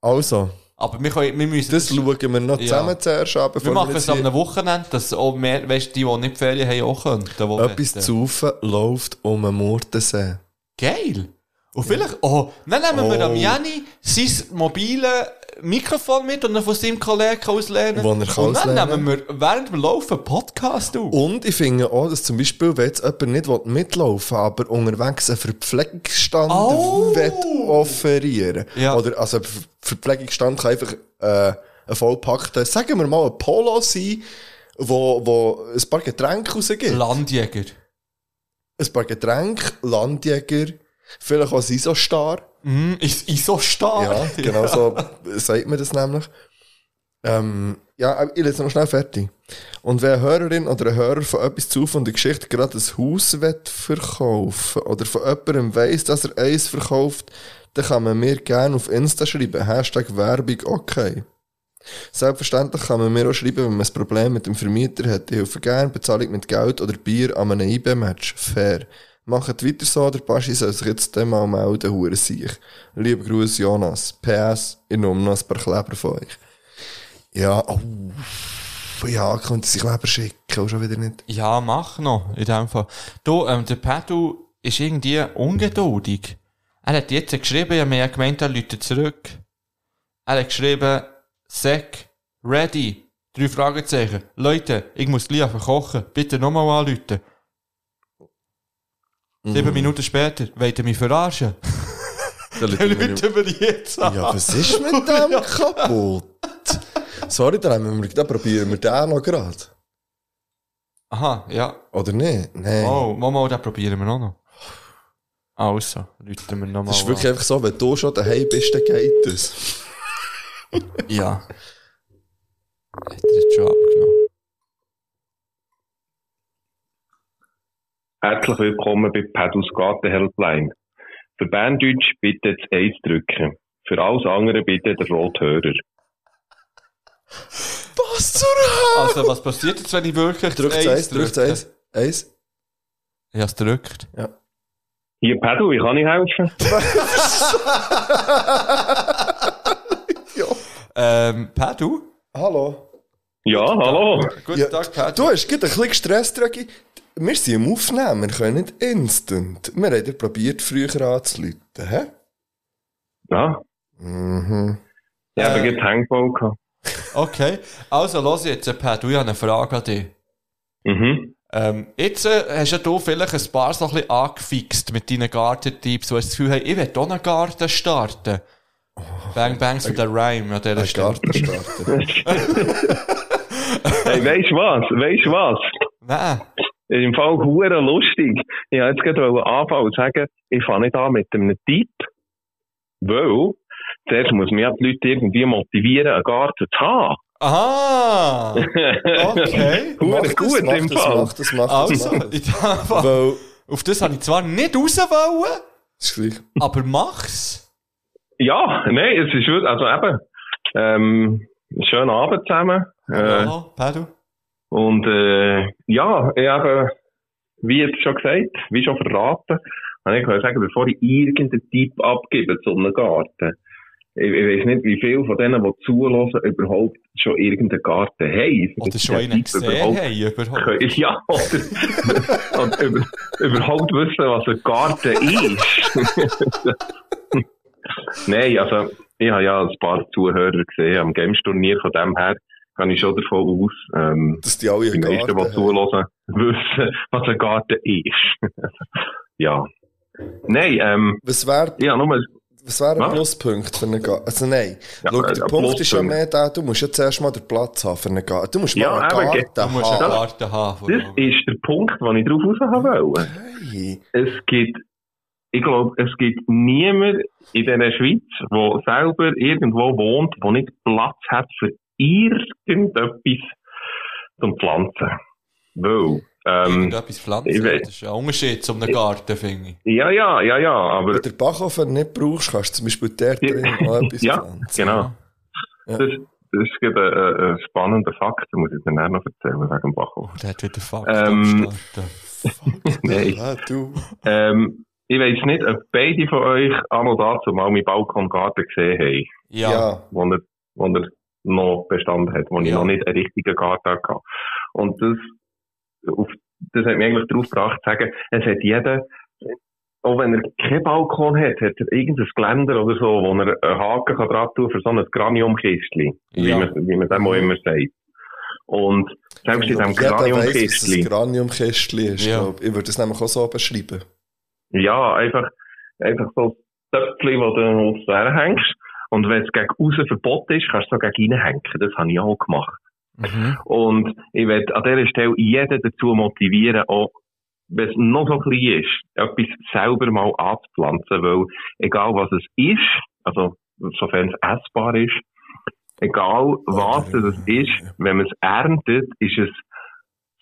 S1: also.
S2: Aber wir, können, wir müssen
S1: Das schauen wir noch
S2: Ja.
S1: zusammen zuerst an, bevor
S2: Wir machen
S1: jetzt
S2: es am
S1: hier
S2: Wochenende, dass auch mehr, weißt, die, die nicht Ferien haben, auch können. Die
S1: Etwas
S2: wollen.
S1: zu saufen läuft um den Mordensee.
S2: Geil! Und vielleicht, oh, dann nehmen wir
S1: Oh.
S2: am Jenny sein mobile Mikrofon mit und dann von seinem Kollegen auslernen.
S1: Wo er kann
S2: und dann
S1: auslernen. Oh,
S2: nehmen wir während dem Laufen einen Podcast auf.
S1: Und ich finde auch, dass zum Beispiel, wenn jetzt jemand nicht will mitlaufen will, aber unterwegs einen Verpflegungsstand
S2: Oh.
S1: will offerieren
S2: Ja.
S1: Oder, also, ein Ver- Verpflegungsstand kann einfach äh, ein vollpackter, sagen wir mal, ein Polo sein, wo, wo ein paar Getränke rausgibt.
S2: Landjäger.
S1: ein paar Getränke, Landjäger, vielleicht auch ein Isostar.
S2: Mm, ist ISO
S1: Ja,
S2: stark.
S1: genau so sagt man das nämlich. Ähm, ja, ich lese noch schnell fertig. Und wer eine Hörerin oder ein Hörer von etwas zu von der Geschichte gerade ein Haus will verkaufen oder von jemandem weiss, dass er eins verkauft, dann kann man mir gerne auf Insta schreiben. Hashtag Werbung okay. Selbstverständlich kann man mir auch schreiben, wenn man ein Problem mit dem Vermieter hat. Ich helfe gerne, Bezahlung mit Geld oder Bier an einem IB-Match. Fair. Macht weiter so, der Baschi soll sich jetzt dann mal melden, hure sich. Liebe Grüße, Jonas. PS, ich nehme noch ein paar Kleber von euch. Ja, oh. Ja, könnte sich Kleber schicken, auch schon wieder nicht.
S2: Ja, mach noch, in dem Fall. Du, ähm, der Pedro ist irgendwie ungeduldig. Er hat jetzt geschrieben, ich habe mir ja gemeint, er läutet zurück. Er hat geschrieben, Sack, ready. Drei Fragezeichen. Leute, ich muss gleich anfangen kochen. Bitte nochmal anrufen.
S1: Mhm.
S2: Sieben Minuten später, wollt ihr mich verarschen?
S1: Da
S2: Dann
S1: Leute,
S2: läuten wir jetzt an.
S1: Ja, was ist mit dem kaputt? Sorry, dann, haben wir, dann probieren wir den noch gerade.
S2: Aha, ja.
S1: Oder nicht? Nein.
S2: Oh, Mama, den probieren wir auch noch. Also, läuten wir nochmal
S1: Das ist wirklich einfach so, wenn du schon daheim bist, dann geht das.
S2: Ja. Hat er jetzt schon abgenommen.
S6: Herzlich willkommen bei Pedusgate Helpline. Für Berndeutsch bitte das Eis drücken. Für alles andere bitte der rote Hörer.
S1: Was zur Hölle?
S2: Also, was passiert jetzt, wenn ich wirklich
S1: Drückt eins, drückt
S2: drücke?
S1: eins. Eins.
S2: Ich hab's gedrückt.
S6: Hier Pedro, wie kann ich helfen?
S2: Ähm, Pedro?
S1: Hallo.
S6: Ja, hallo.
S2: Guten
S1: Ja,
S2: Tag, Pedro.
S1: Du hast gerade ein bisschen Stress, Regi. Wir sind im Aufnehmen, wir können nicht instant. Wir haben ja probiert, früher anzuleuten, hä?
S6: Ja,
S1: Mhm.
S6: ich habe gerade Hangfall gehabt.
S2: Okay. Also, los jetzt, Pedro, ich habe eine Frage an dich.
S6: Mhm.
S2: Ähm, jetzt äh, hast ja du vielleicht ein paar so ein bisschen angefixt mit deinen Gartentipps, wo ich das Gefühl habe, ich will auch einen Garten starten. Bang Bangs mit der Rhyme an dieser
S1: Oh. Ein
S2: Stelle.
S1: Garten starten.
S6: Hey, weisst du was? Weisst du was?
S2: Nein.
S6: Ist im Fall hure lustig. Ich wollte jetzt gerade wollen anfangen und sagen, ich fange nicht an mit einem Tipp. Weil, zuerst muss man ja die Leute irgendwie motivieren, einen Garten zu haben.
S2: Aha! Okay.
S6: Hure
S1: Macht das,
S6: gut
S1: macht
S6: im
S1: das,
S6: Fall. Also.
S1: Macht das, macht das,
S2: Also,
S1: macht das.
S2: ich darf,
S1: Weil,
S2: auf das habe ich zwar nicht raus wollen,
S1: ist gleich.
S2: aber mach's.
S6: Ja, nein, es ist wirklich, also eben, ähm, schönen Abend zusammen. Äh,
S2: Ja, Pedro.
S6: Und äh, ja, ich habe, wie jetzt schon gesagt, wie schon verraten, habe ich können sagen, bevor ich irgendeinen Tipp abgebe zu einem Garten, ich, ich weiß nicht, wie viele von denen, die zulassen, überhaupt schon irgendeinen Garten haben.
S2: Oder Oh, schon
S6: Diesen
S2: einen
S6: Tipp
S2: gesehen
S6: überhaupt
S2: haben, überhaupt.
S6: können. Ja, oder, und über, überhaupt wissen, was ein Garten ist. Nein, also ich habe ja ein paar Zuhörer gesehen am Games-Turnier, von dem her kann ich schon davon aus, ähm,
S1: Dass die alle
S6: die
S1: einen
S6: meisten,
S1: Garten haben.
S6: die zuhören, wissen, was ein Garten ist. ja. Nein, ähm,
S1: Was wäre
S6: ja, nur,
S1: was wär ein
S6: Was?
S1: Pluspunkt für einen Garten? Also nein.
S6: Ja,
S1: Schau,
S6: äh,
S1: der
S6: ein
S1: Punkt ist ja
S6: Pluspunkt.
S1: mehr der, du musst ja zuerst mal den Platz haben für einen Garten. Du musst
S6: Ja,
S1: mal
S6: eben,
S1: einen
S6: ge-
S2: Du
S1: Garten
S2: musst einen
S1: haben.
S2: Garten haben.
S6: das
S2: Frau.
S6: ist der Punkt, den ich drauf raus haben wollte.
S1: Hey.
S6: es gibt, ich glaube, es gibt niemand in dieser Schweiz, der selber irgendwo wohnt, der nicht Platz hat für irgendetwas zum Pflanzen. Weil, ähm,
S2: Irgendetwas pflanzen,
S6: ich weiß-
S2: das ist ein Unterschied zu einem Garten, finde ich.
S6: ja, ja, ja, ja, aber
S1: Wenn du den Backofen nicht brauchst, kannst du zum Beispiel dort
S6: Ja.
S1: drin auch etwas
S6: Ja.
S1: pflanzen.
S6: genau.
S1: Ja.
S6: Das, das ist gerade ein, ein spannender Fakt, den muss ich dir nachher noch erzählen, wegen dem Bachhof.
S2: Und der hat wieder Fakt
S6: Ähm,
S2: starten.
S6: Nein.
S1: Ja, Ah, du.
S6: Ähm, ich weiß nicht, ob beide von euch an und dazu mal meinen Balkongarten gesehen haben.
S1: Ja.
S2: Ja.
S6: wo er, wo er noch Bestand hat, wo ich
S2: Ja.
S6: noch nicht einen richtigen Garten hatte. Und das, auf, das hat mich eigentlich darauf gebracht, zu sagen, es hat jeder, auch wenn er keinen Balkon hat, hat er irgendein Geländer oder so, wo er einen Haken kann dran tun für so ein Graniumkistchen, wie
S2: Ja.
S6: man, wie man dem auch immer sagt. Und selbst
S1: Ich
S6: in diesem
S1: glaub, jeder weiss, was ein
S6: Graniumkistchen,
S1: Graniumkistchen ist,
S2: Ja.
S1: glaub ich. Ich würde das nämlich auch so beschreiben.
S6: ja, einfach, einfach so ein Töpfchen, das du aus der Erde hängst. Und wenn es gegen außen verboten ist, kannst du es auch gegen innen hängen. Das habe ich auch gemacht.
S2: Mhm.
S6: Und ich werde an dieser Stelle jeden dazu motivieren, auch wenn es noch so klein ist, etwas selber mal anzupflanzen, weil egal was es ist, also sofern es essbar ist, egal was es ist, wenn man es erntet, ist es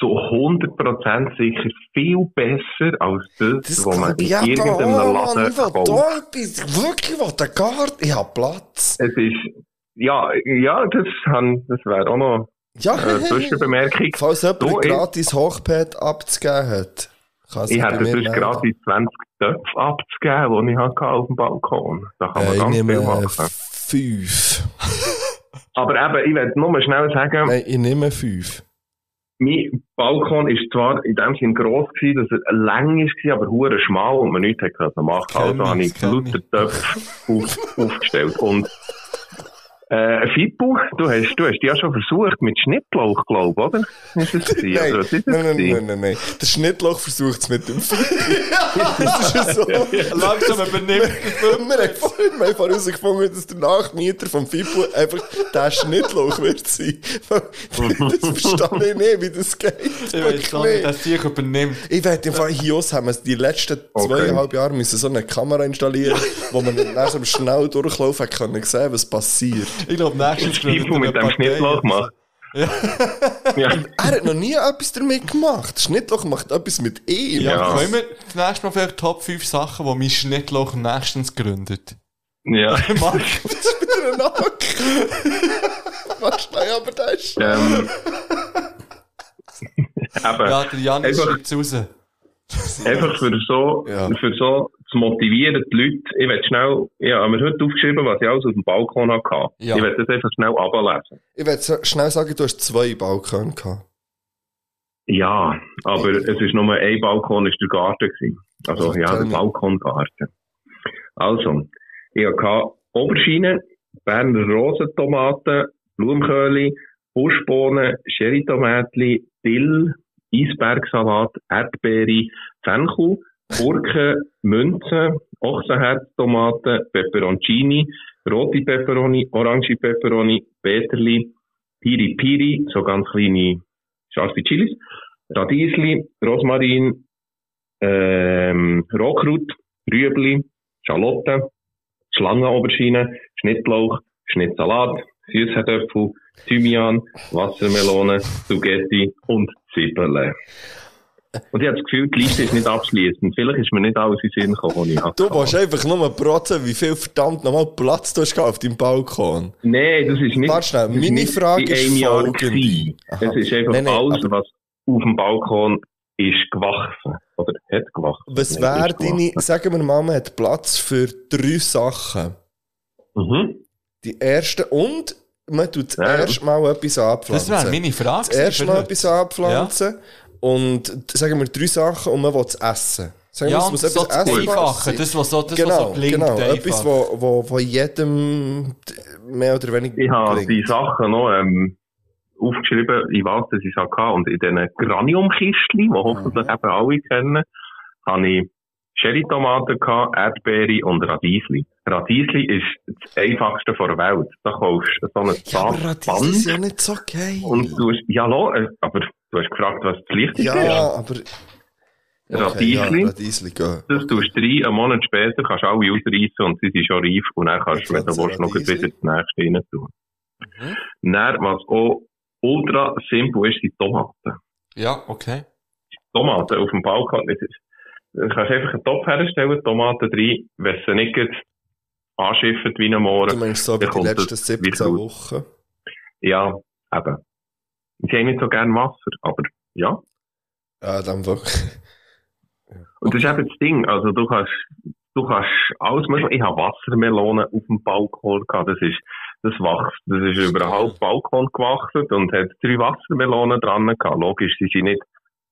S6: zu 100% sicher viel besser als das, was man
S1: glaub
S6: in
S1: ich eben auch,
S6: irgendeinem
S1: Mann.
S6: Laden
S1: Ich will
S6: kauft.
S1: da etwas. Wirklich, ich will den Garten. Ich habe Platz.
S6: Es ist, ja, ja, das, han- das wäre auch noch
S1: Ja,
S6: eine Zwischenbemerkung.
S1: Falls jemand
S6: Du,
S1: ein
S6: ich-
S1: gratis Hochbett abzugeben hat, kann
S6: Ich
S1: sich bei
S6: hätte
S1: mir
S6: sonst
S1: melden.
S6: gratis 20 Töpfe abzugeben, die ich hatte auf dem Balkon Da kann man
S1: Äh, ich
S6: ganz viel
S1: nehme
S6: machen.
S1: fünf.
S6: Aber eben, ich werde nur schnell sagen,
S1: Nein, ich nehme fünf.
S6: mein Balkon ist zwar in dem Sinn gross gewesen, dass er lang war, aber hure schmal und man nichts hat können machen.
S2: Kenn
S6: Also
S2: ich,
S6: habe ich
S2: kenn ich.
S6: lauter Töpfe auf, aufgestellt. Und Äh, Fippo, du hast, du hast die ja schon versucht mit Schnittlauch, glaube ich, oder? Ist das die?
S1: Nein,
S6: Oder was ist also,
S1: nein,
S6: das
S1: nein,
S6: die?
S1: nein, nein, nein. Der Schnittlauch versucht es mit dem Finger. das ist so. Also,
S2: Langsam übernimmt.
S1: Wir haben vorhin mal herausgefunden, dass der Nachmieter vom Fipu einfach der Schnittlauch wird sein. Das verstehe ich nicht, wie das geht.
S2: Ich weiß auch nicht, dass die sich übernimmt.
S1: Ich werde im Fall in Hios haben wir die letzten
S6: Okay.
S1: zweieinhalb Jahre müssen so eine Kamera installieren, wo man nach so einem schnell durchlaufen können sehen, was passiert.
S2: Ich glaube, nächstes
S6: Das Fippo mit dem Schnittlauch macht. Ja.
S1: Er hat noch nie etwas damit gemacht. Das Schnittlauch macht etwas mit ihm.
S2: Ja,
S6: Ja.
S2: können wir das nächste Mal vielleicht Top 5 Sachen, die mein Schnittloch nächstens gründet?
S6: ja.
S2: Mark,
S1: Das ist wieder ein Nack. Was nein, aber das ist.
S6: Ähm, eben,
S2: ja, der Janis
S6: Einfach-
S2: schreibt es raus.
S6: einfach für so,
S1: Ja.
S6: für so zu motivieren, die Leute. Ich will schnell, ja, haben wir heute aufgeschrieben, was ich alles auf dem Balkon hatte.
S2: Ja.
S6: Ich will das einfach schnell ablesen.
S1: Ich werde schnell sagen, du hast zwei Balkone gehabt.
S6: Ja, aber es ist nur ein Balkon, ist der Garten gewesen. Also,
S1: Also,
S6: ja,
S1: tell
S6: der
S1: me.
S6: Balkongarten. Also, ich hatte Oberschienen, Berner Rosentomaten, Blumenköhli, Buschbohnen, Cherrytomätli, Dill, Eisbergsalat, Erdbeere, Fenchel, Gurken, Münzen, Ochsenherztomaten, Peperoncini, rote Peperoni, orange Peperoni, Peterli, Piri Piri, so ganz kleine scharfe Chilis, Radiesli, Rosmarin, ähm, Rohkraut, Rüebli, Schalotten, Schlangenoberschiene, Schnittlauch, Schnittsalat, Süßkartoffel, Thymian, Wassermelone, Spaghetti und Zwiebeln. Und ich habe das Gefühl, die Liste ist nicht abschließend. Vielleicht ist mir nicht alles in den Sinn gekommen, was ich
S1: Du
S6: hatte.
S1: warst einfach nur protzen, wie viel verdammt nochmal Platz du hast gehabt auf deinem Balkon.
S6: Nein, das ist nicht.
S1: Warte schnell,
S6: das ist
S1: meine
S6: nicht
S1: Frage
S6: in
S1: ist
S6: einem Jahr
S1: folgende.
S6: gewesen.
S1: Aha.
S6: Es ist einfach
S1: Nein, nein,
S6: alles,
S1: aber-
S6: was auf dem Balkon ist gewachsen. Oder hat gewachsen.
S1: Was
S6: Nein,
S1: wäre
S6: ist gewachsen.
S1: deine, sagen wir mal, man hat Platz für drei Sachen.
S6: Mhm.
S1: Die erste und man tut das
S6: Ja.
S1: erste Mal etwas
S2: Das
S1: anpflanzen.
S2: wäre meine Frage.
S1: das erste Mal
S2: gewesen,
S1: etwas anpflanzen und sagen wir drei Sachen und man will es essen. Sagen wir,
S2: Ja,
S1: es
S2: und
S1: muss
S2: das so
S1: etwas
S2: das
S1: Essbares
S2: Einfache,
S1: sein.
S2: das, was so, das, was
S1: genau,
S2: so blinkt
S1: genau.
S2: einfach.
S1: Etwas, wo, wo, wo jedem mehr oder weniger
S6: Ich habe
S1: blinkt.
S6: die Sachen noch ähm, aufgeschrieben, in was das ich hatte. Und in diesen Graniumkistchen, die hoffentlich eben alle kennen, habe ich Cherrytomaten, gehabt, Erdbeere und Radiesli. Radiesli ist das einfachste von der Welt. Da kaufst du so eine
S1: ja, aber Radieschen
S6: Band.
S1: ist ja nicht so geil.
S6: Und du hast, ja, lo, äh, aber du hast gefragt, was das Licht
S1: ja,
S6: ist.
S1: aber...
S6: Radieschen.
S1: Ja, Radiesli, gehen.
S6: Das tust du rein, einen Monat später kannst du alle ausreißen und sie sind schon reif und dann kannst du, wenn
S1: Jetzt
S6: du
S1: hat's
S6: willst, noch
S1: ein
S6: wieder das nächste rein tun. Dann, was auch ultra simpel ist, sind Tomaten.
S2: Ja, okay.
S6: Tomaten auf dem Balkon. das ist- Du kannst einfach einen Topf herstellen, Tomaten rein, wenn sie nicht gerade anschiffen wie ein
S1: Du
S6: Mohren.
S1: meinst so wie
S6: Dann
S1: die
S6: kommt
S1: letzten
S6: das wieder
S1: 17
S6: raus.
S1: Wochen.
S6: Ja, eben. Sie haben nicht so gerne Wasser, aber ja.
S1: Ja, dann wirklich.
S6: Und das ist eben das Ding. Also du kannst, du kannst alles mögliche. Ich habe Wassermelonen auf dem Balkon gehabt. Das ist, das wächst. Das ist über einen halben Balkon gewachsen und hat drei Wassermelonen dran gehabt. Logisch, sie sind nicht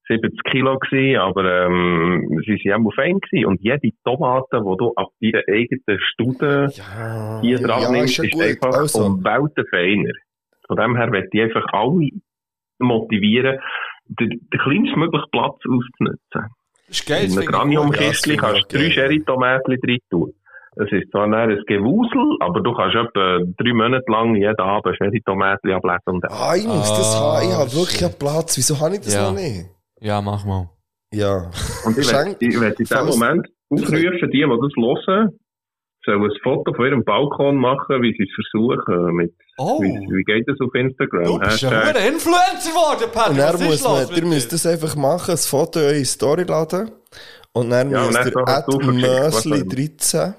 S6: 70 Kilo gewesen, aber, ähm, sie sind auch fein gewesen. Und jede Tomate, die du ab deiner eigenen Studie
S1: Ja,
S6: hier dran
S1: ja,
S6: nimmst,
S1: ja
S6: ist,
S1: gut.
S6: einfach
S1: Also,
S6: um Welten feiner. Von dem her möchte ich einfach alle motivieren, den, den kleinstmöglichen Platz auszunutzen.
S2: Das ist geil.
S6: In
S2: das finde
S6: einem
S2: ich gut.
S6: Graniumkistchen
S1: Ja, das finde
S6: kannst
S1: ich
S6: du drei
S1: okay.
S6: Sherry-Tomätchen rein tun. Es ist zwar näher ein Gewusel, aber du kannst etwa drei Monate eh, lang jeden Abend Sherry-Tomätchen ablesen und essen.
S1: ah, ich muss das
S2: Ah,
S1: haben. Ich habe wirklich
S2: shit.
S1: einen Platz. Wieso habe ich das
S2: Ja.
S1: noch nicht?
S2: Ja, mach mal.
S1: Ja.
S2: Oh,
S6: Und ich
S1: Schenk-
S6: werde ich werd in dem
S1: Falls-
S6: Moment aufrufen, die, die das hören, sollen ein Foto von ihrem Balkon machen, wie sie es versuchen. Mit,
S2: Oh,
S6: eh, wie, wie geht das auf Instagram?
S2: du bist ein
S6: Hashtag-
S2: verdammter Influencer geworden, Patrick.
S1: Und er
S2: Was ist
S1: muss
S2: los
S1: man,
S2: mit
S1: ihr müsst
S2: dir?
S1: das einfach machen, ein Foto in eure Story laden. Und dann
S6: Ja, und
S1: müsst
S6: dann
S1: ihr
S6: so hast
S1: at
S6: du aufgeschickt, was soll ich?
S1: Mösli13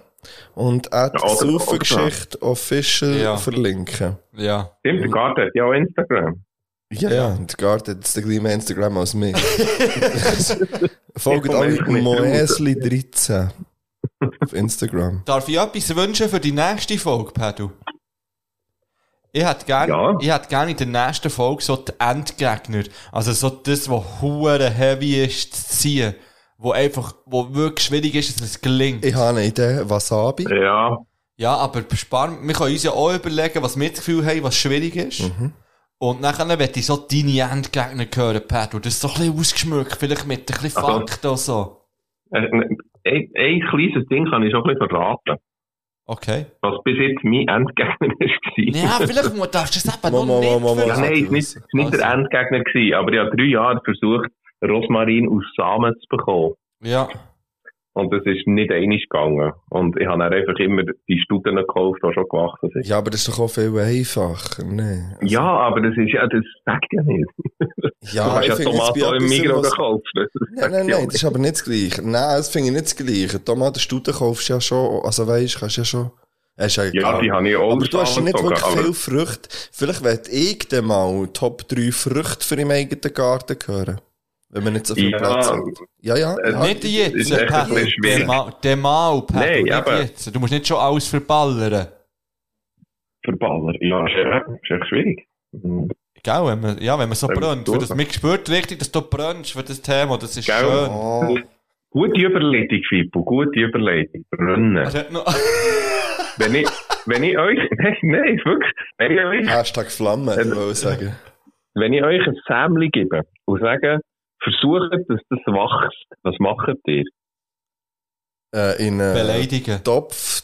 S1: und at
S6: Ja, oder- oder-
S1: Saufengeschichte official
S2: Ja.
S1: verlinken.
S2: Ja.
S6: Stimmt, der Garten hat ja auch Instagram.
S1: Ja, ja, und der Garten hat jetzt den gleichen Instagram als mich. Folgt
S6: Ich komm
S1: alle
S6: einfach nicht raus.
S1: Moesli13 auf Instagram.
S2: Darf ich etwas wünschen für die nächste Folge, Pedro? Ich hätte gerne
S6: Ja.
S2: ich hätte gern in der nächsten Folge so die Endgegner. Also so das, was hure heavy ist zu ziehen. Wo einfach, wo wirklich schwierig ist, dass es gelingt.
S6: Äh.
S1: Ich habe eine Idee, Wasabi.
S6: Ja,
S2: Ja, aber sparen, wir können uns ja auch überlegen, was wir das Gefühl haben, was schwierig ist.
S1: Mhm.
S2: Und nachher wird ich so deine Endgegner hören, Pat, und das so ein bisschen ausgeschmückt, vielleicht mit ein bisschen
S6: Also-
S2: Fakten und so.
S6: Äh, Ein, ein kleines Ding kann ich schon ein bisschen verraten,
S2: Okay.
S6: was bis jetzt mein Endgegner ist.
S2: Ja, vielleicht mu- darfst du das eben
S1: Mo-
S2: noch
S1: mo-
S2: nicht.
S1: mo- mo-
S2: ver-
S1: mo-
S6: Ja, nein, es war nicht, ist nicht der
S2: Also.
S6: Endgegner, gewesen, aber ich habe drei Jahre versucht, Rosmarin aus Samen zu bekommen.
S2: Ja.
S6: Und das ist nicht einig gegangen. Und ich habe dann einfach immer die Studien gekauft, die schon gewachsen sind.
S1: Ja, aber das ist doch auch viel einfacher, ne?
S6: Ja, aber das ist ja, das sagt ja nicht. Du
S1: ja
S6: hast ja
S1: ich finde, jetzt bei
S6: Tomaten im
S1: etwas,
S6: Migros
S1: was-
S6: gekauft. Das
S1: Nein,
S6: sagt
S1: nein,
S6: ja
S1: nein, das ist aber nicht das Gleiche. Nein, das finde ich nicht das Gleiche. Tomatenstuten kaufst du ja schon, also weisst, kannst du ja schon... Ja, ist ja
S6: Ja,
S1: egal.
S6: die habe ich auch
S1: aber du hast ja nicht
S6: zusammengezogen,
S1: wirklich
S6: aber-
S1: viel Früchte. Vielleicht werde ich dann mal Top 3 Früchte für im eigenen Garten hören. Wenn man nicht so viel
S6: Ja.
S1: Platz hat. Ja, ja.
S6: Äh,
S1: ja.
S2: Nicht jetzt,
S6: ist echt
S2: Pat.
S6: ein bisschen schwierig.
S2: Der Mal- Der Mal, Pat.
S6: Nein,
S2: nicht
S6: eben.
S2: jetzt. Du musst nicht schon alles verballern.
S6: Verballer. Ja, ist ja- ist echt schwierig. Mhm.
S2: Gell, wenn man, ja, wenn man so
S6: Wenn man
S2: brennt. Für
S6: durch-
S2: das, man spürt richtig, dass du brennst für das Thema. Das ist
S6: Gell?
S2: schön.
S1: Oh,
S6: Gute Überleitung, Fippo, gute Überleitung. Brunnen.
S2: Also, no-
S6: Wenn ich, wenn ich euch, nein, nein, wirklich, wenn ich euch
S1: Hashtag Flamme, hätte ich
S6: Äh,
S1: wollte sagen.
S6: Wenn ich euch ein Sämli gebe und sage, versucht, dass das wächst, was macht ihr?
S1: Äh, in einen
S2: Beleidigen.
S1: Topf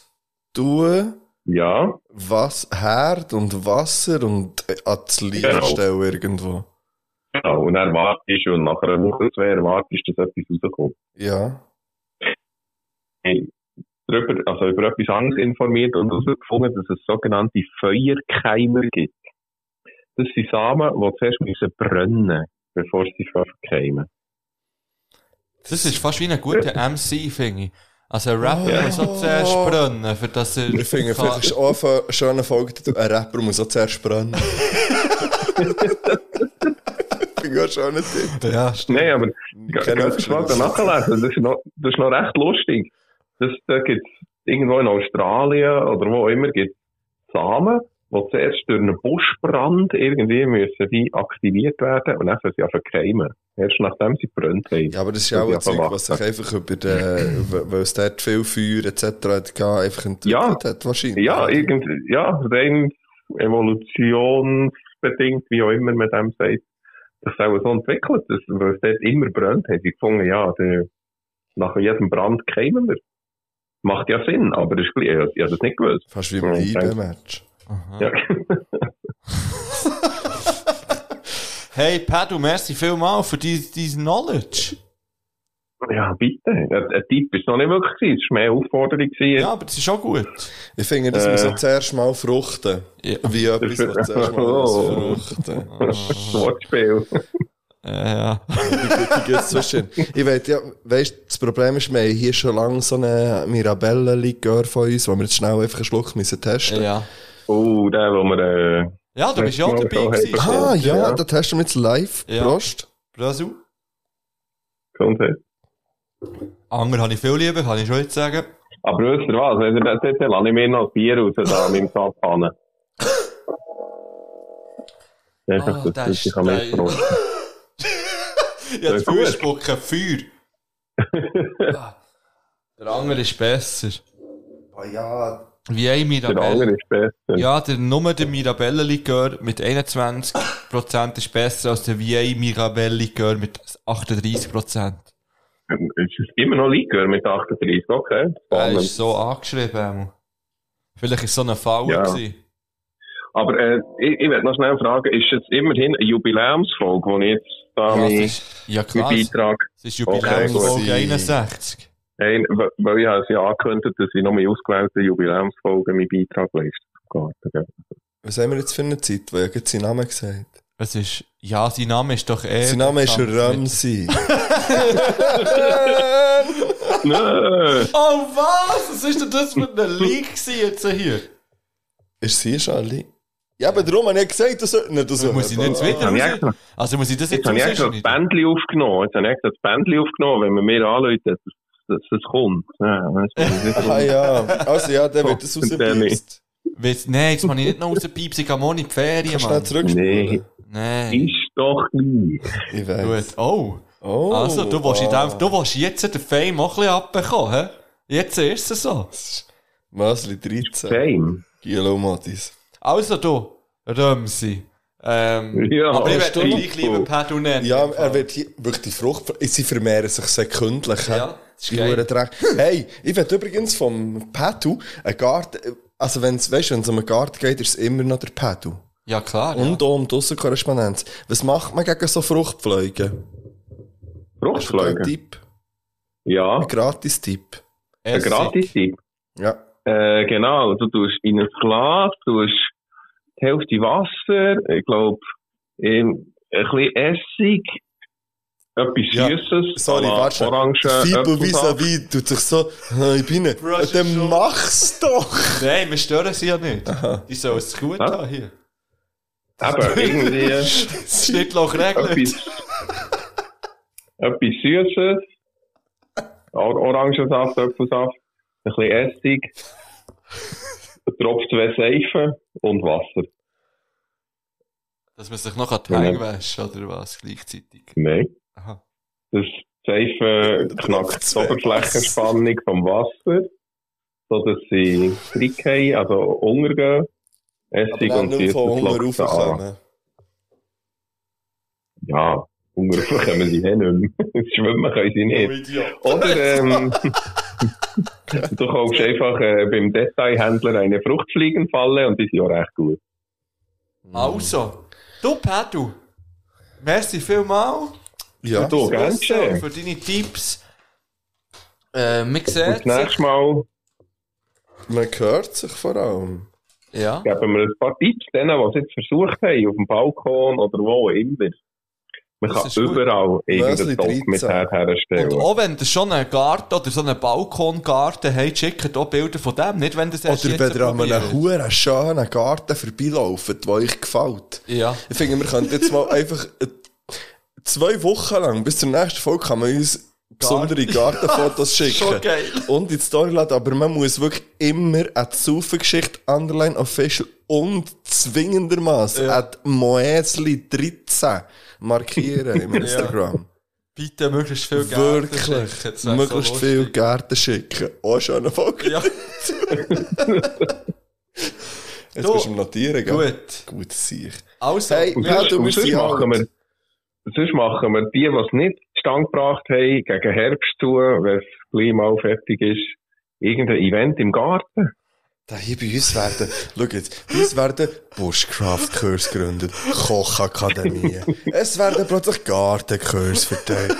S1: tun,
S6: Ja,
S1: was, Herd und Wasser und äh, ans Licht
S6: Genau.
S1: stellen irgendwo.
S6: ja und dann wartest du und nach einer Woche, zwei Jahren wartest du, dass etwas rauskommt.
S1: Ja.
S6: Darüber, also über etwas anderes informiert und herausgefunden, dass es sogenannte Feuerkeimer gibt. Das sind Samen, die zuerst müssen brennen bevor sie verkeimen.
S2: Das ist fast wie ein guter MC, finde ich. Also ein Rapper
S1: Ja.
S2: muss auch zuerst
S1: Oh.
S2: brennen, für das er...
S1: Ich finde,
S2: kann-
S1: vielleicht ist auch eine schöne Folge, dazu, ein Rapper muss auch zuerst brennen. Ich finde auch einen schönen Tipp.
S2: Ja, stimmt.
S6: Nein, aber
S1: Ich
S6: Ja,
S1: kenne
S6: ja, das mag ich nachlesen. Das ist noch, das ist noch recht lustig. Das, da gibt es irgendwo in Australien oder wo auch immer gibt Samen, die zuerst durch einen Buschbrand irgendwie müssen die aktiviert werden und dann sollen sie anfangen zu keimen. Erst nachdem sie gebrannt haben.
S1: Ja, aber das ist ja auch ein
S6: Ja,
S1: Zeug,
S6: verwacht.
S1: was sich einfach über den, weil es dort viel Feuer etc. hat, gegeben, einfach entwickelt
S6: Ja.
S1: hat, wahrscheinlich.
S6: Ja, irgend, ja rein evolutionsbedingt, wie auch immer man dem sagt, das ist auch so entwickelt, dass, weil es dort immer brennt, haben sie gefunden, ja, der, nach jedem Brand keimen wir. Macht ja Sinn, aber das ist, gleich- ich habe ich habe das nicht gewusst.
S1: Fast wie im
S6: Ja, danke.
S1: IB-Match.
S2: Aha.
S6: Ja.
S2: Hey, Pedro, merci vielmals für dein, dein Knowledge.
S6: ja, bitte. Ein, ein Tipp ist noch nicht wirklich gewesen. Es war mehr Aufforderung. Gewesen.
S2: Ja, aber das ist auch gut.
S1: Ich finde, das muss
S6: Äh.
S1: auch zuerst mal fruchten.
S2: Ja.
S1: Wie etwas, was zuerst mal
S6: Oh.
S1: muss fruchten
S6: Das Wortspiel.
S2: Äh, ja.
S1: Die gibt's so schön. Ich weiß, ja, weißt, das Problem ist, wir haben hier schon lange so eine Mirabelle-Likör von uns, wo wir jetzt schnell einfach einen Schluck müssen testen
S2: ja.
S6: Oh, der, wo wir. Äh,
S2: Ja, du bist ja auch dabei gewesen.
S1: müssen. Ah, ja, da testen wir jetzt live.
S2: Ja.
S1: Prost.
S2: Brasil.
S6: Gesundheit.
S2: Anger habe ich viel lieber, kann ich schon jetzt sagen.
S6: Aber wisst ihr Ah, was? Wenn ihr das jetzt lasse ich mir noch ein Bier raus da an meinem Sapfhahn. Einfach,
S2: Ah,
S6: das,
S2: der
S6: das ich
S2: ist-
S6: am
S2: der-
S6: meisten brauche.
S2: Ja, das
S6: ist gut.
S2: Fußbocken, Feuer. Ah, Der andere ist besser.
S1: Ah, ja.
S2: Wie ein
S6: Der andere
S2: Mirabelle.
S6: ist besser.
S2: Ja, der Nummer der Mirabelle-Likör mit 21% ist besser als der VA Mirabelle-Likör mit 38%.
S6: Es ist immer noch Likör mit 38, okay?
S2: Er
S6: Spannend.
S2: ist so angeschrieben. Emil. Vielleicht ist so eine Falle.
S6: Ja.
S2: gewesen.
S6: Aber äh, ich, ich werde noch schnell fragen, ist es immerhin eine Jubiläumsfolge, wo ich jetzt da
S2: Ja, es
S6: meinen
S2: ist, ja
S6: meinen
S2: klar. Es
S6: Beitrag
S2: ist
S1: Okay,
S2: Jubiläumsfolge
S1: gut.
S2: 61.
S6: Nein, w- weil ich habe es ja angekündigt, dass ich noch meine ausgewählte Jubiläumsfolge meinen Beitrag leiste. Gott, okay.
S1: Was haben wir jetzt für eine Zeit? Weil ich jetzt seinen Namen gesagt
S2: Es ist, ja, sein Name ist doch eh.
S1: Sein Name ist Ramsey.
S2: Ramsey.
S6: Nö!
S2: Oh was? Was ist denn das für ein Leak gewesen jetzt hier?
S1: ist sie schon alle? Ja, aber darum habe ich gesagt, das sollte nicht so
S2: Muss ich nicht wieder
S6: Jetzt habe ich
S2: raus?
S6: extra-
S2: Also muss ich das
S6: jetzt
S2: jetzt
S6: habe ich extra das
S2: rausschneiden?
S6: Bändchen aufgenommen. Jetzt habe ich extra das Bändchen aufgenommen, wenn man mir anläutet, dass, dass es kommt. Ja, weißt du, das ist-
S1: Ah ja, also ja, der wird das
S6: Oh, der
S1: rausgepipst.
S2: Weiss- Nein, jetzt muss ich nicht noch rauspeipsen, ich gehe morgen in die Ferien,
S1: Kannst du nicht
S2: Mann.
S1: zurückspielen?
S2: Nein.
S6: ist doch gleich.
S1: Ich weiß.
S2: Gut. Oh.
S1: Oh,
S2: Also, du willst, in
S1: ah.
S2: dem, du willst jetzt den Fame auch ein bisschen abbekommen, hä? Jetzt ist es so.
S1: Mösli 13.
S6: Fame.
S1: Kilo Matis.
S2: Also du, Römsi. Ähm,
S6: Ja,
S2: aber ich
S6: hast
S2: werde
S6: du
S2: dich
S6: noch-
S2: lieber Pedro nennen.
S1: Ja, er wird hier wirklich die Frucht. Sie vermehren sich sekündlich. hä?
S2: Ja, das ist
S1: Die
S2: geil.
S1: Huren Dreck. Hey, ich werd übrigens vom Petu einen Garten. Also, wenn es um einen Garten geht, ist es immer noch der Petu.
S2: Ja, klar. Ah, ja.
S1: Und auch um die Aussenkorrespondenz. Was macht man gegen so Fruchtfliegen? Hast du da einen
S6: Fruchtflögen.
S1: Tipp?
S6: Ja,
S1: Ein Gratis-Tipp.
S6: ein
S2: Essig.
S6: Gratis-Tipp.
S1: Ja.
S6: Äh, genau, du tust in ein Glas, tust die Hälfte Wasser, ich glaube, ähm, ein bisschen Essig, etwas
S1: Ja,
S6: Süßes,
S1: Sorry, warte schon.
S6: Orange, eh,
S1: Fibo
S6: Apfelsaft.
S1: vis-à-vis tut sich so, «Hä, ich bin nicht.
S2: Brush
S1: Dann
S2: schon.
S1: mach's doch!
S2: Nein, wir stören sie ja nicht. Die sollen es gut
S6: Ja.
S2: haben hier.
S6: Aber irgendwie etwas,
S2: Das Schnittloch regnet.
S6: etwas Süßes, Or Orangensaft, Apfelsaft, ein bisschen Essig, ein Tropf zwei Seife und Wasser.
S2: Dass man sich noch an die
S6: Genau.
S2: Hänge wäscht, oder was, gleichzeitig.
S6: Nein.
S2: Aha.
S6: Das Seife knackt die Oberflächenspannung vom Wasser, sodass sie reingehen, also untergehen.
S1: Aber
S6: Essig
S1: dann
S6: und
S1: nicht
S6: Süßes
S1: von Hunger
S6: lockt sie an.
S1: raufkommen.
S6: Ja, Hunger kommen sie eh nicht mehr. Schwimmen können sie nicht. Oder ähm, du kaufst einfach äh, beim Detailhändler eine Fruchtfliegenfalle und die sind auch recht gut. Mhm.
S2: Also, du Pedro, merci vielmal
S1: Ja.
S6: Du, gern
S2: Wissen,
S6: geschehen.
S2: für deine Tipps. Äh, wir sehen
S6: Und das nächste Mal
S1: Man hört sich vor allem.
S2: Ja.
S6: geben wir ein paar Tipps denen, die es jetzt versucht haben, auf dem Balkon oder wo auch immer. Man
S2: Das
S6: kann
S2: ist gut.
S6: überall
S1: Mösli
S6: irgendeinen Topf
S1: 13.
S6: mit her
S2: Und
S6: herstellen.
S2: auch wenn ihr schon einen Garten oder so einen Balkongarten habt, schickt auch Bilder von dem, nicht wenn ihr es erst
S1: Oder
S2: jetzt
S1: wenn ihr an einem
S2: probiert.
S1: huren schönen Garten vorbeilauft, der euch gefällt.
S2: Ja.
S1: Ich finde, wir könnten jetzt mal einfach äh, zwei Wochen lang, bis zur nächsten Folge, kann man uns besondere Gartenfotos schicken.
S2: Schon geil.
S1: Und ins Story laden, aber man muss wirklich immer at Saufengeschichte, Underline Official und zwingendermaßen at Moesli 13 markieren im Instagram.
S2: Bitte möglichst viel Geld.
S1: Wirklich. möglichst viel Gärten schicken. Auch schon eine Folge.
S2: Ja,
S1: Jetzt
S2: Du,
S1: bist du am Notieren, gell?
S2: gut.
S1: Gut, sicher.
S2: Also,
S1: Hey,
S6: Und
S1: ja,
S6: sonst,
S1: du
S6: und
S1: bist
S6: sonst,
S1: sie
S6: machen wir,
S1: alt.
S6: sonst machen wir die, die es nicht zustande gebracht haben, gegen Herbst zu, wenn es gleich mal fertig ist, irgendein Event im Garten.
S1: Da hier bei uns werden, schau jetzt, bei uns werden Bushcraft-Kurs gegründet, Kochakademie. es werden plötzlich Gartenkurs verteilt.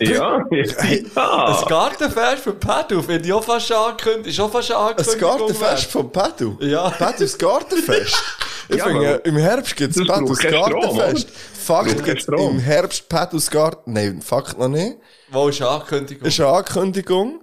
S6: Ja, Ah.
S1: Hey,
S2: ein
S6: ja.
S2: Gartenfest für Pedro finde ich auch fast angekündigt. Ist auch fast angekündigt.
S1: Ein Gartenfest vom Pedro.
S2: Ja.
S1: Pedros Gartenfest. Ich
S6: Ja,
S1: finde, äh,
S6: aber-
S1: im Herbst gibt es
S6: Das braucht
S1: Pedros
S6: keinen Strom,
S1: Gartenfest. Fakt
S6: Braucht keinen
S1: gibt
S6: Strom.
S1: im Herbst Pedros Garten. Nein, Fakt noch nicht.
S2: Wo ist Ankündigung?
S1: ist eine Ankündigung.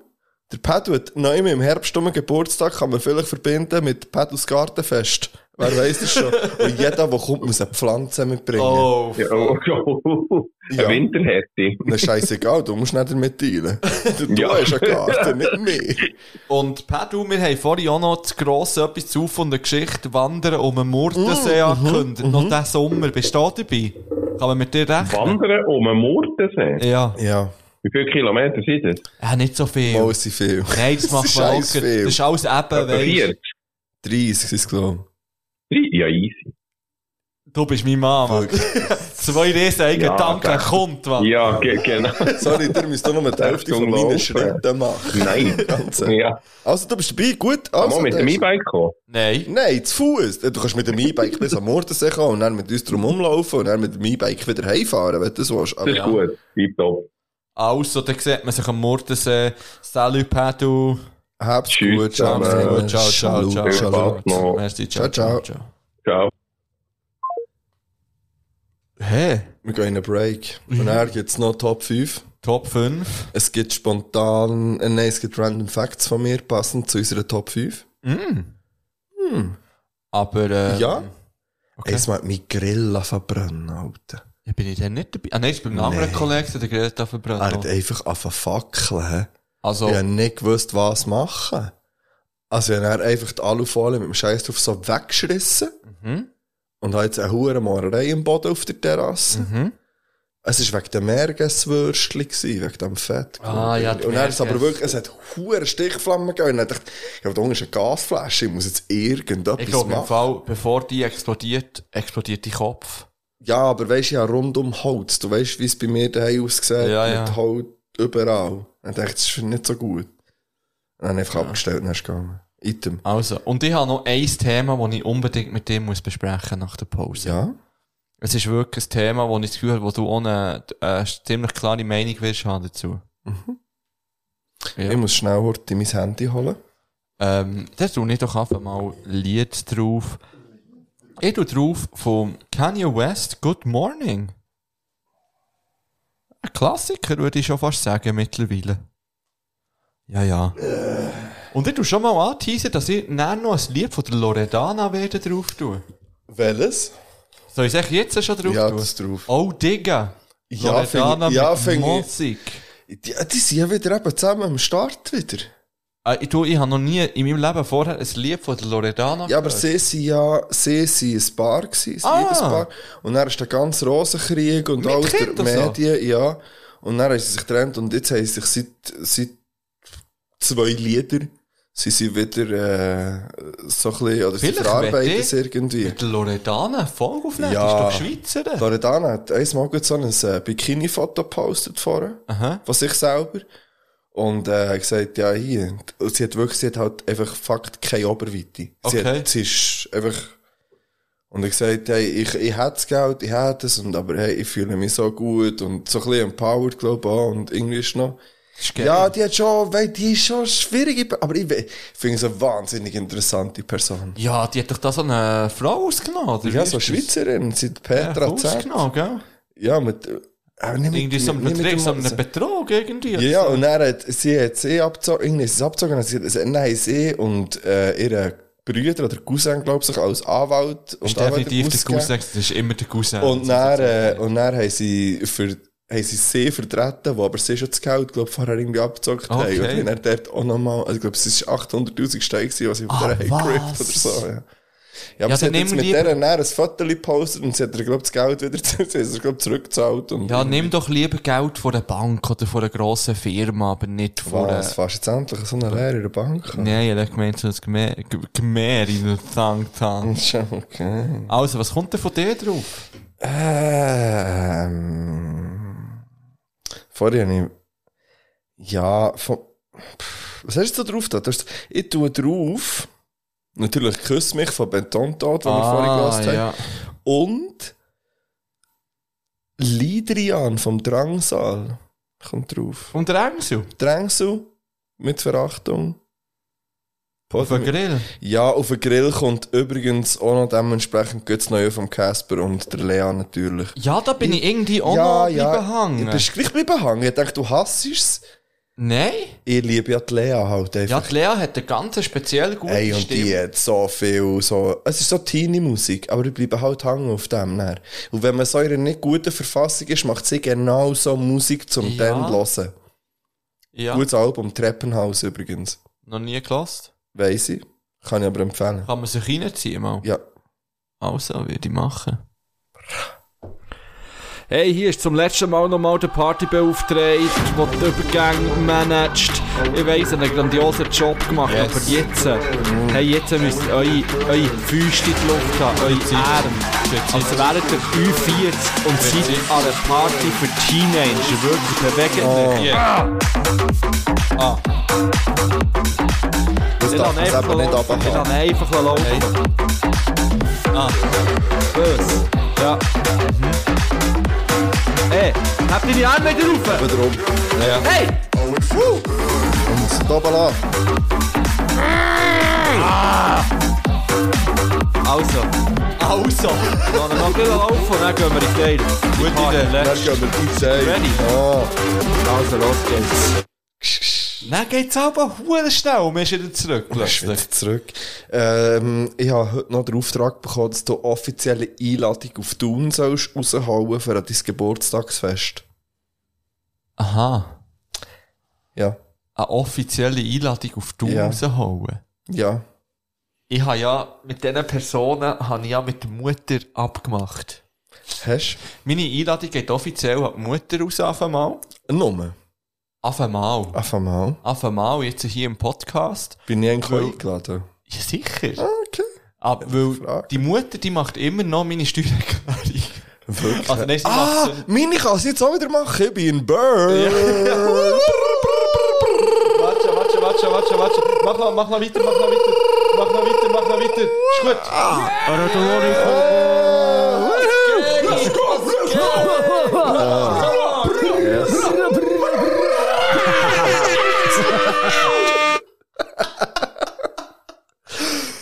S1: Der Pedro hat neu im Herbst um einen Geburtstag, kann man vielleicht verbinden mit Pedros Gartenfest. Wer weiß das schon. Und jeder, der kommt, muss eine Pflanze mitbringen.
S2: Oh,
S6: ja. Oh, oh,
S1: Ja.
S6: Eine Winterhette.
S1: Na, scheißegal, du musst nicht damit teilen. Du, du
S6: Ja.
S1: hast einen Garten, nicht mehr.
S2: Und Pedro, wir haben vorhin auch noch das grosse etwas zu von der Geschichte Wandern um den
S1: Mm,
S2: Murtensee
S1: mhm,
S2: angekündigt. Noch diesen Sommer. Bist du da dabei? Kann man mit dir rechnen?
S6: Wandern um den Murtensee.
S2: Ja.
S1: Ja,
S6: Wie viele Kilometer sind das?
S2: ja, nicht so viel.
S1: mal sind viel.
S2: Nein, das macht
S1: ist
S2: man
S1: scheiss
S2: locker. Das
S1: viel.
S2: ist alles eben,
S6: Etwa
S2: weißt
S6: 40?
S1: 30 sind es, glaube
S6: Ja, easy.
S2: du. bist mein
S6: Ah.
S2: Mann.
S1: Wirklich.
S2: Zwei Riesen, eigen
S6: Ja,
S2: Tanken,
S6: danke.
S2: kommt
S1: Ah.
S2: was.
S6: Ja, nou. ge genau.
S1: ich. Sorry, ihr müsst doch nur die Hälfte von meinen
S6: Laufen.
S1: Schritten machen.
S6: Nein.
S1: Ganze.
S6: Ja.
S1: Also, du bist dabei, gut. Also,
S6: Mal mit
S1: dann
S6: dem
S1: ist-
S6: E-Bike kommen.
S2: Nein.
S1: Nein, zu Fuß. Du kannst mit dem E-Bike bis am Mordensee kommen und dann mit uns drum rumlaufen und dann mit dem E-Bike wieder heimfahren, wenn du das willst. Also,
S6: Das
S1: Aber ja.
S6: ist gut. Tipptopp.
S2: Also, dann sieht man sich am Mordensee. Salut, Pedro.
S1: hab's
S6: Tschüss
S1: gut,
S6: zusammen.
S1: zusammen.
S2: Gut, ciao, ciao, ciao.
S1: Schalut, schalut.
S6: Spaß noch.
S2: Merci, ciao, ciao,
S1: Ciao,
S2: ciao.
S6: Ciao.
S2: Hey,
S1: Wir gehen in einen Break. Und dann gibt's noch Top 5.
S2: Top 5.
S1: Es gibt spontan, äh, nein, es gibt Random Facts von mir, passend zu unserer Top 5.
S2: Aber, äh,
S1: Ja.
S2: Okay.
S1: Eins mal mein Grill verbrennen, Alter.
S2: Ja, bin ich denn nicht dabei? Ah, nein, ist beim
S1: Nein.
S2: anderen Kollegen, der Greta
S1: Er hat
S2: verbrannt.
S1: einfach angefangen fackeln. hä?
S2: Also,
S1: Ich habe nicht gewusst, was machen. Also, ich habe einfach die Alufolie mit dem Scheiß drauf so weggeschrissen.
S2: mhm.
S1: Und habe jetzt eine hohe Malerei im Boden auf der Terrasse.
S2: Mhm.
S1: Es war wegen dem Meergeswürstchen, gewesen, wegen dem Fett.
S2: Ah, ja, die
S1: Und dann ist es aber
S2: Meerges-
S1: wirklich, es hat hohe Stichflammen gegeben. Und dann dachte ich, ja, da unten ist eine Gasflasche, ich muss jetzt irgendetwas
S2: Ich glaube, im
S1: machen.
S2: Fall, bevor die explodiert, explodiert dein Kopf.
S1: Ja, aber weisst du, ja, rund um Holz. Du weisst, wie es bei mir daheim aussieht.
S2: Ja,
S1: mit
S2: ja.
S1: Holz überall. Und ich dachte, das ist nicht so gut. Und dann einfach abgestellt und dann ist es gegangen. Item.
S2: Also, und ich habe noch ein Thema, das ich unbedingt mit dir muss besprechen nach der Pause.
S1: Ja?
S2: Es ist wirklich ein Thema, wo ich das Gefühl habe, wo du ohne eine äh, ziemlich klare Meinung wirst haben dazu. Ja.
S1: Ich muss schnell heute mein Handy holen.
S2: Ähm, da tue ich doch einfach mal Lied drauf. Ich tue drauf von Kanye West, Good Morning. Ein Klassiker, würde ich schon fast sagen, mittlerweile. Ja, ja. Und ich tue schon mal anteasern, dass ich nachher noch ein Lied von der Loredana werde drauf tun.
S1: Welches?
S2: Soll ich es echt jetzt schon drauf
S1: Ja,
S2: tun?
S1: das drauf.
S2: Oh, Digga.
S1: Ja,
S2: Loredana
S1: find ich- ja,
S2: mit
S1: find ich-
S2: Musik.
S1: Die, die sind ja wieder eben zusammen am Start wieder.
S2: Äh, ich tue, ich habe noch nie in meinem Leben vorher ein Lied von der Loredana
S1: Ja, aber
S2: gehört.
S1: sie sind ja, sie sind ein Paar gewesen, ein
S2: Äh. Ah.
S1: Liebespaar. Und dann ist der ganze Rosenkrieg und
S2: Mit
S1: all der
S2: Kind und so.
S1: Medien, ja. Und dann haben sie sich getrennt und jetzt haben sie sich seit, seit zwei Lieder, sie sind wieder, äh, so ein bisschen, oder sie
S2: Vielleicht
S1: verarbeiten
S2: möchte
S1: es
S2: ich-
S1: irgendwie.
S2: Mit der Loredana Folge aufnehmen?
S1: Ja.
S2: Ja. Die ist doch Schweizerin.
S1: Loredana hat einmal gerade so ein äh, Bikini-Foto gepostet vorher.
S2: Aha.
S1: von sich selber. Und äh, gesagt, ja, hier. Und sie hat wirklich, sie hat halt einfach Fakt keine Oberweite. Sie,
S2: Okay.
S1: hat, sie ist einfach. Und ich gesagt, hey, ich, ich hätte das Geld, ich hätte es, und, aber hey, ich fühle mich so gut und so ein bisschen empowered, glaube ich, auch, und Englisch noch.
S2: Ist geil.
S1: Ja, die hat schon, weil die ist schon schwierig, aber ich, we- finde sie eine wahnsinnig interessante Person.
S2: ja, die hat doch da so eine Frau ausgenommen. Oder?
S1: Ja,
S2: Wie
S1: so
S2: ist
S1: Schweizerin, sie hat
S2: das? Ja,
S1: Petra Z.
S2: ausgenommen, gell?
S1: Ja, mit, äh, nicht mit-
S2: Irgendwie so
S1: nicht
S2: ein
S1: mit dem-
S2: Betrug, so ein Betrug irgendwie.
S1: Ja, ja, und er hat, sie hat sie abgezogen, irgendwie ist es abgezogen, und sie hat, also, nein, sie und, äh, ihre Brüder oder Cousin, glaube ich, als Anwalt und
S2: ist definitiv der
S1: ausgegeben.
S2: Cousin. Das ist immer der Cousin. Also,
S1: Und dann, äh, und dann haben sie für, haben sie sie vertreten, wo aber sie schon das Geld, glaube ich, vorher irgendwie abgezockt
S2: Okay.
S1: haben. Und dann dort auch nochmal, also, ich glaube, es war 800'000 Steine, gewesen, was sie auf
S2: Ah,
S1: der Hate Grip
S2: was?
S1: oder so, ja. Ja, aber
S2: Ja,
S1: sie hat
S2: dann
S1: jetzt
S2: nehmen
S1: mit
S2: wir lieber-
S1: der dann ein Foto gepostet und sie hat ihr, glaube ich, das Geld wieder, sie hat es, glaube ich, zurückgezahlt. Und
S2: Ja, nimm doch lieber Geld von der Bank oder von einer grossen Firma, aber nicht von einer...
S1: Was, fast jetzt endlich so eine Lehre in der Bank?
S2: Nein, ich habe gemeint, so ein Gemä- G- Gemähr in der Tank-Tank.
S1: Schon okay.
S2: Also, was kommt denn von dir drauf?
S1: Ähm. Vorher habe ich. Ja, von. Pff, Was hast du da drauf? Da? Du hast, ich tue drauf. Natürlich küsse mich von Betontod, den wir vorhin gelassen haben.
S2: Ah, ja.
S1: Und. Lidrian vom Drangsal kommt drauf.
S2: Und der Engel?
S1: Drangsal mit Verachtung.
S2: Auf dem Grill?
S1: Ja, auf den Grill kommt übrigens auch noch dementsprechend geht's neue vom Casper und der Lea natürlich.
S2: Ja, da bin ich irgendwie auch noch geblieben
S1: Du
S2: hängen.
S1: bist gleich geblieben hängen. Ich dachte, du hasst es.
S2: Nein?
S1: Ich liebe ja die Lea halt
S2: Ja,
S1: einfach.
S2: die Lea hat eine ganz speziell gute
S1: Ey, und
S2: Stimme.
S1: die äh, hat so viel, so, es ist so Teenie-Musik, aber ich bleibe halt hängen auf dem dann. Und wenn man so in einer nicht guten Verfassung ist, macht sie genau so Musik zum
S2: Ja.
S1: dann hören.
S2: ja,
S1: Gutes Album, Treppenhaus übrigens.
S2: noch nie gelost.
S1: Weiss ich. Kann ich aber empfehlen.
S2: Kann man sich reinziehen mal?
S1: Ja.
S2: Also, würde ich machen.
S4: Hey, hier ist zum letzten Mal nochmal der Partybeauftragte, der die Übergänge managt. Ich weiss, er hat einen grandiosen Job gemacht,
S2: Yes. Mhm.
S4: aber jetzt, äh, hey, jetzt müsst ihr eure, eure Füße in die Luft haben, eure Arme.
S2: Zeit.
S4: Als wären ihr 45 und seid an einer Party für Teenager. Wirklich, bewegt euch.
S2: Oh. Ah.
S1: Das
S4: Ich
S1: darf
S4: lasse
S1: man
S4: einfach
S1: eben nicht
S4: laufen. Ich lasse
S1: runterkommen.
S4: einfach laufen. Ah. Bös. Ja. Mhm. Ey, habt ihr die Arme wieder rauf?
S1: Wiederum.
S4: Hey!
S1: Und da oben an.
S4: Also. Also. Lass ihn noch ein bisschen laufen und dann gehen wir in die Teile. Gute
S1: Dann gehen wir die Zeit.
S4: Ready?
S1: Ah.
S4: Also, los geht's. Nou,
S2: Dann geht's aber hure schnell und wir sind wieder zurück
S1: Ich bin
S2: plötzlich.
S1: zurück. Ähm, ich habe heute noch den Auftrag bekommen, dass du offizielle Einladung auf Thun sollst raushauen für dein Geburtstagsfest.
S2: Aha.
S1: Ja.
S2: Eine offizielle Einladung auf die
S1: Ja.
S2: ja. rausholen.
S1: Ja.
S2: Ich habe ja mit diesen Personen habe ich ja mit der Mutter abgemacht.
S1: Hast
S2: Meine Einladung geht offiziell an die Mutter raus, auf einmal.
S1: du Nummer?
S2: Auf einmal.
S1: Einfach mal.
S2: Auf einmal, jetzt hier im Podcast.
S1: Bin ich eigentlich
S2: Weil-
S1: eingeladen?
S2: Ja, sicher.
S1: Ah, okay.
S2: Aber, weil
S1: Frage.
S2: die Mutter, die macht immer noch meine Steuererklärung.
S1: Wirklich?
S2: Also, nein, sie
S1: ah,
S2: macht's-
S1: meine kann es jetzt auch wieder machen. Ich bin in Bern.
S2: Warte, warte, warte, warte, warte. Mach noch, mach noch weiter, mach noch weiter. Mach noch weiter, mach noch weiter. Ist gut.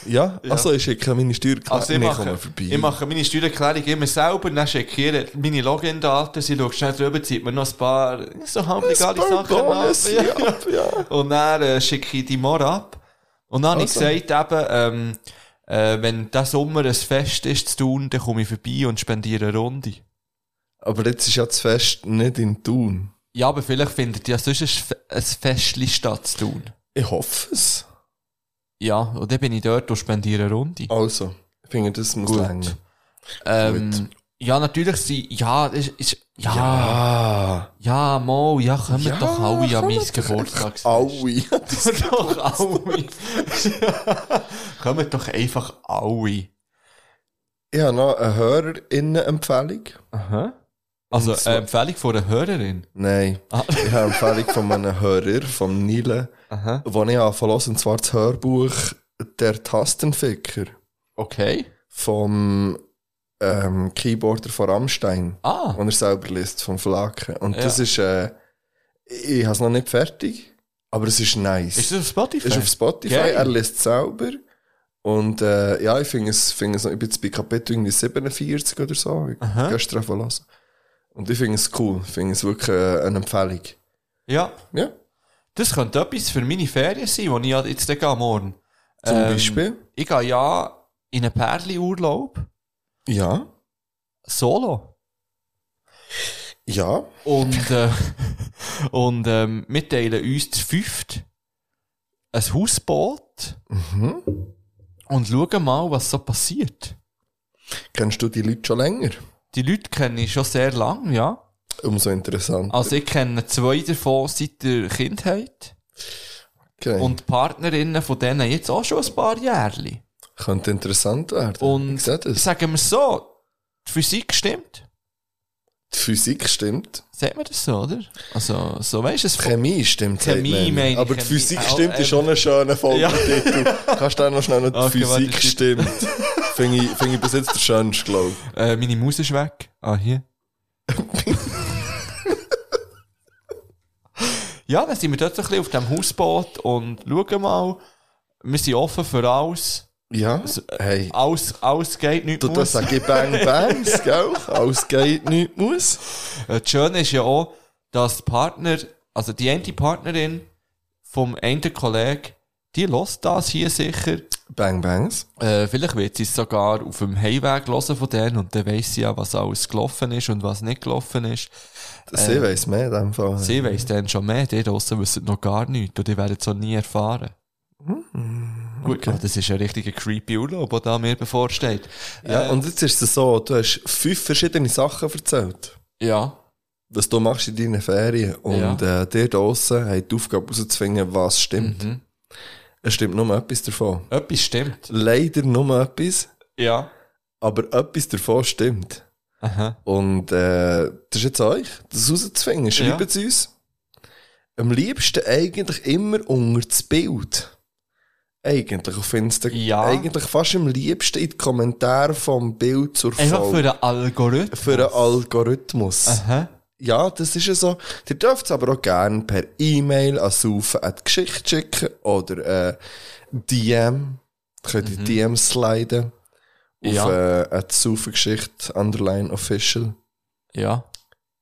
S1: Ja, also ich schicke meine Steuerkarte
S2: Also ich mache,
S1: vorbei.
S2: ich mache meine Steuererklärung immer selber, dann schicke ich meine Login-Daten, sie schaut schnell drüber, zieht mir noch ein paar so halblegale
S1: Spare
S2: Sachen ab.
S1: Bonus,
S2: Ja.
S1: ja, ja.
S2: Und dann äh, schicke ich die Mor ab. Und dann
S1: Also.
S2: habe ich gesagt, eben, ähm, äh, wenn der Sommer ein Fest ist zu tun, dann komme ich vorbei und spendiere eine Runde.
S1: Aber jetzt ist ja das Fest nicht in Thun.
S2: Ja, aber vielleicht findet ja sonst ein Fe- ein Festchen statt zu tun.
S1: Ich hoffe es.
S2: Ja, und dann bin ich dort und spendiere eine Runde.
S1: Also, ich finde, das muss
S2: Gut.
S1: länger.
S2: ähm, ja, natürlich sie, ja, das ist, ist, ja, ja,
S1: Ja.
S2: mal, ja, kommen
S1: Ja,
S2: doch alle an
S1: kommen
S2: mein
S1: doch-
S2: Geburtstag.
S1: Aui.
S2: Kommen doch alle. kommen doch einfach alle.
S1: Ich habe noch eine HörerInnen-Empfehlung.
S2: Aha. Also,
S1: Und zwar-
S2: eine Empfehlung von einer Hörerin.
S1: Nein.
S2: Ah.
S1: Ich habe eine Empfehlung von einem Hörer, vom Nile,
S2: Aha.
S1: wo ich anfangen und zwar das Hörbuch Der Tastenficker
S2: Okay.
S1: vom ähm, Keyboarder von Rammstein.
S2: Ah.
S1: Und er selber liest vom Flaken. Und
S2: Ja.
S1: das ist, äh, ich habe es noch nicht fertig, aber es ist nice.
S2: Ist das auf Spotify?
S1: Ist auf Spotify,
S2: Geil.
S1: er liest es selber. Und äh, ja, ich finde es, find es noch, ich bin jetzt bei Kapitel irgendwie 47 oder so, ich
S2: Aha.
S1: habe gestern davon gelesen. Und ich finde es cool, ich finde es wirklich äh, eine Empfehlung.
S2: ja.
S1: Ja,
S2: Das könnte etwas für meine Ferien sein, die ich ja jetzt dann gehe morgen.
S1: zum
S2: Ähm,
S1: Beispiel.
S2: Ich gehe ja in einen Perli-Urlaub.
S1: Ja,
S2: Solo.
S1: ja,
S2: Und, äh, und ähm, wir teilen uns zu fünft ein Hausboot
S1: mhm.
S2: und schauen mal, was so passiert.
S1: Kennst du die Leute schon länger?
S2: Die Leute kenne ich schon sehr lange, ja.
S1: Umso interessant.
S2: Also ich kenne zwei davon seit der Kindheit.
S1: Okay.
S2: Ah, Und die Partnerinnen von denen jetzt auch schon ein paar Jahre.
S1: Könnte interessant werden.
S2: Und
S1: ich sehe das.
S2: Sagen wir so, die Physik stimmt.
S1: Die Physik stimmt.
S2: Sagt man das so, oder? Also, so weißt du es.
S1: Chemie stimmt, sagt
S2: Chemie
S1: man.
S2: meine ich,
S1: Aber die
S2: Chemie.
S1: Physik
S2: Ah,
S1: stimmt
S2: eben.
S1: ist schon ein schöner Folgetitel. Kannst du auch noch schnell noch die
S2: Okay, warte,
S1: Physik
S2: ich-
S1: stimmt? Finde ich, find ich bis jetzt der schönste, glaube ich.
S2: Äh, meine Maus ist weg. Ah, hier. ja, dann sind wir dort so ein bisschen auf dem Hausboot und schauen mal. Wir sind offen für alles.
S1: Ja, hey.
S2: Alles, alles geht, nichts
S1: Du, das
S2: äh, ah, muss.
S1: sag ich Bang Bangs, gell? Alles geht, nichts muss.
S2: Äh, Das Schöne ist ja auch, dass die Partner, also die eine Partnerin vom einen Kollegen, die lost das hier sicher.
S1: Bang Bangs.
S2: Äh, vielleicht wird sie es sogar auf dem Heimweg hören von denen und dann weiss sie ja, was alles gelaufen ist und was nicht gelaufen ist.
S1: Sie weiss mehr in dem Fall.
S2: Ähm, Sie weiss dann schon mehr, die draussen wissen noch gar nichts und die werden es auch nie erfahren.
S1: Mm,
S2: Gut, ja, das ist ein richtiger creepy Urlaub, der da mir bevorsteht. Ähm, äh,
S1: ja, und jetzt ist es so, du hast fünf verschiedene Sachen erzählt.
S2: Ja,
S1: was du machst in deinen Ferien. Und äh, dir draussen hat die Aufgabe herauszufinden, was stimmt.
S2: Mhm.
S1: Es stimmt nur etwas davon.
S2: etwas stimmt.
S1: Leider nur etwas,
S2: Ja.
S1: aber etwas davon stimmt.
S2: Aha.
S1: Und äh, das ist jetzt an euch, das herauszufinden. Schreibt
S2: Ja.
S1: es uns. Am liebsten eigentlich immer unter das Bild. Eigentlich auf Instagram.
S2: Ja.
S1: Eigentlich fast am liebsten in die Kommentare vom Bild zur
S2: Einfach für
S1: Folge.
S2: den Algorithmus.
S1: Für einen Algorithmus.
S2: Aha.
S1: Ja, das ist ja so. Ihr dürft es aber auch gerne per E-Mail an Saufen an die Geschichte schicken oder äh, DM. Ihr könnt in DM sliden. Auf
S2: Mhm. Ja.
S1: ja. äh, Saufengeschichte, underline official.
S2: Ja.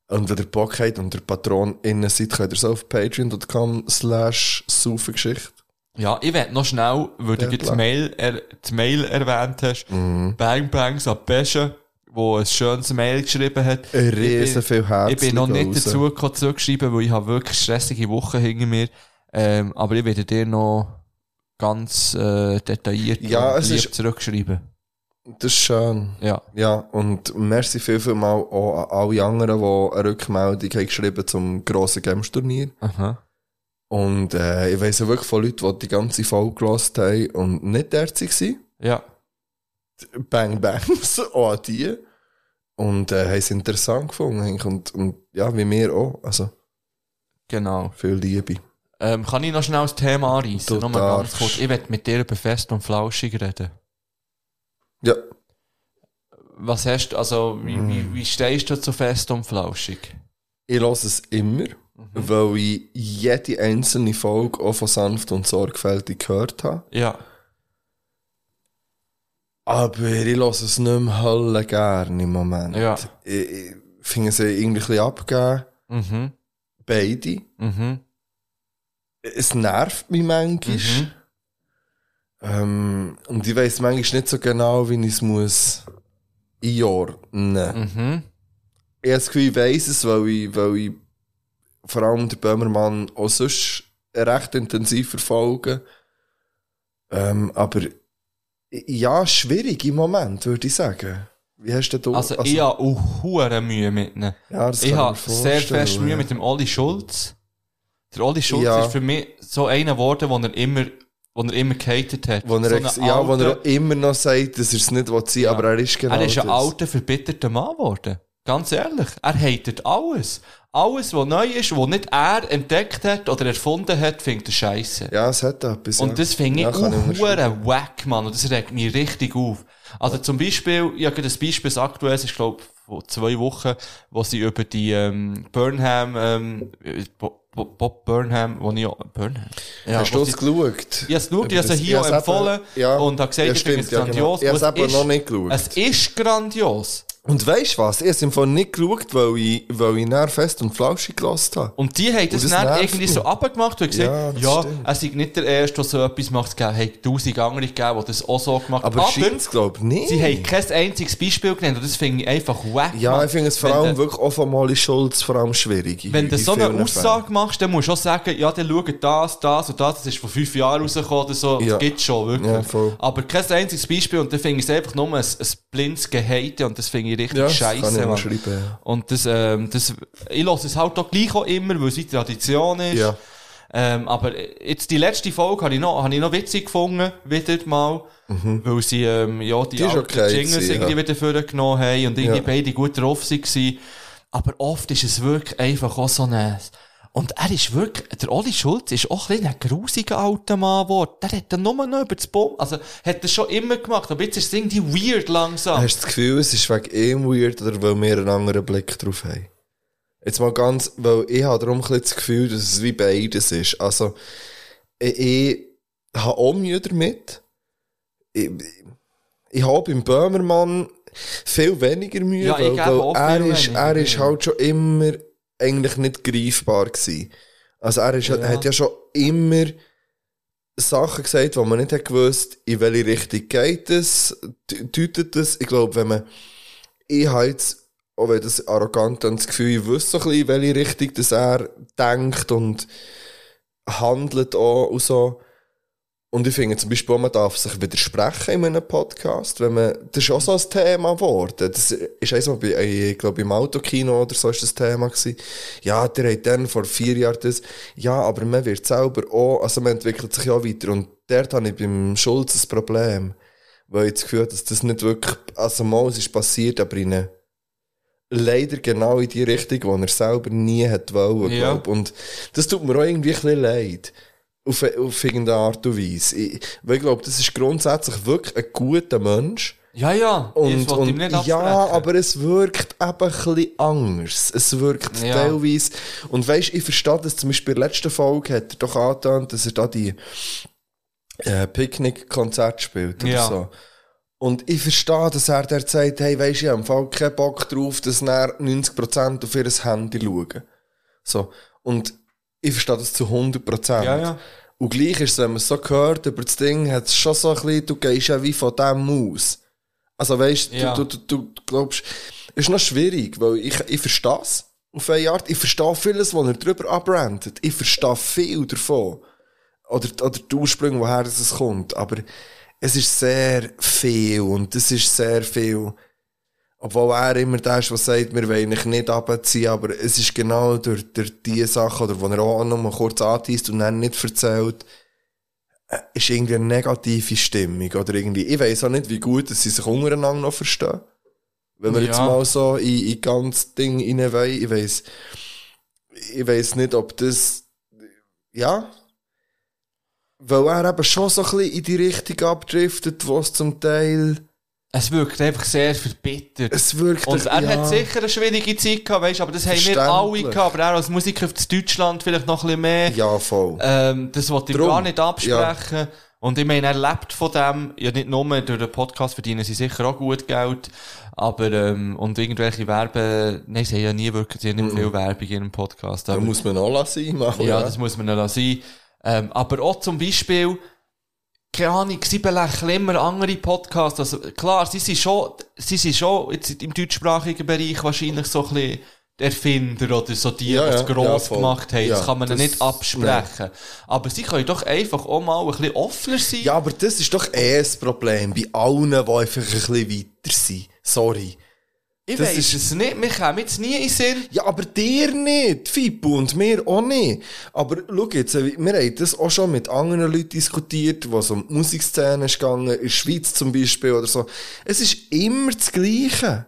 S1: Und wenn ihr Bock habt und ihr Patron innen seid, könnt ihr so auf patreon.com slash Saufengeschichte.
S2: Ja, ich werd noch schnell, weil du
S1: Ja,
S2: gerade die
S1: klar.
S2: Mail, er, die Mail erwähnt hast,
S1: Mhm.
S2: Bang Bangs an Pesche, wo ein schönes Mail geschrieben hat.
S1: Riesen
S2: ich bin,
S1: viel Herz.
S2: ich bin noch
S1: liegen
S2: nicht
S1: raus.
S2: dazu gekommen, zurückzuschreiben, weil ich habe wirklich stressige Wochen hinter mir. Ähm, aber ich werde dir noch ganz äh, detailliert
S1: Ja,
S2: und
S1: es
S2: lieb
S1: ist-
S2: zurückschreiben.
S1: Das ist schön.
S2: Ja.
S1: Ja, und merci viel, viel mal auch an alle anderen, die eine Rückmeldung haben geschrieben zum grossen Games-Turnier.
S2: Aha.
S1: Und äh, ich weiss ja wirklich von Leuten, die die ganze Folge gelassen haben und nicht dort waren.
S2: Ja.
S1: Bang Bangs, auch an Oh, die. Und äh, haben es interessant gefunden. eigentlich. Und, und ja, wie wir auch. Also
S2: Genau.
S1: viel Liebe.
S2: Ähm, kann ich noch schnell das Thema anreißen?
S1: Du
S2: Nochmal ganz
S1: darfst.
S2: kurz. Ich will mit dir über fest und flauschig reden.
S1: Ja.
S2: Was hast du, also, wie,
S1: Mm.
S2: wie, wie stehst du zu fest und flauschig?
S1: Ich höre es immer, weil ich jede einzelne Folge auch von sanft und sorgfältig gehört habe.
S2: Ja.
S1: Aber ich lasse es nicht mehr Hölle gern im Moment.
S2: Ja.
S1: Ich, ich finde es irgendwie ein bisschen abgegeben.
S2: Mhm.
S1: Beide.
S2: Mhm.
S1: Es nervt mich manchmal.
S2: Mhm.
S1: Ähm, und ich weiss manchmal nicht so genau, wie ich es muss einordnen muss.
S2: Mhm.
S1: Ich habe das Gefühl, ich weiss es, weil ich, weil ich vor allem den Böhmermann auch sonst recht intensiv verfolge. Ähm, aber ja, schwierig im Moment, würde ich sagen. Wie hast denn du
S2: Also, ich habe auch hure Mühe mit ihnen.
S1: ja, das
S2: Ich
S1: kann
S2: habe
S1: mir
S2: sehr fest
S1: vorstellen,
S2: Mühe
S1: ja.
S2: mit dem Olli Schulz. Der Olli Schulz
S1: Ja.
S2: ist für mich so einer geworden, den er immer, den er immer gehatet hat.
S1: Wo er,
S2: so
S1: ex-
S2: ein
S1: ja, wo
S2: alter-
S1: er immer noch sagt, dass er es nicht sein will,
S2: Ja.
S1: aber er ist genau
S2: er ist ein
S1: das.
S2: alter, verbitterter Mann geworden. Ganz ehrlich. Er hatet alles. Alles, was neu ist, was nicht er entdeckt hat oder erfunden hat, findet er scheiße.
S1: Ja, es hat etwas. ja.
S2: Und das finde ich
S1: Ja, kann
S2: auch
S1: unterschreiben.
S2: hure wack, Mann. Und das regt mich richtig auf. Also zum Beispiel, ich habe gerade ein Beispiel, das aktuell ist, ich glaube, vor zwei Wochen, wo sie über die ähm, Burnham, ähm, äh, Bo- Bo- Bob Burnham, wo ich auch- Burnham? Ja,
S1: Hast
S2: wo
S1: du
S2: sie-
S1: es geschaut?
S2: Ich habe es geschaut, ich habe
S1: Über
S2: es
S1: das-
S2: hier auch
S1: hab's eben-
S2: empfohlen und habe gesagt, ich finde es
S1: ja,
S2: grandios.
S1: Genau. Ich
S2: Und
S1: habe es eben
S2: es
S1: noch
S2: ist-
S1: nicht geschaut.
S2: Es ist grandios.
S1: und weißt du was? Ich habe es im Fall nicht geschaut, weil ich, weil ich nachher fest und flauschig gelassen habe.
S2: Und die haben das,
S1: das
S2: dann
S1: nervt
S2: irgendwie
S1: mich.
S2: so abgemacht und
S1: Ja,
S2: gesagt,
S1: das
S2: ja,
S1: stimmt.
S2: er sei nicht der Erste, der so etwas macht. Es gab- hat tausend andere gegeben, die das auch so gemacht haben.
S1: Aber, aber scheint glaube ich nicht.
S2: Sie haben kein einziges Beispiel genannt und das finde ich einfach wack.
S1: ja,
S2: Mann.
S1: ich finde es vor
S2: Wenn
S1: allem
S2: du-
S1: wirklich auch von Molly Schulz vor allem schwierig. in-
S2: Wenn du
S1: in
S2: so eine
S1: vielen
S2: Aussage machst, dann musst du auch sagen, ja, dann schau das, das und das, das ist vor fünf Jahren rausgekommen oder so,
S1: Ja.
S2: das gibt's schon, wirklich.
S1: Ja, voll.
S2: Aber kein einziges Beispiel und dann finde ich es einfach nur ein, ein blindes Gehate und das finde ich richtig
S1: Fällen. Ja, das kann
S2: scheiße.
S1: ich
S2: Mann.
S1: unterschreiben, ja.
S2: Und das, ähm, das, ich lasse es halt auch gleich auch immer, weil es die Tradition ist.
S1: Ja.
S2: Ähm, aber jetzt die letzte Folge habe ich noch, habe ich noch witzig gefunden, wieder mal, weil sie, ähm, ja, die,
S1: Mhm. Die ist
S2: alten
S1: okay
S2: Jingles
S1: gewesen,
S2: irgendwie
S1: ja.
S2: wieder vorgenommen haben und irgendwie
S1: Ja.
S2: beide gut drauf waren. Aber oft ist es wirklich einfach auch so ein, und er ist wirklich, der Oli Schulz ist auch ein bisschen ein grusiger alter Mann geworden. Der hat dann nur noch über das Baum, also, hat das schon immer gemacht, aber jetzt ist es irgendwie weird langsam.
S1: Hast du das Gefühl, es ist wegen ihm weird oder weil wir einen anderen Blick drauf haben? Jetzt mal ganz, weil ich habe darum ein bisschen das Gefühl, dass es wie beides ist. Also, ich, ich habe auch Mühe damit. Ich, ich habe beim Böhmermann viel weniger Mühe,
S2: Ja, ich
S1: weil,
S2: gebe auch
S1: weil er,
S2: viel
S1: ist,
S2: weniger
S1: er ist
S2: Mühe.
S1: halt schon immer eigentlich nicht greifbar gewesen. Also er ist,
S2: Ja.
S1: hat ja schon immer Sachen gesagt, die man nicht hat gewusst, in welche Richtung geht es, d- deutet es. Ich glaube, wenn man, ich habe jetzt, auch wenn das arrogant dann das Gefühl, ich wüsste so ein bisschen, in welche Richtung dass er denkt und handelt auch und so. Und ich finde zum Beispiel, auch, man darf sich widersprechen in einem Podcast, wenn man, das ist auch so ein Thema geworden. Das ist eins Mal bei, äh, ich glaube, im Autokino oder so ist das Thema gewesen. Ja, der hat dann vor vier Jahren das, ja, aber man wird selber auch, also man entwickelt sich ja auch weiter. Und dort habe ich beim Schulz ein Problem. Weil ich das Gefühl habe, dass das nicht wirklich, also mal, es ist passiert, aber in eine, leider genau in die Richtung, die er selber nie hat wollen,
S2: Ja.
S1: glaube Und das tut mir auch irgendwie ein bisschen leid. Auf, e, auf irgendeine Art und Weise. Ich, weil ich glaube, das ist grundsätzlich wirklich ein guter Mensch.
S2: Ja, ja,
S1: Und,
S2: wollte ihm
S1: und
S2: nicht
S1: ja,
S2: absprechen.
S1: aber es wirkt eben ein bisschen anders. Es wirkt
S2: Ja.
S1: teilweise. Und weißt ich verstehe das zum Beispiel in der letzten Folge hat er doch angetan, dass er da die äh, Picknick-Konzerte spielt oder
S2: Ja.
S1: so. Und ich verstehe, dass er der sagt, hey, weisst du, ich habe im Fall keinen Bock drauf, dass dann 90% auf ihr Handy schauen. So. Und ich verstehe das zu 100%.
S2: Ja, ja.
S1: Und gleich ist es, wenn man es so hört, über das Ding, hat es schon so ein bisschen, du gehst ja wie von dem aus. Also weißt
S2: Ja.
S1: du, du, du, du glaubst, es ist noch schwierig, weil ich, ich verstehe es auf eine Art. Ich verstehe vieles, was er drüber abrantet. Ich verstehe viel davon. Oder, oder die Ursprünge, woher es kommt. Aber es ist sehr viel und es ist sehr viel. Obwohl er immer der ist, der sagt, wir wollen dich nicht runterziehen, aber es ist genau durch, durch diese Sachen, oder wo er auch noch kurz anteist und dann nicht erzählt, äh, ist irgendwie eine negative Stimmung, oder irgendwie, ich weiss auch nicht, wie gut dass sie sich untereinander noch verstehen. Wenn wir jetzt
S2: Ja.
S1: mal so in, in ganz Ding rein wollen, ich weiss, ich weiss nicht, ob das, ja, weil er eben schon so ein bisschen in die Richtung abdriftet, wo es zum Teil,
S2: Es wirkt einfach sehr verbittert.
S1: es wirkt
S2: Und er
S1: ja.
S2: hat sicher eine schwierige Zeit gehabt, weißt, aber das haben wir alle
S1: Verständlich.
S2: gehabt. Aber er als Musiker aus Deutschland vielleicht noch ein bisschen mehr.
S1: Ja, voll.
S2: Ähm, das wollte ich
S1: Drum.
S2: gar nicht absprechen. Und ich meine, er lebt von dem, ja nicht nur durch den Podcast verdienen sie sicher auch gut Geld, aber, ähm, und irgendwelche Werbe, nein, sie haben ja nie wirklich, sie haben
S1: Mhm.
S2: nicht viel Werbung in einem Podcast.
S1: da
S2: Aber,
S1: muss man auch lassen, machen.
S2: ja, das muss man ja lassen. Ähm, aber auch zum Beispiel, keine Ahnung, sie belächeln immer andere Podcasts. Also, klar, sie sind schon, sie sind schon jetzt im deutschsprachigen Bereich wahrscheinlich so ein bisschen die Erfinder oder so die,
S1: Ja,
S2: die es
S1: ja, ja,
S2: gross
S1: voll.
S2: gemacht haben.
S1: Ja,
S2: das kann man
S1: das-
S2: nicht absprechen. Aber sie können doch einfach auch mal ein bisschen offener sein.
S1: ja, aber das ist doch eh das Problem bei allen, die einfach ein bisschen weiter sind. Sorry.
S2: ich
S1: das
S2: weiss
S1: ist-
S2: es nicht, wir kommen jetzt nie in den Sinn.
S1: Ja, aber dir nicht, Fippo, und mir auch nicht. Aber schau jetzt, äh, wir haben das auch schon mit anderen Leuten diskutiert, was um die Musikszene ist gegangen, in der Schweiz zum Beispiel oder so. Es ist immer das Gleiche.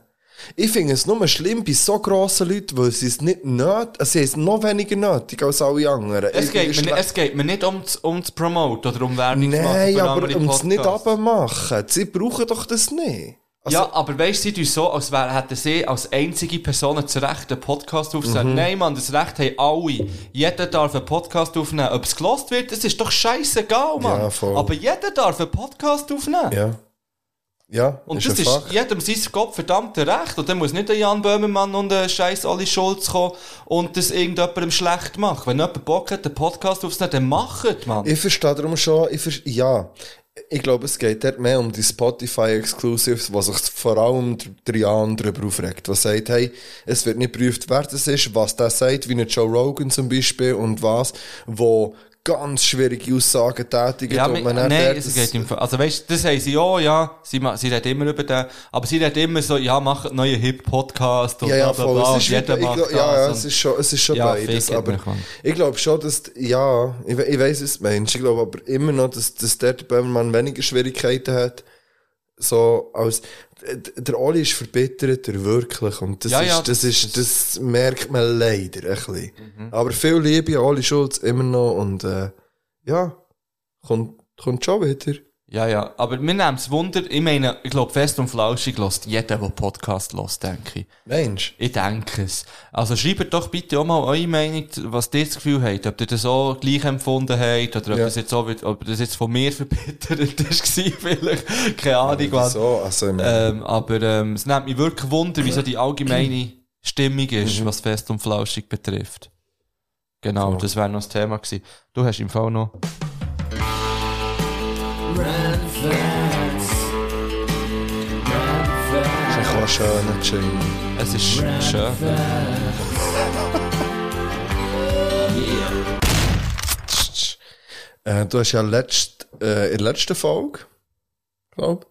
S1: Ich finde es nur schlimm bei so grossen Leuten, weil sie es nicht nötig, sie haben es noch weniger nötig als alle anderen.
S2: Es
S1: Irgendwie
S2: geht, mir,
S1: schlecht.
S2: nicht- es geht mir nicht um zu um zu promoten oder um Werbung zu machen.
S1: Nein,
S2: für
S1: aber
S2: andere
S1: um es nicht
S2: Podcasts.
S1: abmachen. Sie brauchen doch das nicht. Also,
S2: ja, aber weißt du, sie tun so, als wär, hätten sie als einzige Person zu Recht einen Podcast
S1: Mhm.
S2: aufzunehmen. Nein, Mann, das Recht haben alle. Jeder darf einen Podcast aufnehmen. Ob es gelost wird, das ist doch scheißegal, Mann.
S1: Ja, voll.
S2: aber jeder darf einen Podcast aufnehmen.
S1: Ja. Ja,
S2: Und das
S1: ein
S2: ist
S1: Fakt.
S2: jedem sein Gott verdammte Recht. Und dann muss nicht der Jan Böhmermann und der scheiß Ali Schulz kommen und das irgendjemandem schlecht machen. Wenn jemand Bock hat, den Podcast aufzunehmen, dann machet, Mann.
S1: Ich verstehe darum schon, ich ver ja. Ich glaube, es geht dort mehr um die Spotify-Exclusives, was sich vor allem der Drian darüber aufregt, was sagt, hey, es wird nicht geprüft, wer das ist, was der sagt, wie ein Joe Rogan zum Beispiel und was, wo ganz schwierige Aussagen tätigen
S2: Ja,
S1: und
S2: mit,
S1: man dann
S2: nein,
S1: dort
S2: es
S1: das-
S2: geht im Fall. Also weißt, das haben sie ja, ja, sie, ma- sie reden immer über den, aber sie reden immer so, ja, macht einen neuen Hip-Podcast und
S1: Ja, ja,
S2: bla,
S1: voll.
S2: bla, bla,
S1: Es
S2: und
S1: ist, wieder-
S2: jeder
S1: ich
S2: macht
S1: glaub,
S2: das.
S1: ja, ja,
S2: und-
S1: es ist schon, es ist schon
S2: Ja,
S1: beides.
S2: fick
S1: Aber
S2: mich, Mann.
S1: ich glaube schon, dass, die- ja, ich, we- ich weiss, was du meinst. Ich glaube aber immer noch, dass, dass der Böhmermann weniger Schwierigkeiten hat. So, als, d- der Oli ist verbitterter, wirklich. Und das
S2: Ja,
S1: ist,
S2: ja,
S1: das,
S2: das- Mhm.
S1: ist, das merkt man leider ein bisschen. Aber viel Liebe an Oli Schulz immer noch und, äh, ja, kommt, kommt schon wieder.
S2: ja, ja, aber mir nehmen das Wunder, ich meine, ich glaube, fest und flauschig lässt jeder, der Podcast lässt, denke ich.
S1: Mensch.
S2: Ich denke es. Also schreibt doch bitte auch mal eure Meinung, was ihr das Gefühl habt, ob ihr das auch gleich empfunden habt, oder ob,
S1: Ja.
S2: das, jetzt auch, wieder- ob das jetzt von mir verbittert ist, gewesen, vielleicht. Keine Ahnung, was.
S1: So, also, ich meine,
S2: Ähm, aber ähm, es nimmt mich wirklich Wunder, wie so die allgemeine Stimmung
S1: Mhm.
S2: ist, was Fest und Flauschig betrifft. Genau, das wäre noch das Thema gewesen. Du hast im Fall noch...
S1: das ist ein schöner Jingle.
S2: Es ist schön.
S1: Äh, du hast ja letzt, äh, in der letzten Folge, glaub,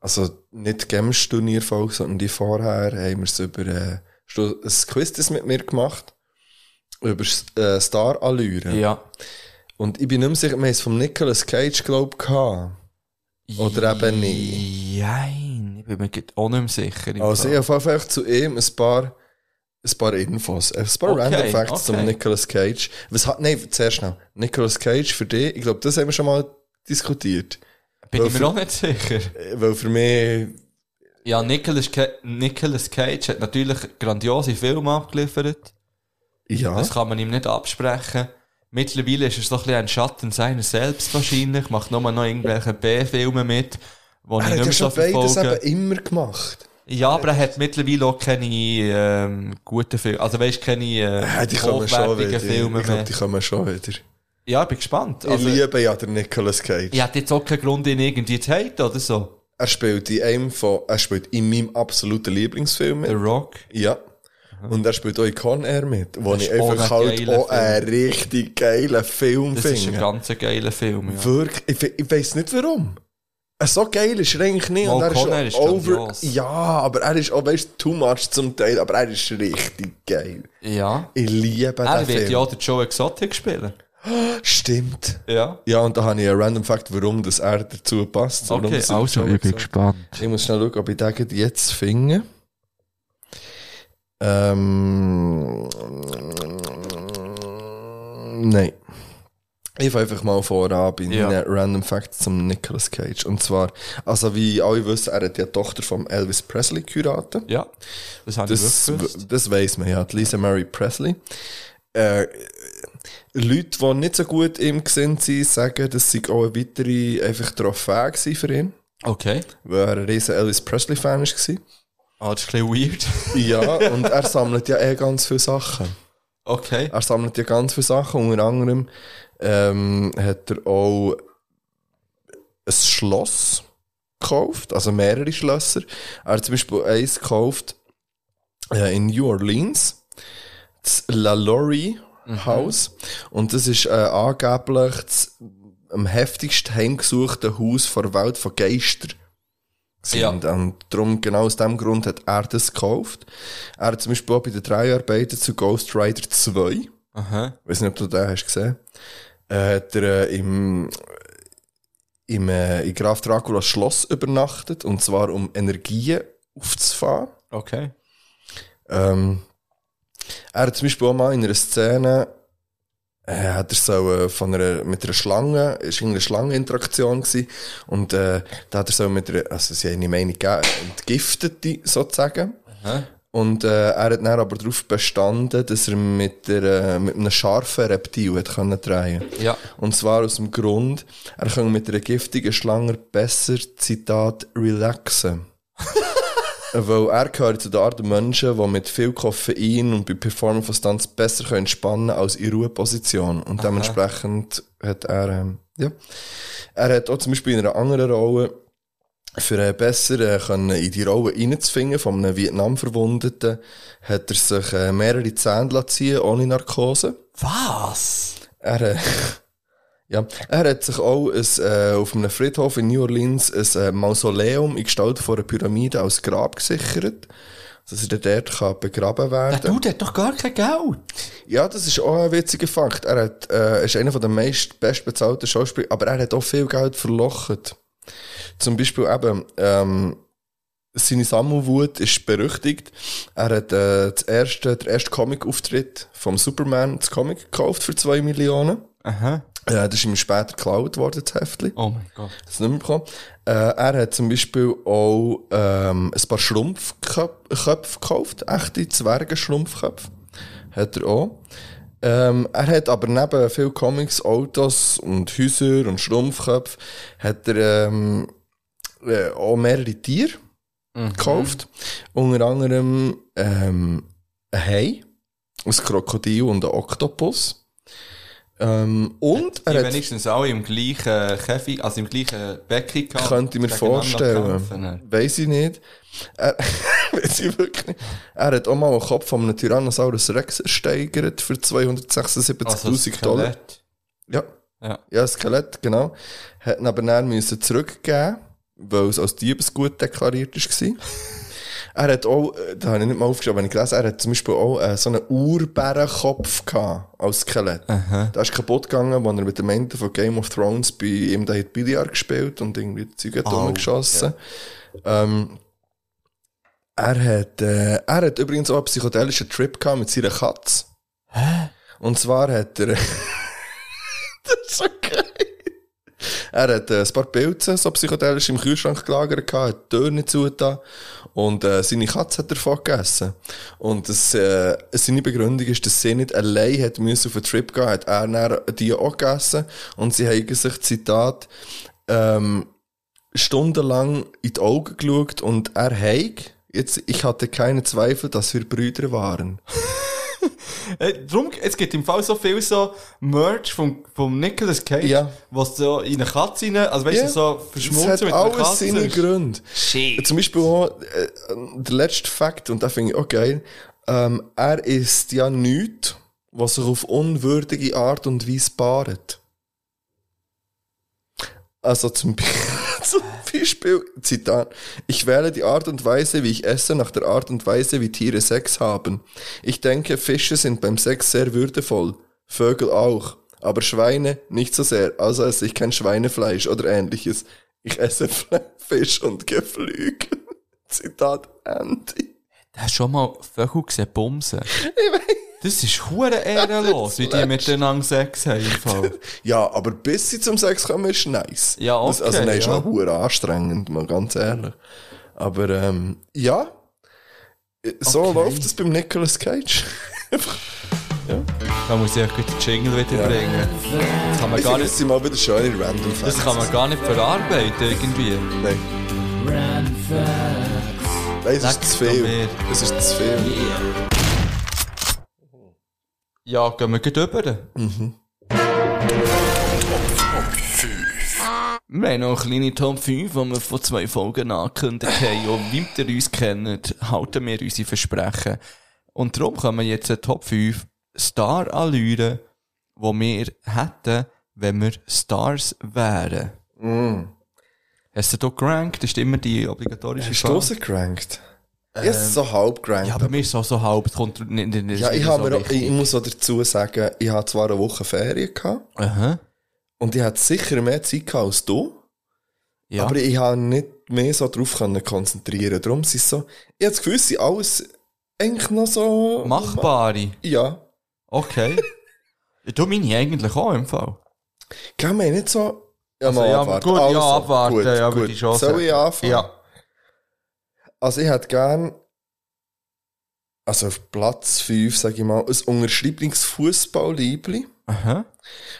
S1: also nicht Games-Turnier-Folge, sondern die vorher, haben wir es über äh, hast du ein Quiz das mit mir gemacht, über äh, Star-Allüren.
S2: Ja.
S1: Und ich bin nicht mehr sicher, wir haben es vom Nicolas Cage, glaube ich, gehabt. Oder eben nicht.
S2: Nein, ich bin mir grad auch nicht mehr sicher. im
S1: Also
S2: Fall.
S1: ich habe auf jeden Fall zu ihm ein paar, ein paar Infos, ein paar
S2: Okay,
S1: Random Facts
S2: okay.
S1: zum Nicolas Cage. Was hat, nein, sehr schnell, Nicolas Cage für dich, ich glaube, das haben wir schon mal diskutiert.
S2: bin ich
S1: Weil
S2: mir auch nicht sicher.
S1: Äh, Weil für mich
S2: Ja, Nicolas, Ca Nicolas Cage hat natürlich grandiose Filme abgeliefert.
S1: Ja.
S2: Das kann man ihm nicht absprechen. Mittlerweile ist er so ein bisschen ein Schatten seiner selbst wahrscheinlich, macht nochmal noch irgendwelche B-Filme mit, wo ich
S1: er hat
S2: nicht
S1: ja
S2: mehr so
S1: schon beides
S2: verfolge.
S1: eben immer gemacht.
S2: Ja, aber er hat mittlerweile auch keine ähm, guten Filme, also weißt keine äh,
S1: Ja, die kommen schon wieder.
S2: hochwertigen Filme
S1: ich glaube,
S2: mehr.
S1: die kommen schon wieder.
S2: Ja, ich bin gespannt. Also,
S1: ich
S2: ich
S1: liebe ja den Nicolas Cage.
S2: hatte jetzt auch keinen Grund, ihn irgendwie zu haten oder so.
S1: Er spielt in einem von, er spielt in meinem absoluten Lieblingsfilm
S2: The
S1: mit.
S2: Rock.
S1: Ja. Und er spielt auch in Con Air mit, wo
S2: Das
S1: ich
S2: ist auch
S1: einfach
S2: ein
S1: halt
S2: geiler
S1: auch einen richtig geilen Film
S2: Das ist ein
S1: finde.
S2: ganz geiler Film, ja.
S1: Wirklich, ich, we- ich weiss nicht warum. So geil ist er eigentlich nicht. Und
S2: Mal
S1: er ist
S2: Conner
S1: schon
S2: ist
S1: over.
S2: grandios.
S1: Ja, aber er ist auch, weißt du, too much zum Teil, aber er ist richtig geil.
S2: Ja.
S1: Ich liebe
S2: Er
S1: den
S2: wird
S1: Film.
S2: ja auch den Joe Exotic spielen.
S1: Stimmt.
S2: Ja.
S1: Ja, und da habe ich einen random Fact, warum das er dazu passt. Warum
S2: Okay,
S1: das
S2: also ich bin gespannt.
S1: Ich muss schnell schauen, ob ich den gerade jetzt finde. Ähm. Nein. Ich fange einfach mal voran bei
S2: Ja.
S1: einem Random Fact zum Nicolas Cage. Und zwar, also wie alle wissen, er hat ja die Tochter von Elvis Presley geheiratet.
S2: Ja. Das habe ich
S1: Das,
S2: wirklich gewusst.
S1: das weiß man ja, die Lisa Mary Presley. Äh, Leute, die nicht so gut im gesehen sind, sagen, das sei auch eine weitere einfach Trophäe gewesen für ihn,
S2: Okay.
S1: weil er ein riesen Elvis Presley-Fan war.
S2: Ah, das ist ein bisschen weird.
S1: Ja, und er sammelt ja eh ganz viele Sachen.
S2: Okay.
S1: Er sammelt ja ganz viele Sachen, unter anderem ähm, hat er auch ein Schloss gekauft, also mehrere Schlösser. Er hat zum Beispiel eins gekauft äh, in New Orleans, das La Laurie House. Und das ist äh, angeblich das am heftigst heimgesuchte Haus der Welt von Geistern.
S2: Ja.
S1: Und, und darum, genau aus dem Grund hat er das gekauft. Er hat zum Beispiel auch bei den drei Arbeiten zu Ghost Rider 2
S2: Aha.
S1: weiß nicht, ob du den hast gesehen, äh, hat er äh, im, im, äh, in Graf Draculas Schloss übernachtet, und zwar um Energien aufzufahren.
S2: Okay.
S1: Ähm, er hat zum Beispiel auch mal in einer Szene äh, hat er so, äh, von einer, mit einer Schlange, ist in einer Schlangeninteraktion gewesen, und äh, da hat er so mit einer, also sie haben ihm eine gegeben, entgiftete sozusagen.
S2: Aha.
S1: Und äh, er hat dann aber darauf bestanden, dass er mit, der, äh, mit einem scharfen Reptil hat können drehen
S2: Ja.
S1: Und zwar aus dem Grund, er kann mit einer giftigen Schlange besser, Zitat, relaxen. Weil er gehört zu den Arten Menschen, die mit viel Koffein und bei Performance von Stunts besser können entspannen als in Ruheposition. Und dementsprechend hat er, ähm, ja. Er hat auch zum Beispiel in einer anderen Rolle für äh, besser äh, können in die Rolle reinzufinden von einem Vietnam-Verwundeten, hat er sich äh, mehrere Zähne lassen ziehen, ohne Narkose.
S2: Was?
S1: Er, äh, ja, er hat sich auch ein, äh, auf einem Friedhof in New Orleans ein äh, Mausoleum in Gestalt von einer Pyramide als Grab gesichert, dass er dort kann begraben werden kann.
S2: Du, der hat doch gar kein Geld.
S1: Ja, das ist auch ein witziger Fakt. Er hat, äh, ist einer der meist bestbezahlten Schauspieler, aber er hat auch viel Geld verlocht. Zum Beispiel eben, ähm, seine Sammelwut ist berüchtigt. Er hat äh, das erste, den ersten Comic-Auftritt vom Superman, das Comic, gekauft für 2 Millionen.
S2: Aha.
S1: Äh, das ist ihm später geklaut worden, das Heftchen.
S2: Oh mein Gott.
S1: Hat es nicht mehr bekommen. Äh, er hat zum Beispiel auch ähm, ein paar Schrumpfköpfe gekauft, echte Zwergenschrumpfköpfe. Hat er auch. Ähm, er hat aber neben vielen Comics, Autos und Häuser und Schrumpfköpfe, hat er ähm, äh, auch mehrere Tiere gekauft. Unter anderem ähm, ein Hai, ein Krokodil und ein Oktopus. Ähm, und
S2: Die
S1: er hat
S2: wenigstens alle im gleichen Käfig, also im gleichen Becken gehabt.
S1: Könnte ich mir
S2: Gegeneinander
S1: vorstellen.
S2: kämpfen.
S1: Weiß ich nicht. Er, weiß ich wirklich nicht. Er hat auch mal einen Kopf von einem Tyrannosaurus Rex ersteigert für 276.000
S2: Also Skelett.
S1: Dollar. Ja.
S2: Ja.
S1: ja, ein Skelett, genau. Hätten aber dann müssen zurückgeben weil es als Diebesgut deklariert war. er hat auch, äh, da habe ich nicht mal aufgeschrieben, habe ich gelesen, er hat zum Beispiel auch äh, so einen Urbärenkopf gehabt, als Skelett. Der ist kaputt gegangen, als er mit dem Ende von Game of Thrones bei ihm da hat Billiard gespielt und irgendwie die Züge hat
S2: Au,
S1: rumgeschossen. Ähm, er hat, äh, er hat übrigens auch einen psychedelischen Trip gehabt mit seiner Katze. Hä? Und zwar hat er, das ist okay. Er hat äh, ein paar Pilze, so psychedelisch, im Kühlschrank gelagert, gehabt, hat die Tür nicht zugetan und äh, seine Katze hat davon gegessen. Und das, äh, seine Begründung ist, dass sie nicht allein hat müssen auf einen Trip gehen, hat er dann die auch gegessen und sie haben sich, Zitat, ähm, stundenlang in die Augen geschaut und er hat, jetzt, ich hatte keine Zweifel, dass wir Brüder waren.
S2: Äh, drum, es gibt im Fall so viel so Merch vom, vom Nicolas Cage,
S1: Ja.
S2: was so in eine Katze rein, also weißt
S1: Ja.
S2: du, so
S1: Das
S2: verschmutzt
S1: hat
S2: mit einer
S1: alles
S2: Katze.
S1: seine
S2: ist.
S1: Gründe.
S2: Shit.
S1: Zum Beispiel auch, äh, der letzte Fakt, und da finde ich auch geil, ähm, er ist ja nichts, was sich auf unwürdige Art und Weise paart. Also zum Beispiel, Zum Beispiel, Zitat, ich wähle die Art und Weise, wie ich esse, nach der Art und Weise, wie Tiere Sex haben. Ich denke, Fische sind beim Sex sehr würdevoll, Vögel auch, aber Schweine nicht so sehr, also esse ich kein Schweinefleisch oder ähnliches. Ich esse Fle- Fisch und Geflügel. Zitat Andy.
S2: Hast du schon mal Vögel gesehen, Bumsen? Das ist hure ehrenlos,
S1: Das
S2: wie
S1: ist
S2: die
S1: läppisch.
S2: miteinander Sex haben. im Fall.
S1: Ja, aber bis sie zum Sex kommen, ist nice.
S2: Ja,
S1: Das- Also,
S2: okay,
S1: nein, ist
S2: ja.
S1: auch hure anstrengend, mal ganz ehrlich. Aber, ähm, ja. So
S2: Okay.
S1: läuft es beim Nicolas Cage.
S2: Da muss ich euch den Jingle wieder bringen. Das kann man
S1: Ich
S2: gar
S1: finde,
S2: nicht,
S1: das sind mal wieder schöne Random Facts.
S2: das kann man gar nicht verarbeiten, irgendwie.
S1: Nein. Nein, es
S2: Leck
S1: ist zu
S2: doch
S1: viel.
S2: mir.
S1: Es ist zu viel.
S2: Ja, gehen wir gleich rüber. Mhm. Wir haben noch eine kleine Top 5, die wir vor zwei Folgen angekündigt haben. Und wie ihr uns kennt, halten wir unsere Versprechen. Und darum kommen jetzt eine Top 5 Star-Allüren, die wir hätten, wenn wir Stars wären.
S1: Mm.
S2: Hast du da gerankt? Das ist immer die obligatorische
S1: Hast du rausgerankt? Ich habe es so halb gerankt.
S2: Ähm, Ja,
S1: Ja,
S2: bei mir ist es auch so halb. es Kommt nicht, nicht, nicht
S1: ich,
S2: nicht so
S1: habe mir auch,
S2: wichtig.
S1: ich, ich muss auch dazu sagen, ich hatte zwar eine Woche Ferien gehabt,
S2: Aha.
S1: und ich hatte sicher mehr Zeit gehabt als du,
S2: Ja.
S1: aber ich habe nicht mehr so drauf können konzentrieren. Darum sind es so, ich habe das Gefühl, es sind alles eigentlich noch so...
S2: Machbare.
S1: Ja.
S2: Okay. Ja, Du meine ich eigentlich auch im Fall.
S1: Kann man nicht so... Ja,
S2: Also,
S1: mal
S2: ja,
S1: abwarten.
S2: gut, ja,
S1: Also,
S2: abwarten,
S1: gut,
S2: ja, würde
S1: gut.
S2: ich schon
S1: Soll ich
S2: sagen.
S1: anfangen? Also ich hätte gern, also auf Platz 5, sage ich mal, ein Unterschreiblingsfußballliebli
S2: Aha.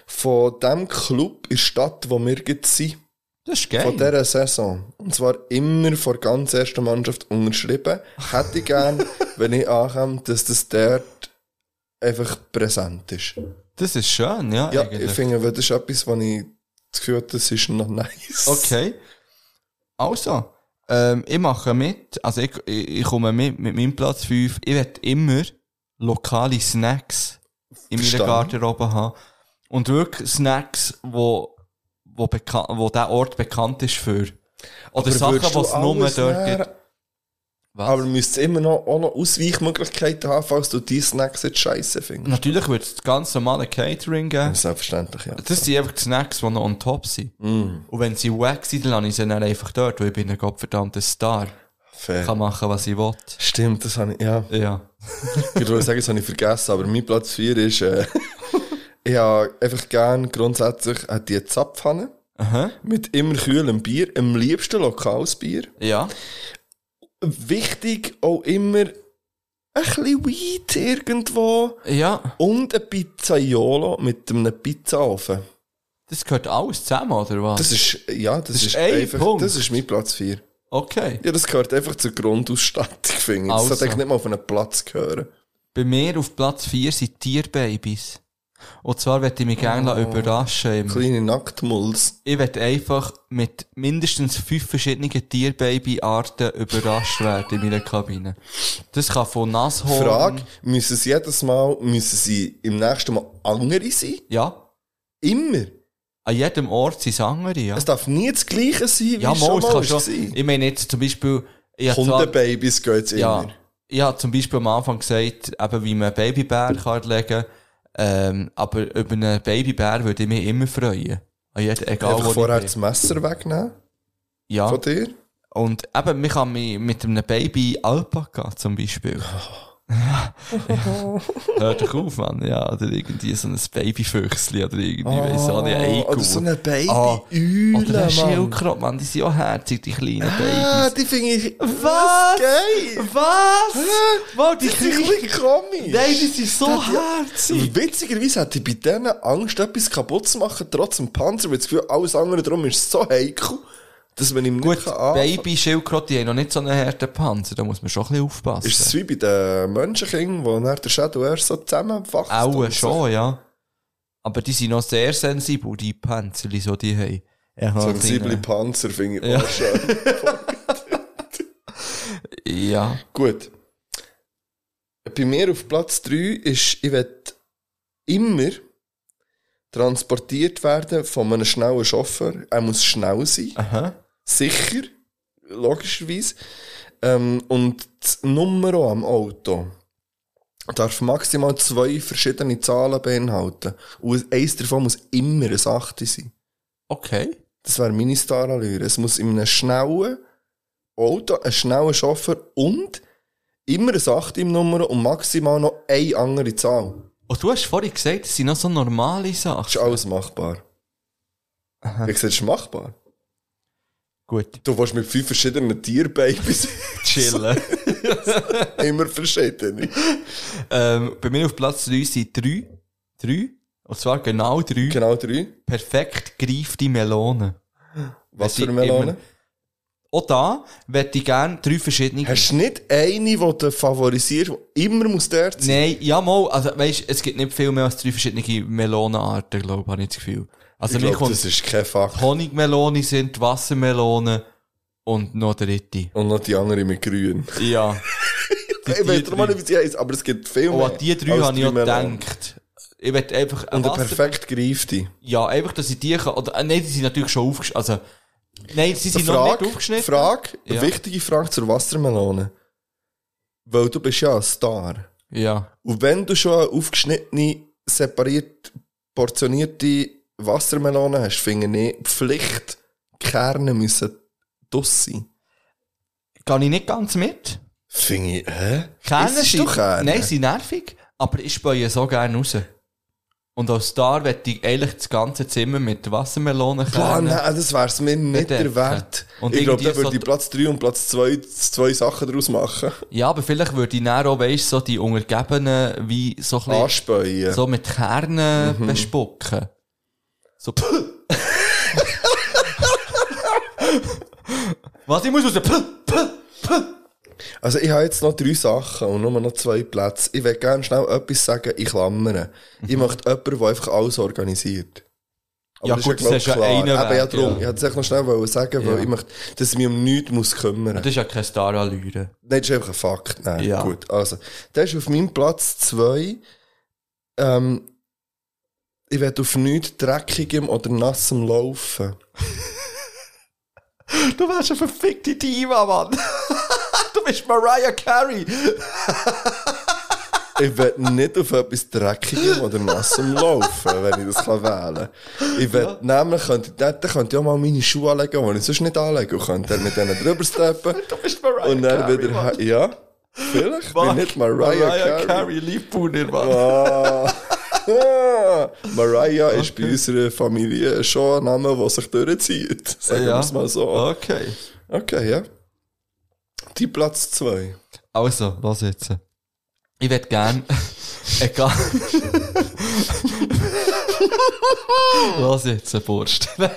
S1: von dem Club in der Stadt, wo wir gerade sind,
S2: Das ist
S1: von
S2: geil.
S1: dieser Saison. Und zwar immer vor der ganz ersten Mannschaft unterschrieben. Hätte ich gern, wenn ich ankomme, dass das dort einfach präsent ist.
S2: Das ist schön, ja.
S1: Ja,
S2: eigentlich.
S1: ich finde, das ist etwas, was ich das Gefühl habe, das ist noch nice.
S2: Okay. Also, ähm, ich mache mit, also ich, ich, ich komme mit mit meinem Platz 5. Ich werde immer lokale Snacks in meiner
S1: Verstanden.
S2: Garderobe haben. Und wirklich Snacks, wo, wo, bekan- wo der Ort bekannt ist für. Oder
S1: Aber
S2: Sachen,
S1: würdest
S2: die
S1: du
S2: es nur
S1: alles
S2: dort
S1: näher-
S2: gibt. Was?
S1: Aber du müsstest immer noch, auch noch Ausweichmöglichkeiten haben, falls du die Snacks jetzt scheiße findest.
S2: Natürlich würde es ganz normale Catering geben.
S1: Selbstverständlich, ja.
S2: Das sind einfach die Snacks, die noch on top sind. Und wenn sie wack sind, dann lasse ich sie dann einfach dort, weil ich bin ein gottverdammter Star.
S1: Fair.
S2: Ich kann machen, was ich will.
S1: Stimmt, das habe ich, ja.
S2: Ja.
S1: Ich würde sagen, das habe ich vergessen, aber mein Platz 4 ist, äh, ich habe einfach gern grundsätzlich äh, die Zapfhanne
S2: Aha.
S1: mit immer kühlem Bier, am liebsten lokales Bier.
S2: Ja.
S1: Wichtig auch immer ein bisschen Weed irgendwo
S2: Ja.
S1: und ein Pizzaiolo mit einem Pizzaofen.
S2: Das gehört alles zusammen, oder was?
S1: Das ist, ja, das,
S2: Das
S1: ist,
S2: ist ein
S1: einfach,
S2: Punkt.
S1: das ist mein Platz 4.
S2: okay.
S1: Ja, das gehört einfach zur Grundausstattung, finde ich. Das
S2: Also.
S1: sollte eigentlich nicht mal auf einen Platz gehören.
S2: Bei mir auf Platz 4 sind Tierbabys. Und zwar werde ich mich gerne überraschen. Im
S1: Kleine Nacktmuls.
S2: ich werde einfach mit mindestens fünf verschiedenen Tierbaby-Arten überrascht werden in meiner Kabine. Das kann von Nashorn...
S1: Frage, müssen sie jedes Mal, müssen sie im nächsten Mal andere sein?
S2: Ja.
S1: Immer.
S2: An jedem Ort sind es andere, ja.
S1: Es darf nie das Gleiche sein, wie
S2: Ja,
S1: es schon
S2: mal, es
S1: mal
S2: kann
S1: war.
S2: schon.
S1: Schon.
S2: Ich meine jetzt zum Beispiel, ich habe zwar-
S1: Hundenbabys geht es
S2: ja,
S1: immer.
S2: ich habe zum Beispiel am Anfang gesagt, eben wie man einen Babybär kann legen, ähm, aber über einen Babybär würde ich mich immer freuen. An jedem- Egal,
S1: Einfach
S2: wo
S1: vorher
S2: ich
S1: das
S2: bin. Ah.
S1: Messer wegnehmen
S2: Ja,
S1: von dir.
S2: und eben, man kann mich mit einem Baby Alpaka zum Beispiel. ja. Hör doch auf, Mann. Ja, oder irgendwie so ein Babyfüchsli oder irgendwie, oh, weiss auch nicht,
S1: Ah,
S2: Eigu.
S1: oder so eine Baby.
S2: Ah, Oder
S1: Eule,
S2: ein
S1: Mann.
S2: Schildkröte, Mann. Die sind auch herzig, die kleinen
S1: Ah,
S2: Babys.
S1: die finde ich...
S2: Was?
S1: Geil!
S2: Was? Wow, die
S1: Die sind ein
S2: Kleinen.
S1: bisschen komisch.
S2: Nein, die sind so
S1: Das-
S2: herzig.
S1: Witzigerweise hatte ich bei denen Angst, etwas kaputt zu machen, trotz dem Panzer, weil das Gefühl, alles andere drum ist so heikel, dass man ihm nicht
S2: Gut,
S1: kann anfassen.
S2: Baby-Schildkröte die haben noch nicht so einen harten Panzer. Da muss man schon ein bisschen aufpassen.
S1: Ist es wie bei den Menschenkindern, wo dann der Shadow erst so zusammenwächst?
S2: Auch
S1: und so.
S2: schon, ja. Aber die sind noch sehr sensibel, die Panzer, die so die haben. Ja,
S1: Sensible
S2: die-
S1: Panzer Oh, finde ich
S2: Ja.
S1: auch schön.
S2: Ja.
S1: Gut. Bei mir auf Platz 3 ist, ich will immer transportiert werden von einem schnellen Chauffeur. Er muss schnell sein.
S2: Aha.
S1: sicher, logischerweise. Ähm, und das Nummer am Auto darf maximal zwei verschiedene Zahlen beinhalten. Und eins davon muss immer ein 8 sein.
S2: Okay.
S1: Das wäre meine Starallüre. Es muss in einem schnellen Auto, einen schnellen Chauffeur und immer ein 8 im Nummer und maximal noch eine andere Zahl.
S2: Und Oh, du hast vorhin gesagt, es sind noch so normale
S1: Das
S2: Sachen.
S1: ist alles machbar. Wie gesagt, es ist machbar.
S2: Gut.
S1: Du willst mit fünf verschiedenen Tierbabys
S2: Chillen.
S1: immer verschiedene.
S2: ähm, bei mir auf Platz 3 sind drei. Drei. Und zwar genau drei.
S1: Genau drei.
S2: Perfekt greifte Melonen.
S1: Was
S2: Wenn
S1: für eine
S2: sie
S1: Melone?
S2: immer- Auch da möchte ich gerne drei verschiedene.
S1: Hast du nicht eine, die du favorisierst, die immer muss dort sein?
S2: Nein, ja mal, also weißt, es gibt nicht viel mehr als drei verschiedene Melonenarten, glaube ich, habe ich das Gefühl. Also
S1: ich
S2: mir
S1: glaube,
S2: kommt
S1: das ist kein Fakt.
S2: Honigmelone sind, Wassermelone und noch der dritte.
S1: Und noch die andere mit grün.
S2: Ja. Die-
S1: Ich weiß
S2: die
S1: mal
S2: drei.
S1: nicht, wie sie heisst, aber es gibt viel
S2: Oh, an die drei
S1: als
S2: habe ich auch
S1: Melonen.
S2: gedacht. Ich will einfach,
S1: Und der
S2: Wasser-
S1: perfekt greifte.
S2: ja, einfach, dass ich die kann, oder, äh, nein, die sind natürlich schon aufgeschnitten, also, nein, sie sind noch
S1: Frage,
S2: nicht aufgeschnitten.
S1: Frage,
S2: Ja.
S1: wichtige Frage zur Wassermelone. Weil du bist ja ein Star.
S2: Ja.
S1: Und wenn du schon eine aufgeschnittene, separiert, portionierte Wassermelone hast, finde ich Pflicht, Kerne müssen draus sein.
S2: Gehe ich nicht ganz mit.
S1: Finde ich, hä?
S2: Kerne
S1: Isst du Kerne?
S2: Nein, sie sind nervig, aber ich speue so gerne raus. Und als Star wette ich eigentlich das ganze Zimmer mit Wassermelonen
S1: Boah, nein, das wär's mir nicht der
S2: Bedecken.
S1: Wert.
S2: Und
S1: ich glaube,
S2: irgendwie
S1: da würde
S2: so-
S1: ich Platz 3 und Platz 2 zwei Sachen daraus machen.
S2: Ja, aber vielleicht würde ich dann auch, weißt, so die Untergebenen wie so ein bisschen,
S1: Anspähen.
S2: so mit Kernen bespucken. So, Puh. Was, ich muss raus, Puh, Puh.
S1: Also ich habe jetzt noch drei Sachen und nur noch zwei Plätze. Ich will gerne schnell etwas sagen, ich klammere. Ich möchte jemanden, der einfach alles organisiert.
S2: Mhm. Ja,
S1: das
S2: gut,
S1: ist glaub
S2: das ist ja
S1: klar.
S2: einer
S1: Eben, ja,
S2: Weg,
S1: drum.
S2: ja.
S1: Ich hätte es echt noch schnell wollen sagen, weil
S2: Ja.
S1: ich möchte, dass ich mich um nichts muss kümmern muss.
S2: Das ist ja kein Star-Allüre.
S1: Nein, das ist einfach ein Fakt. Nein,
S2: Ja.
S1: gut. Also, das ist auf meinem Platz zwei. Ähm, ich will auf nichts dreckigem oder nassem laufen.
S2: Du wärst eine verfickte Diva, Mann. du bist Mariah Carey.
S1: Ich will nicht auf etwas Dreckigem oder Nassem laufen, wenn ich das kann wählen kann. Ich will nämlich, könnte, dort könnte ich auch mal meine Schuhe anlegen, die ich sonst nicht anlege, und könnte dann mit denen drüber steppen.
S2: Du bist Mariah
S1: und dann
S2: Carey,
S1: wieder,
S2: Mann.
S1: he- ja, vielleicht, bin nicht Mariah, Carey.
S2: Liebhuhner, Mann.
S1: Ah. Ah. Mariah ist bei unserer Familie schon ein Name, der sich durchzieht. Sagen wir es mal so.
S2: Okay.
S1: Okay, ja. Die Platz zwei.
S2: Also, was jetzt? Ich würde gern. Egal. was jetzt, Burst? Nein.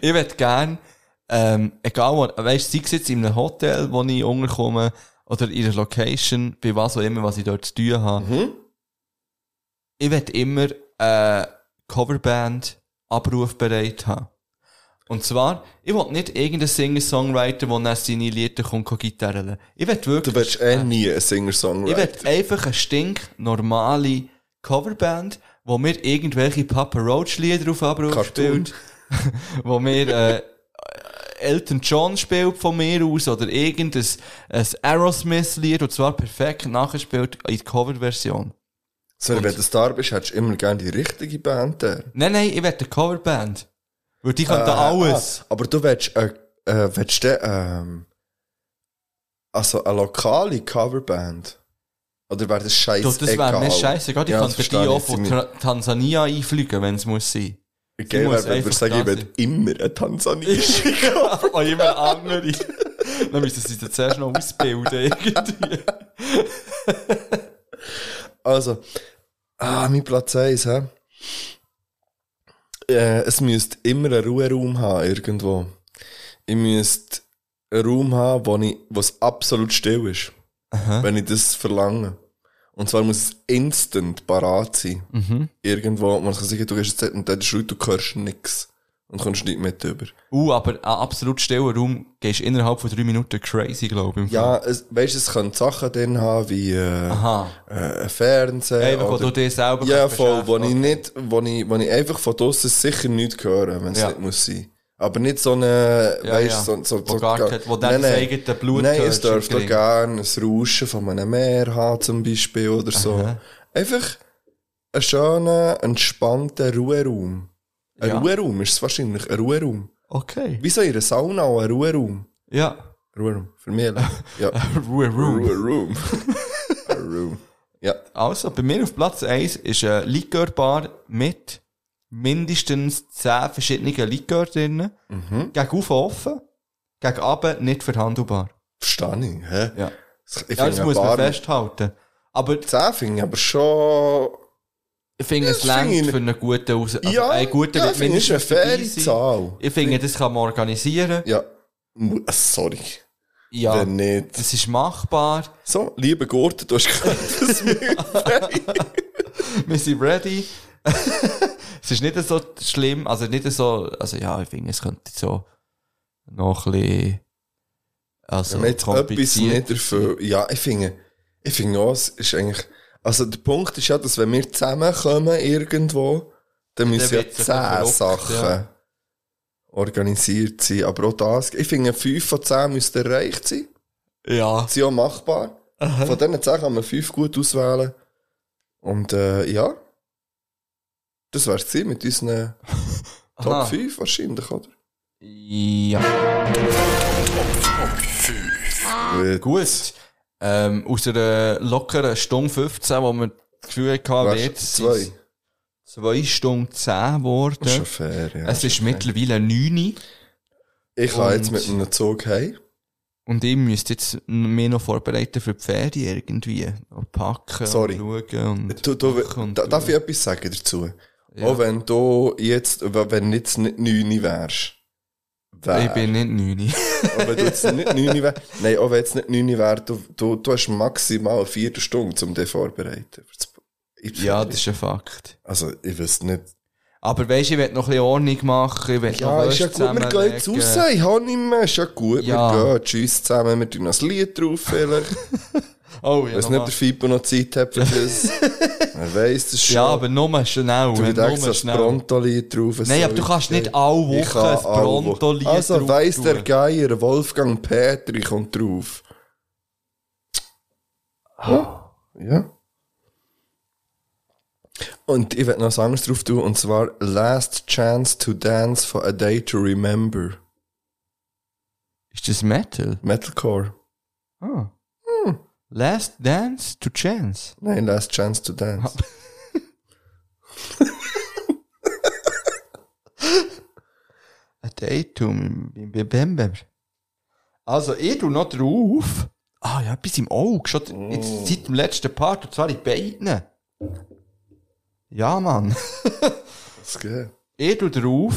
S2: Ich würde gern. Ähm, egal, wo- weißt du, sei es jetzt in einem Hotel, wo ich unterkomme, oder in einer Location, bei was auch immer, was ich dort zu tun habe. Ich würde immer äh, Coverband abrufbereit haben. Und zwar, ich will nicht irgendeinen Singer-Songwriter, der dann seine Lieder kommt, gitarren. Ich will
S1: Du
S2: wirklich.
S1: wirst eh
S2: äh,
S1: nie ein Singer-Songwriter.
S2: ich will einfach eine stinknormale Coverband, wo mir irgendwelche Papa Roach Lieder drauf abruft
S1: Cartoon.
S2: spielt, wo mir äh, Elton John spielt von mir aus oder irgendein ein Aerosmith Lied und zwar perfekt nachgespielt in der Coverversion.
S1: So, Also wenn du Star bist, hättest du immer gerne die richtige Band. da.
S2: Nein, nein, ich will eine Coverband. Weil die können
S1: Äh,
S2: alles.
S1: ah, aber du willst, äh, äh, willst du, ähm, also eine lokale Coverband? Oder wäre das scheiße?
S2: Du, das wäre mir scheiße. Ich
S1: Ja, das
S2: könnte die
S1: verstehe
S2: auch
S1: ich.
S2: von
S1: Sie-
S2: Tra- Tansania einfliegen, wenn es muss sein.
S1: Geil wäre,
S2: muss
S1: wenn
S2: einfach
S1: wir sagen, ich
S2: da
S1: will immer eine Tansanische.
S2: Und jemand andere. Dann müssen sie sich zuerst noch ausbilden, irgendwie.
S1: Also, ah, mein Platz 1, hä? Äh, es müsste immer einen Ruheraum haben, irgendwo. Ich müsste einen Raum haben, wo ich- wo es absolut still ist. Wenn ich das verlange. Und zwar muss es instant parat sein. Irgendwo, wo man kann sagen, du gehst jetzt dort und dort ist Leute, du hörst nichts. Und kommst nicht mit über.
S2: Uh, aber ein absolut stiller Raum gehst innerhalb von drei Minuten crazy, glaube ich. im Fall.
S1: Ja, es, weißt du, es können Sachen drin haben, wie äh,
S2: Aha.
S1: äh, ein Fernseher.
S2: Eben, wo
S1: oder-
S2: du dich selber
S1: Ja,
S2: kannst
S1: voll, wo ich
S2: beschäftigen.
S1: nicht, wo ich, wo ich einfach von draussen sicher nichts höre, wenn es
S2: Ja.
S1: nicht muss sein. Aber nicht so eine,
S2: Ja,
S1: weißt,
S2: ja.
S1: so, so,
S2: Wo
S1: so
S2: gar kein- wo dann das eigene Blut
S1: Nein,
S2: hörst
S1: es dürfte
S2: im
S1: doch
S2: Gring.
S1: gerne ein Rauschen von einem Meer haben, zum Beispiel, oder so.
S2: Aha.
S1: Einfach einen schönen, entspannten Ruheraum. Ein
S2: Ja.
S1: Ruheraum ist es wahrscheinlich, ein Ruheraum.
S2: Okay.
S1: Wie so in einer Sauna, auch ein Ruheraum.
S2: Ja.
S1: Ruheraum, für mich. allein. Ja.
S2: Ruhe, Ruhe.
S1: Ruheraum. Ein Room. Ja.
S2: Also, bei mir auf Platz 1 ist eine Likörbar mit mindestens 10 verschiedenen Likör drinnen.
S1: Mhm.
S2: Gegen auf offen, gegen ab nicht verhandelbar.
S1: Verstehe ich. Hä?
S2: Ja.
S1: Ich
S2: Ja, das
S1: finde
S2: muss man
S1: Bar-
S2: festhalten. Aber
S1: Zehn finde ich aber schon.
S2: ich finde, es
S1: das finde
S2: längt
S1: ich-
S2: für einen guten Aus. Also
S1: ja,
S2: einen guten
S1: ja,
S2: wird
S1: finde ich eine
S2: mindestens dabei
S1: faire
S2: sein.
S1: Zahl.
S2: Ich finde, das kann man organisieren.
S1: Ja. Mu- ah, Sorry.
S2: Ja.
S1: Wenn nicht.
S2: Das ist machbar.
S1: So, liebe Gurte, du hast gehört, dass wir.
S2: Wir sind ready. es ist nicht so schlimm, also nicht so, also ja, ich finde, es könnte so noch ein bisschen, also
S1: Wenn man jetzt etwas
S2: kompliziert.
S1: nicht erfüllt. Ja, ich finde. Ich finde auch, es ist eigentlich. Also, der Punkt ist ja, dass wenn wir zusammenkommen irgendwo, dann müssen ja
S2: wird's ein
S1: zehn
S2: bisschen verrückt,
S1: Sachen
S2: ja.
S1: organisiert sein. Aber auch das. Ich finde, fünf von zehn müssten erreicht sein.
S2: Ja.
S1: sind auch machbar. Von diesen 10 kann man 5 gut auswählen. Und äh, ja, das wär's gewesen mit unseren
S2: Aha.
S1: Top 5 wahrscheinlich, oder?
S2: Ja.
S1: Gut.
S2: Gut. Ähm, aus einer lockeren Stunde 15, wo wir das Gefühl hatten,
S1: Wär's
S2: wird es
S1: zwei.
S2: zwei Stunden 10
S1: Das ist
S2: geworden.
S1: schon fair, ja.
S2: Es ist mittlerweile 9
S1: ich kann jetzt
S2: und-
S1: mit einem Zug heim.
S2: und ich müsste jetzt mich noch vorbereiten für die Ferien irgendwie. Noch packen
S1: Sorry.
S2: und schauen. Und
S1: Du, du,
S2: packen und
S1: da, darf ich
S2: schauen.
S1: etwas sagen dazu?
S2: Ja.
S1: Auch wenn du jetzt, wenn jetzt nicht 9 wärst. wär-
S2: Ich bin nicht 9.
S1: Auch wenn du jetzt nicht 9 wärst. Nein, auch wenn jetzt nicht 9 wärst, du, du, du hast maximal eine Viertelstunde, um dich vorzubereiten. fürs- in die
S2: Ja,
S1: Ferien.
S2: das ist ein Fakt.
S1: Also, ich weiß nicht. Aber
S2: Aber weisst, ich will noch ein bisschen Ordnung machen, ich will
S1: ja,
S2: noch
S1: ist ja
S2: Wäsche
S1: gut, wir gehen jetzt raus.
S2: zusammenlegen.
S1: Ich habe nicht mehr. Ist ja gut,
S2: Ja.
S1: wir gehen. Tschüss zusammen, wir tun noch ein Lied drauf vielleicht. Ich
S2: Oh, ja,
S1: weiß
S2: noch
S1: nicht, ob der Fippo noch Zeit hat für das. er weiss das schon.
S2: ja, aber nur schnell.
S1: du
S2: nur
S1: denkst, das
S2: schnell.
S1: Pronto-Lied drauf. es
S2: Nein, aber
S1: soll
S2: du kannst nicht
S1: stehen.
S2: alle Wochen
S1: Ich kann
S2: ein
S1: alle Wochen.
S2: Pronto-Lied
S1: Also
S2: drauf
S1: weiss der
S2: tun.
S1: Geier, Wolfgang Petri kommt drauf. Ja. ja. Und ich werde noch was anderes drauf tun, und zwar Last Chance to Dance for a Day to Remember.
S2: Ist das Metal?
S1: Metalcore.
S2: Ah.
S1: Hm.
S2: Last Dance to Chance.
S1: Nein, Last Chance to Dance.
S2: A Date to Remember. Also, ich tu noch drauf. Ah, ja, etwas im Auge. Schon
S1: Mm.
S2: jetzt, seit dem letzten Part, und zwar in beiden. Ja, Mann.
S1: Das geht.
S2: ich tu drauf.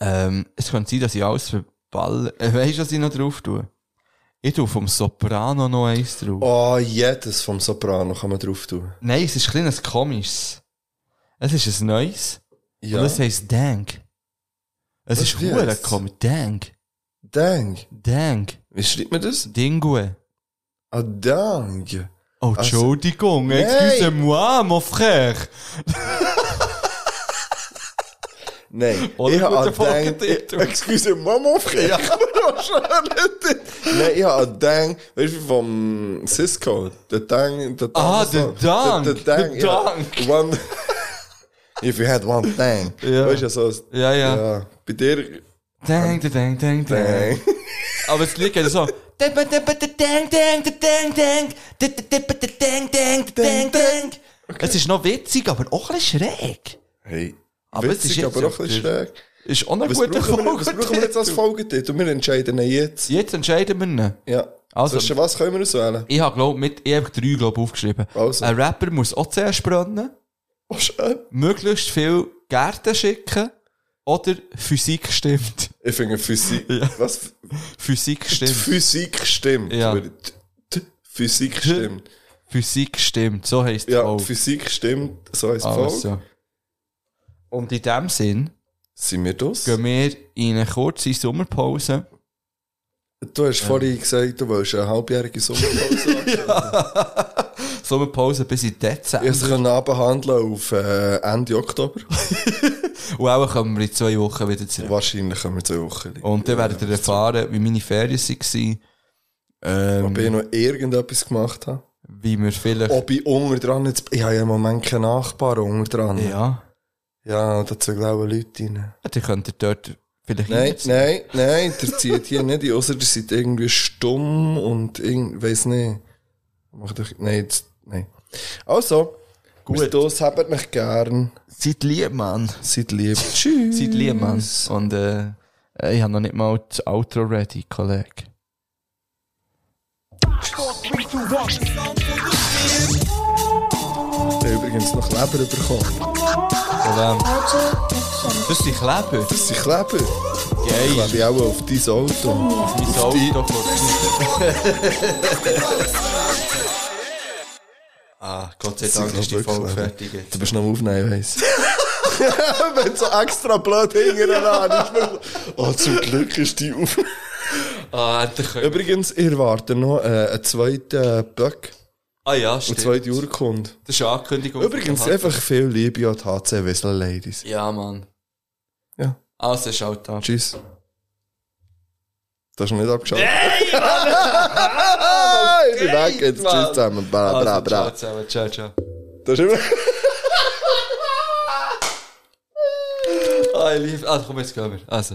S2: Ähm, es könnte sein, dass ich alles verballe. Äh, weißt du, was ich noch drauf tue? Ich tu vom Soprano noch eins drauf.
S1: Oh, jedes vom Soprano kann man drauf tun.
S2: Nein, es ist ein kleines komisches. Es ist ein neues.
S1: Ja.
S2: Und es heisst Dank. Es
S1: Was
S2: ist
S1: wird's?
S2: hure komisch. Dank.
S1: Dang.
S2: Dank.
S1: Wie schreibt man
S2: dus?
S1: das?
S2: Dingue.
S1: Ah, Dang.
S2: Oh,
S1: Also-
S2: Entschuldigung.
S1: Nein.
S2: Excusez-moi, mon frère.
S1: Nein,
S2: Oder
S1: ich habe
S2: guter
S1: an ah, Dang...
S2: Folgetitel.
S1: Excuse Mama, ja. Nein, ich habe an ah, Dang... Weißt du, vom Cisco? Der Dang... Der Dang
S2: Ah, der Dang.
S1: Der, der Dang,
S2: Der
S1: ja.
S2: Dang.
S1: One, if you had one Dang.
S2: Ja.
S1: Weißt du, so...
S2: Ja, ja.
S1: Bei dir...
S2: Dank, dank, dank,
S1: Dang.
S2: dank. Aber es liegt ja so. Dank, dank, dank, dank, dank, dank, dank, dank, dank, dank, dank, dank, dank. Es ist noch witzig, aber auch ein bisschen schräg.
S1: Hey.
S2: Aber es ist
S1: witzig,
S2: jetzt
S1: aber auch ein bisschen
S2: ja-
S1: schräg.
S2: Ist auch ein
S1: Was
S2: guter
S1: brauchen, wir, was brauchen wir jetzt als
S2: Folgetitel.
S1: Folgetitel? Wir entscheiden ihn jetzt.
S2: Jetzt entscheiden wir ihn.
S1: Ja.
S2: Also-
S1: Also, Zwischen was können wir auswählen?
S2: Ich habe, glaub, mit, ich habe drei, glaub, aufgeschrieben.
S1: Also.
S2: Ein Rapper muss auch zuerst brennen,
S1: Oh, schön.
S2: möglichst viel Gärten schicken oder Physik stimmt.
S1: Ich finde Physik...
S2: Ja.
S1: Was?
S2: Physik
S1: Die
S2: stimmt.
S1: Physik stimmt.
S2: Ja.
S1: Würde- Die die Physik stimmt.
S2: Physik stimmt, so heisst es
S1: Ja,
S2: auch.
S1: die Physik stimmt, so heisst es voll.
S2: Also. Und in dem Sinn
S1: Sind wir das?
S2: gehen wir in eine kurze Sommerpause.
S1: Du hast vorhin gesagt, du willst eine halbjährige Sommerpause machen.
S2: Sommerpause bis in Dezember.
S1: Ich kann abhandeln auf äh, Ende Oktober.
S2: Und auch kommen wir in zwei Wochen wieder zurück.
S1: Wahrscheinlich kommen wir zwei Wochen.
S2: Und dann werdet ihr erfahren, wie meine Ferien waren.
S1: Ob
S2: Ähm,
S1: ich noch irgendetwas gemacht habe.
S2: wie wir vielleicht.
S1: Ob ich unter dran jetzt... Ich habe ja im Moment keinen Nachbarn unter dran. Ja,
S2: Ja.
S1: ja da zählen auch Leute rein.
S2: Ja, Dann könnt ihr dort vielleicht
S1: Nein,
S2: reinziehen.
S1: nein, nein, der zieht hier nicht, in, ausser ihr seid irgendwie stumm und irgend, weiss nicht. Macht euch, nein, jetzt, nein. Also, gut, das habt mich gern.
S2: Seid lieb, Mann.
S1: Seid lieb. Tschüss.
S2: Seid lieb, Mann. Und äh, ich habe noch nicht mal das Outro ready, Kollege.
S1: Ich habe übrigens noch Kleber bekommen.
S2: Von wem?
S3: Heute Action.
S2: Das ist die Kleber.
S1: Das sind Kleber. Ich
S2: Geil.
S1: klebe ich auch auf dein Auto.
S2: Mein Auto Ah, Gott sei Dank
S1: sind
S2: ist die
S1: Kleber.
S2: Folge fertig. jetzt.
S1: Du bist noch am Aufnehmen, weiss. Wenn so extra blöd hingerein Oh, zum Glück ist die Aufnahme.
S2: Ah, endlich. können-
S1: Übrigens, ich erwarte noch äh, einen zweiten Böck,
S2: Ah ja,
S1: eine
S2: stimmt.
S1: zweite Urkunde.
S2: Das ist eine Ankündigung.
S1: Übrigens, einfach viel Liebe an die HC Wessel Ladies.
S2: Ja, Mann.
S1: Ja.
S2: Also, schaut da.
S1: Tschüss. Das ist noch nicht abgeschaltet. ich bin weg jetzt. Tschüss
S2: Mann.
S1: zusammen. Bra, bra,
S2: Also, ciao
S1: bra.
S2: zusammen. Ciao, ciao.
S1: Das ist immer...
S2: Ah, ich liebe... Also, komm, jetzt gehen wir. Also.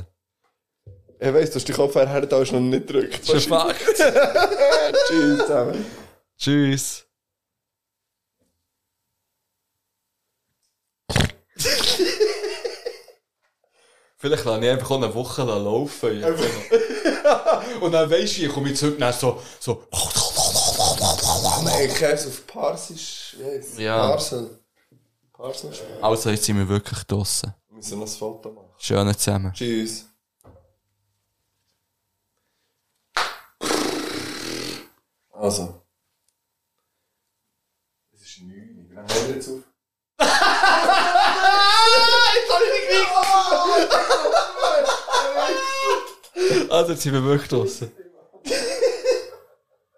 S1: Ich weiss, du hast den Kopfhörer her, da ist noch nicht gedrückt.
S2: Schon Fakt.
S1: Tschüss zusammen.
S2: Tschüss. Vielleicht lasse ich einfach auch eine Woche laufen. Jetzt. Und dann weisst du, ich komme jetzt heute nach so, so.
S1: Ich kenne es auf Parsisch. Yes.
S2: Ja.
S1: Parsel. Parsel.
S2: Also, jetzt sind wir wirklich draussen.
S1: Wir müssen noch ein Foto machen.
S2: Schön zusammen.
S1: Tschüss. Also. Es ist 9 Uhr. Wann hört ihr jetzt auf?
S2: Also, jetzt sind wir wirklich draussen.